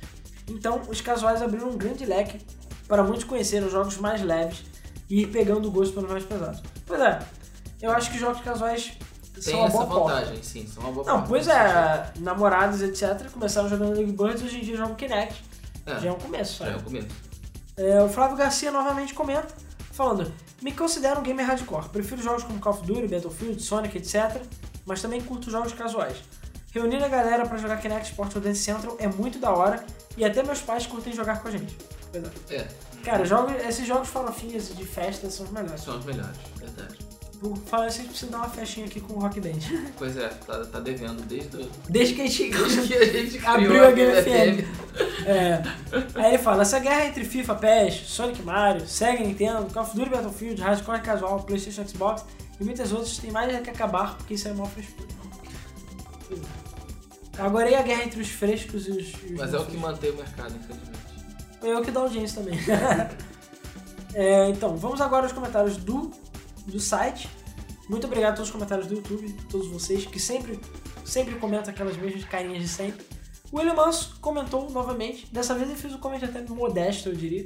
[SPEAKER 2] Então, os casuais abriram um grande leque para muitos conhecerem os jogos mais leves e ir pegando o gosto pelos mais pesados. Pois é, eu acho que jogos casuais são
[SPEAKER 3] Tem
[SPEAKER 2] é uma
[SPEAKER 3] essa
[SPEAKER 2] boa porta.
[SPEAKER 3] vantagem, sim. São uma boa
[SPEAKER 2] Não,
[SPEAKER 3] porta.
[SPEAKER 2] pois é, namorados, etc, começaram jogando League of Legends, hoje em dia jogam Kinect.
[SPEAKER 3] É.
[SPEAKER 2] Já é um começo, sabe?
[SPEAKER 3] Já é o começo.
[SPEAKER 2] É, o Flávio Garcia novamente comenta, falando: Me considero um gamer hardcore. Prefiro jogos como Call of Duty, Battlefield, Sonic, etc. Mas também curto jogos casuais. Reunir a galera pra jogar Kinect Sport ou Dance Central é muito da hora e até meus pais curtem jogar com a gente. Pois é.
[SPEAKER 3] É,
[SPEAKER 2] Cara, jogos- esses jogos farofinhas de festa são os melhores.
[SPEAKER 3] são os melhores, verdade.
[SPEAKER 2] Vou falar assim, preciso dar uma festinha aqui com o Rock Band.
[SPEAKER 3] Pois é, tá, tá devendo desde, o-
[SPEAKER 2] Desde que a gente
[SPEAKER 3] desde que a gente criou
[SPEAKER 2] Abriu a Game
[SPEAKER 3] FM.
[SPEAKER 2] É. Aí ele fala, essa guerra entre FIFA, PES, Sonic Mario, Sega, Nintendo, Call of Duty, Battlefield, Hardcore Casual, Playstation, Xbox e muitas outras tem mais é que acabar porque isso é mó frescura. Agora e a guerra entre os frescos e os... e os
[SPEAKER 3] Mas é o
[SPEAKER 2] não
[SPEAKER 3] que mantém o mercado, infelizmente.
[SPEAKER 2] é o que dá audiência também. É, então, vamos agora aos comentários do, do site. Muito obrigado a todos os comentários do YouTube, todos vocês que sempre, sempre comentam aquelas mesmas carinhas de sempre. O William Manso comentou novamente, dessa vez ele fez um comentário até modesto, eu diria.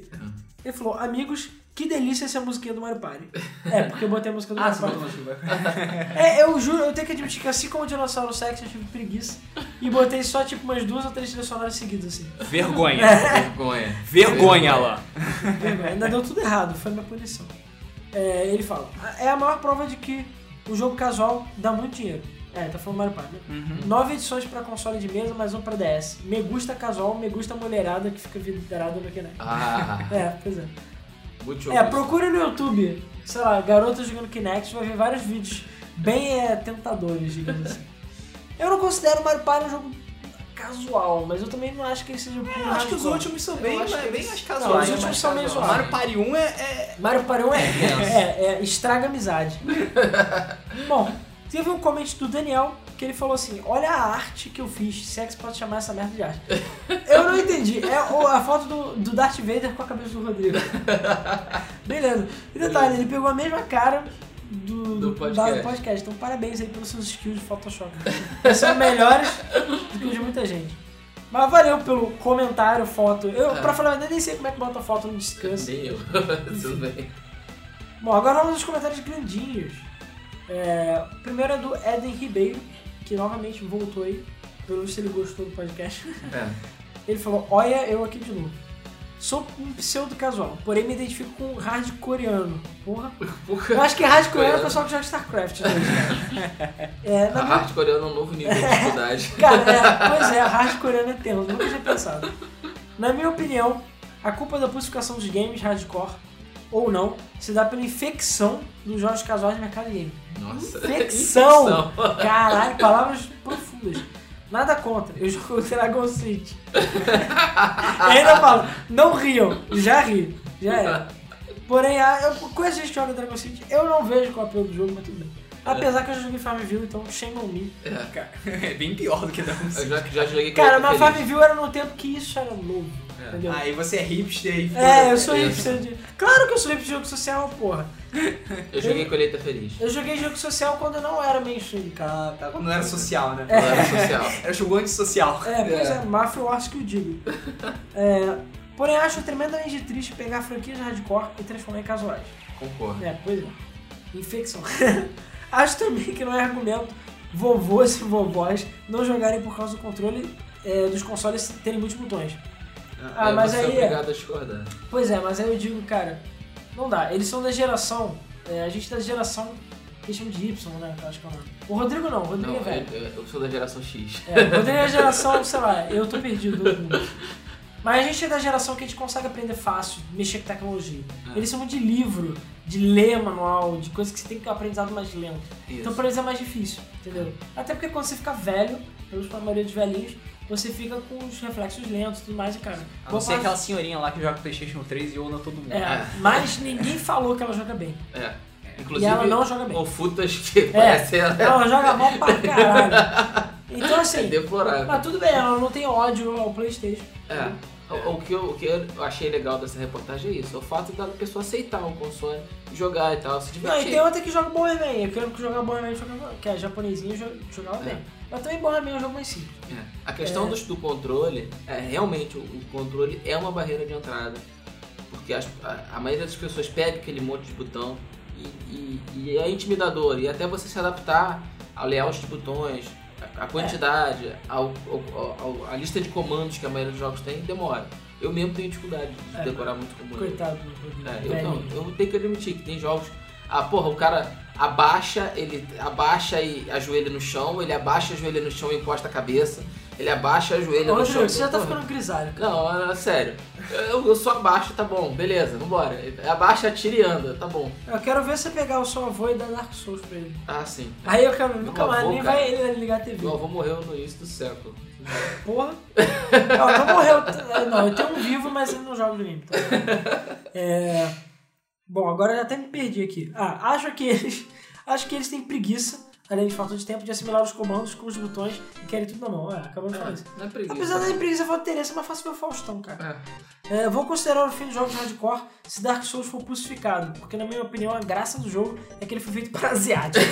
[SPEAKER 2] Ele falou, amigos, que delícia essa musiquinha do Mario Party. É, porque eu botei a música do
[SPEAKER 4] Ah,
[SPEAKER 2] Mario
[SPEAKER 4] você
[SPEAKER 2] Party.
[SPEAKER 4] botou no
[SPEAKER 2] É, eu juro, eu tenho que admitir que assim como o Dinossauro Sex, eu tive preguiça. E botei só tipo umas duas ou três trilhas sonoras seguidas, assim.
[SPEAKER 1] Vergonha.
[SPEAKER 3] Vergonha.
[SPEAKER 1] Vergonha, lá.
[SPEAKER 2] Vergonha. Ainda deu tudo errado, foi minha punição. É, ele fala, é a maior prova de que o jogo casual dá muito dinheiro. É, tá falando Mario
[SPEAKER 1] Hum.
[SPEAKER 2] Party, né? Nove edições pra console de mesa, mais um pra DS. Me gusta casual, me gusta mulherada que fica vidrada no Kinect.
[SPEAKER 3] Ah,
[SPEAKER 2] É, pois é.
[SPEAKER 3] muito jogo.
[SPEAKER 2] É, procure no YouTube, sei lá, garotas jogando Kinect, vai ver vários vídeos bem é, tentadores, digamos assim. Eu não considero Mario Party um jogo casual, mas eu também não acho que ele seja um
[SPEAKER 1] É, Eu acho que os últimos são bem,
[SPEAKER 3] Eu acho que
[SPEAKER 1] bem
[SPEAKER 3] eles-
[SPEAKER 1] mais
[SPEAKER 2] Não,
[SPEAKER 1] casuais.
[SPEAKER 2] os
[SPEAKER 1] né?
[SPEAKER 2] últimos
[SPEAKER 3] mais
[SPEAKER 2] são meio
[SPEAKER 3] casual.
[SPEAKER 1] O
[SPEAKER 2] zoados.
[SPEAKER 1] Mario Party 1 é, é-
[SPEAKER 2] Mario Party 1 é, é, é, estraga a amizade. Bom, teve um comentário do Daniel que ele falou assim: Olha a arte que eu fiz, se é que você pode chamar essa merda de arte. Eu não entendi. É o- a foto do, do Darth Vader com a cabeça do Rodrigo. Beleza. E detalhe, ele pegou a mesma cara do,
[SPEAKER 3] Do
[SPEAKER 2] da-
[SPEAKER 3] podcast.
[SPEAKER 2] do podcast. Então, parabéns aí pelos seus skills de Photoshop. Eles são melhores do que os de muita gente. Mas valeu pelo comentário, foto.
[SPEAKER 3] Ah.
[SPEAKER 2] Eu, pra falar, a verdade, nem sei como é que bota foto no descanso.
[SPEAKER 3] Nem eu. Tudo bem.
[SPEAKER 2] Bom, agora vamos aos comentários grandinhos. É, o primeiro é do Eden Ribeiro, que novamente voltou aí, pelo visto ele gostou do podcast. Ele falou: Olha, eu aqui de novo. Sou um pseudo casual, porém me identifico com hard coreano. Porra.
[SPEAKER 3] Porra.
[SPEAKER 2] Eu acho que hard coreano é o
[SPEAKER 3] Coreano.
[SPEAKER 2] pessoal que joga StarCraft. Né? É,
[SPEAKER 3] A
[SPEAKER 2] na minha
[SPEAKER 3] arte coreana é um novo nível de dificuldade.
[SPEAKER 2] Cara, é, pois é, a rádio coreana é tenso, nunca tinha pensado. Na minha opinião, a culpa da pulsificação dos games hardcore, ou não, se dá pela infecção dos jogos casuais no mercado de game.
[SPEAKER 3] Nossa.
[SPEAKER 2] Infecção! Caralho, palavras profundas. Nada contra, eu jogo o Dragon City. e ainda falo, não riam, já ri, já é. Porém, a- eu conheço gente que joga Dragon City, eu não vejo qual é o apelo do jogo, mas tudo bem. Apesar que eu já joguei Farmville, então shame on me.
[SPEAKER 1] é bem pior do que da
[SPEAKER 3] Eu
[SPEAKER 1] música.
[SPEAKER 3] já, já joguei
[SPEAKER 2] Cara,
[SPEAKER 3] Coloca
[SPEAKER 2] mas
[SPEAKER 3] Feliz.
[SPEAKER 2] Farmville era no tempo que isso era novo, entendeu?
[SPEAKER 1] Aí você é hipster e
[SPEAKER 2] É, eu sou
[SPEAKER 3] É.
[SPEAKER 2] hipster de... Claro que eu sou hipster de jogo social, porra.
[SPEAKER 3] É. Eu joguei Colheita Feliz.
[SPEAKER 2] Eu joguei jogo social quando eu não era mainstream, cara.
[SPEAKER 1] Ah, tá. Quando não era social, né?
[SPEAKER 3] Não era social.
[SPEAKER 1] Era jogo antissocial.
[SPEAKER 2] É, pois é, Mafia eu acho que eu digo. É, porém, acho tremendamente triste pegar franquias hardcore e transformar em casuais.
[SPEAKER 3] Concordo.
[SPEAKER 2] É, pois é. Infecção. Acho também que não é argumento vovôs e vovós não jogarem por causa do controle é, dos consoles terem muitos botões. Ah,
[SPEAKER 3] É,
[SPEAKER 2] mas
[SPEAKER 3] você
[SPEAKER 2] aí
[SPEAKER 3] é obrigado a discordar.
[SPEAKER 2] Pois é, mas aí eu digo, cara, não dá. Eles são da geração. é, a gente é da geração. Que chamam de Y, né? Eu Acho que é o nome. O Rodrigo não, o Rodrigo
[SPEAKER 3] Não,
[SPEAKER 2] é velho.
[SPEAKER 3] eu, eu sou da geração X.
[SPEAKER 2] É, o Rodrigo é a geração, sei lá, eu tô perdido. todo mundo. Mas a gente é da geração que a gente consegue aprender fácil, mexer com tecnologia.
[SPEAKER 3] É.
[SPEAKER 2] Eles são muito de livro, de ler manual, de coisas que você tem que um aprendizado mais lento.
[SPEAKER 3] Isso.
[SPEAKER 2] Então pra eles é mais difícil, entendeu? Até porque quando você fica velho, pelo menos pra maioria dos velhinhos, você fica com os reflexos lentos e tudo mais, e cara.
[SPEAKER 1] A não
[SPEAKER 2] boa
[SPEAKER 1] ser
[SPEAKER 2] parte-
[SPEAKER 1] aquela senhorinha lá que joga Playstation 3 e ona todo mundo. Ah,
[SPEAKER 2] É, mas ninguém falou que ela joga bem.
[SPEAKER 3] É.
[SPEAKER 2] e
[SPEAKER 3] Inclusive,
[SPEAKER 2] ela não joga bem. É.
[SPEAKER 3] o Futas que parece ela
[SPEAKER 2] Ela joga mal pra caralho. Então
[SPEAKER 3] é
[SPEAKER 2] assim,
[SPEAKER 3] deplorável.
[SPEAKER 2] mas tudo bem, ela não tem ódio ao Playstation.
[SPEAKER 3] É. O, o que eu, o que eu achei legal dessa reportagem é isso, é o fato da pessoa aceitar o console, jogar e tal, se
[SPEAKER 2] Não, e
[SPEAKER 3] divertir.
[SPEAKER 2] tem outra que joga Bomberman. Eu quero que jogava Bomberman, jogava, que é japonesinho, jo- jogava
[SPEAKER 3] É.
[SPEAKER 2] bem. Mas também Bomberman é um jogo mais simples.
[SPEAKER 3] É. A questão
[SPEAKER 2] É.
[SPEAKER 3] dos- do, controle, é, realmente o, o controle é uma barreira de entrada. Porque as- a, a maioria das pessoas pega aquele monte de botão e, e- e é intimidador. E até você se adaptar ao layout de botões, a, a quantidade, ao- ao- ao- a lista de comandos que a maioria dos jogos tem, demora. Eu mesmo tenho dificuldade de
[SPEAKER 2] É.
[SPEAKER 3] decorar muito comando.
[SPEAKER 2] Coitado do- do
[SPEAKER 3] Uhum. É, eu, não,
[SPEAKER 2] velhinho.
[SPEAKER 3] eu tenho que admitir que tem jogos. Ah, porra, o cara abaixa, ele abaixa e ajoelha no chão, ele abaixa, ajoelha no chão e encosta a cabeça, ele abaixa, ajoelha no chão.
[SPEAKER 2] Rodrigo, você já tá
[SPEAKER 3] Porra.
[SPEAKER 2] ficando grisalho. cara.
[SPEAKER 3] Não, é sério. Eu, eu só abaixo, tá bom, beleza, vambora. Abaixa, atira e anda, tá bom.
[SPEAKER 2] Eu quero ver você pegar o seu avô e dar Dark Souls pra ele.
[SPEAKER 3] Ah, sim.
[SPEAKER 2] Aí eu quero, nunca
[SPEAKER 3] Meu
[SPEAKER 2] mais
[SPEAKER 3] avô,
[SPEAKER 2] nem
[SPEAKER 3] cara.
[SPEAKER 2] vai ele ligar a TV.
[SPEAKER 3] Meu avô morreu no início do século.
[SPEAKER 2] Porra. Não, não morreu. t- Não, eu tenho um vivo, mas eu não jogo videogame. Então. É... Bom, agora eu já até me perdi aqui. Ah, acho que eles. Acho que eles têm preguiça, além de falta de tempo, de assimilar os comandos com os botões e querem tudo na mão. É, acabamos de falar isso.
[SPEAKER 3] É, não é preguiça.
[SPEAKER 2] Apesar da preguiça, eu vou ter interesse, mas faço meu Faustão, cara.
[SPEAKER 3] É,
[SPEAKER 2] É, vou considerar o fim do jogo de hardcore se Dark Souls for pulsificado, porque na minha opinião a graça do jogo é que ele foi feito para asiático.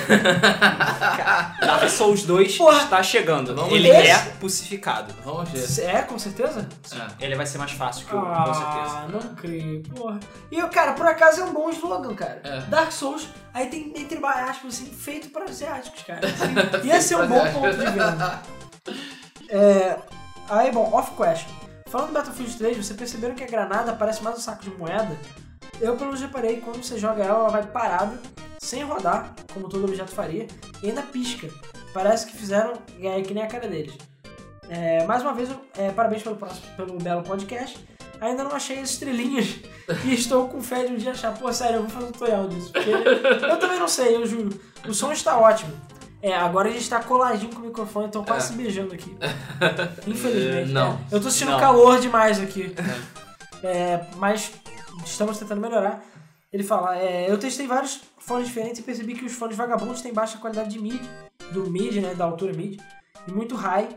[SPEAKER 1] Dark Souls 2
[SPEAKER 2] Porra.
[SPEAKER 1] está tá chegando.
[SPEAKER 3] Vamos
[SPEAKER 1] Ele
[SPEAKER 2] ver.
[SPEAKER 1] é pulsificado.
[SPEAKER 3] Vamos ver.
[SPEAKER 2] é, com certeza?
[SPEAKER 3] É.
[SPEAKER 1] Ele vai ser mais fácil que o com certeza.
[SPEAKER 2] Ah, não creio, porra. E, cara, por acaso é um bom slogan, cara.
[SPEAKER 3] É.
[SPEAKER 2] Dark Souls, aí tem entre aspas assim, feito para asiáticos, cara. Assim, ia ser um bom ponto de venda. É, aí, bom, off question. Falando do Battlefield 3, vocês perceberam que a granada parece mais um saco de moeda? Eu, pelo menos, reparei que quando você joga ela, ela vai parada, sem rodar, como todo objeto faria, e ainda pisca. Parece que fizeram é, que nem a cara deles. É, mais uma vez, é, parabéns pelo, próximo- pelo belo podcast. Ainda não achei as estrelinhas e estou com fé de um dia achar. Pô, sério, eu vou fazer um tutorial disso. Porque eu também não sei, eu juro. O som está ótimo. É, agora a gente está coladinho com o microfone, estão quase se beijando aqui. Infelizmente. é.
[SPEAKER 3] Eh, não.
[SPEAKER 2] Eu tô sentindo
[SPEAKER 1] Não.
[SPEAKER 2] calor demais aqui. É, mas estamos tentando melhorar. Ele fala, é, eu testei vários fones diferentes e percebi que os fones vagabundos têm baixa qualidade de mid, do mid, né, da altura mid, e muito high.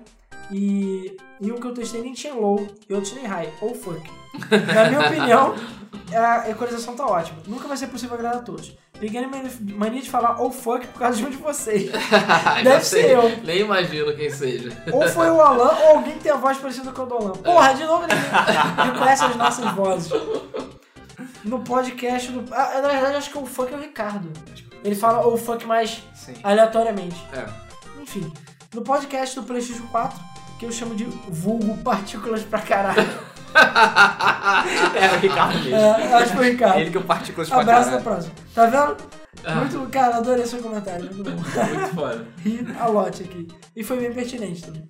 [SPEAKER 2] E, e o que eu testei nem tinha low, e outros nem high, ou fuck. Na minha opinião, é, a equalização tá ótima. Nunca vai ser possível agradar a todos. Peguei a mani- mania de falar ou fuck por causa de um de vocês.
[SPEAKER 3] É. Já
[SPEAKER 2] Deve
[SPEAKER 3] sei.
[SPEAKER 2] ser eu.
[SPEAKER 3] Nem imagino quem seja.
[SPEAKER 2] Ou foi o Alan, ou alguém que tem a voz parecida com a do Alan. Porra, de novo ele conhece as nossas vozes. No podcast do. Ah, na verdade, acho que o funk é o Ricardo. Ele fala o funk mais
[SPEAKER 1] Sim.
[SPEAKER 2] aleatoriamente.
[SPEAKER 3] É.
[SPEAKER 2] Enfim, no podcast do PlayStation 4, que eu chamo de vulgo partículas pra caralho.
[SPEAKER 1] É o Ricardo mesmo.
[SPEAKER 2] É, acho que foi o Ricardo.
[SPEAKER 1] Ele que eu partículas pra
[SPEAKER 2] Abraço
[SPEAKER 1] caralho. Ah.
[SPEAKER 2] na próxima. Tá vendo? Muito, cara, adorei seu comentário. Muito bom.
[SPEAKER 3] Muito foda.
[SPEAKER 2] ri a lote aqui. E foi bem pertinente também.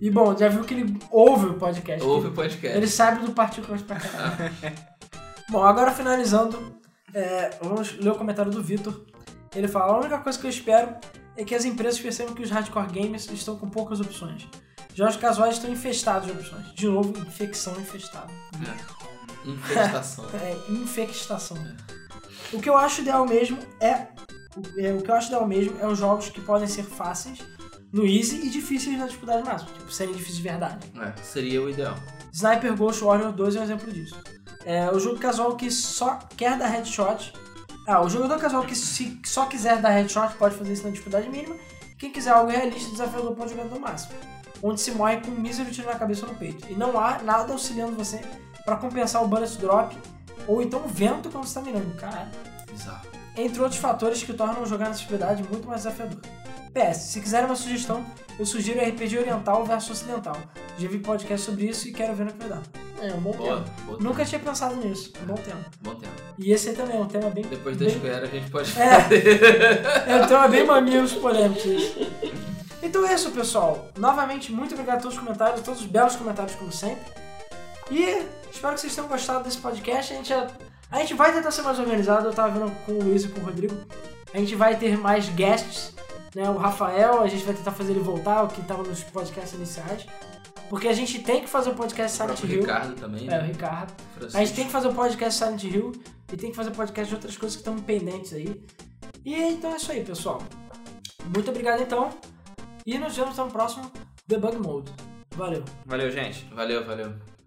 [SPEAKER 2] E bom, já viu que ele ouve o podcast.
[SPEAKER 3] Ouve o podcast.
[SPEAKER 2] Ele sabe do partículas pra caralho. bom, agora finalizando, é, vamos ler o comentário do Vitor. Ele fala: a única coisa que eu espero é que as empresas percebam que os hardcore gamers estão com poucas opções. Jogos casuais estão infestados de opções. De novo, infecção infestada.
[SPEAKER 3] É. Infestação.
[SPEAKER 2] É, infestação. O que eu acho ideal mesmo é, é, O que eu acho ideal mesmo é os jogos que podem ser fáceis no easy e difíceis na dificuldade máxima. Tipo, serem difíceis de verdade.
[SPEAKER 3] É, seria o ideal.
[SPEAKER 2] Sniper Ghost Warrior 2 é um exemplo disso. É, o jogo casual que só quer dar headshot. Ah, o jogador casual que se que só quiser dar headshot pode fazer isso na dificuldade mínima. Quem quiser algo realista, desafiador pode jogar no máximo. Onde se morre com um mísero tiro na cabeça ou no peito. E não há nada auxiliando você pra compensar o bullet drop ou então o vento quando você tá mirando. Caralho
[SPEAKER 3] Bizarro.
[SPEAKER 2] entre outros fatores que tornam jogar nessa atividade muito mais desafiador. PS, se quiserem uma sugestão, eu sugiro RPG Oriental versus Ocidental. Já vi podcast sobre isso e quero ver no que vai dar. É um bom
[SPEAKER 3] Boa,
[SPEAKER 2] tema.
[SPEAKER 3] boa.
[SPEAKER 2] Nunca tinha pensado nisso. Um bom tema.
[SPEAKER 3] Bom tempo.
[SPEAKER 2] E esse aí também é um tema bem.
[SPEAKER 3] Depois da
[SPEAKER 2] bem,
[SPEAKER 3] espera a gente pode
[SPEAKER 2] É um tema bem mamilos polêmicos. esse. Então é isso, pessoal. Novamente, muito obrigado a todos os comentários, todos os belos comentários, como sempre. E espero que vocês tenham gostado desse podcast. A gente, é- a gente vai tentar ser mais organizado. Eu tava vendo com o Luiz e com o Rodrigo. A gente vai ter mais guests, né? O Rafael, a gente vai tentar fazer ele voltar, o que tava nos podcasts iniciais. Porque a gente tem que fazer o podcast
[SPEAKER 3] O
[SPEAKER 2] Silent
[SPEAKER 3] próprio
[SPEAKER 2] Hill.
[SPEAKER 3] Ricardo também,
[SPEAKER 2] É, o
[SPEAKER 3] né?
[SPEAKER 2] Ricardo.
[SPEAKER 3] Francisco.
[SPEAKER 2] A gente tem que fazer o podcast Silent Hill e tem que fazer o podcast de outras coisas que estão pendentes aí. E então é isso aí, pessoal. Muito obrigado então. E nos vemos no próximo Debug Mode. Valeu.
[SPEAKER 1] Valeu, gente.
[SPEAKER 3] Valeu, valeu.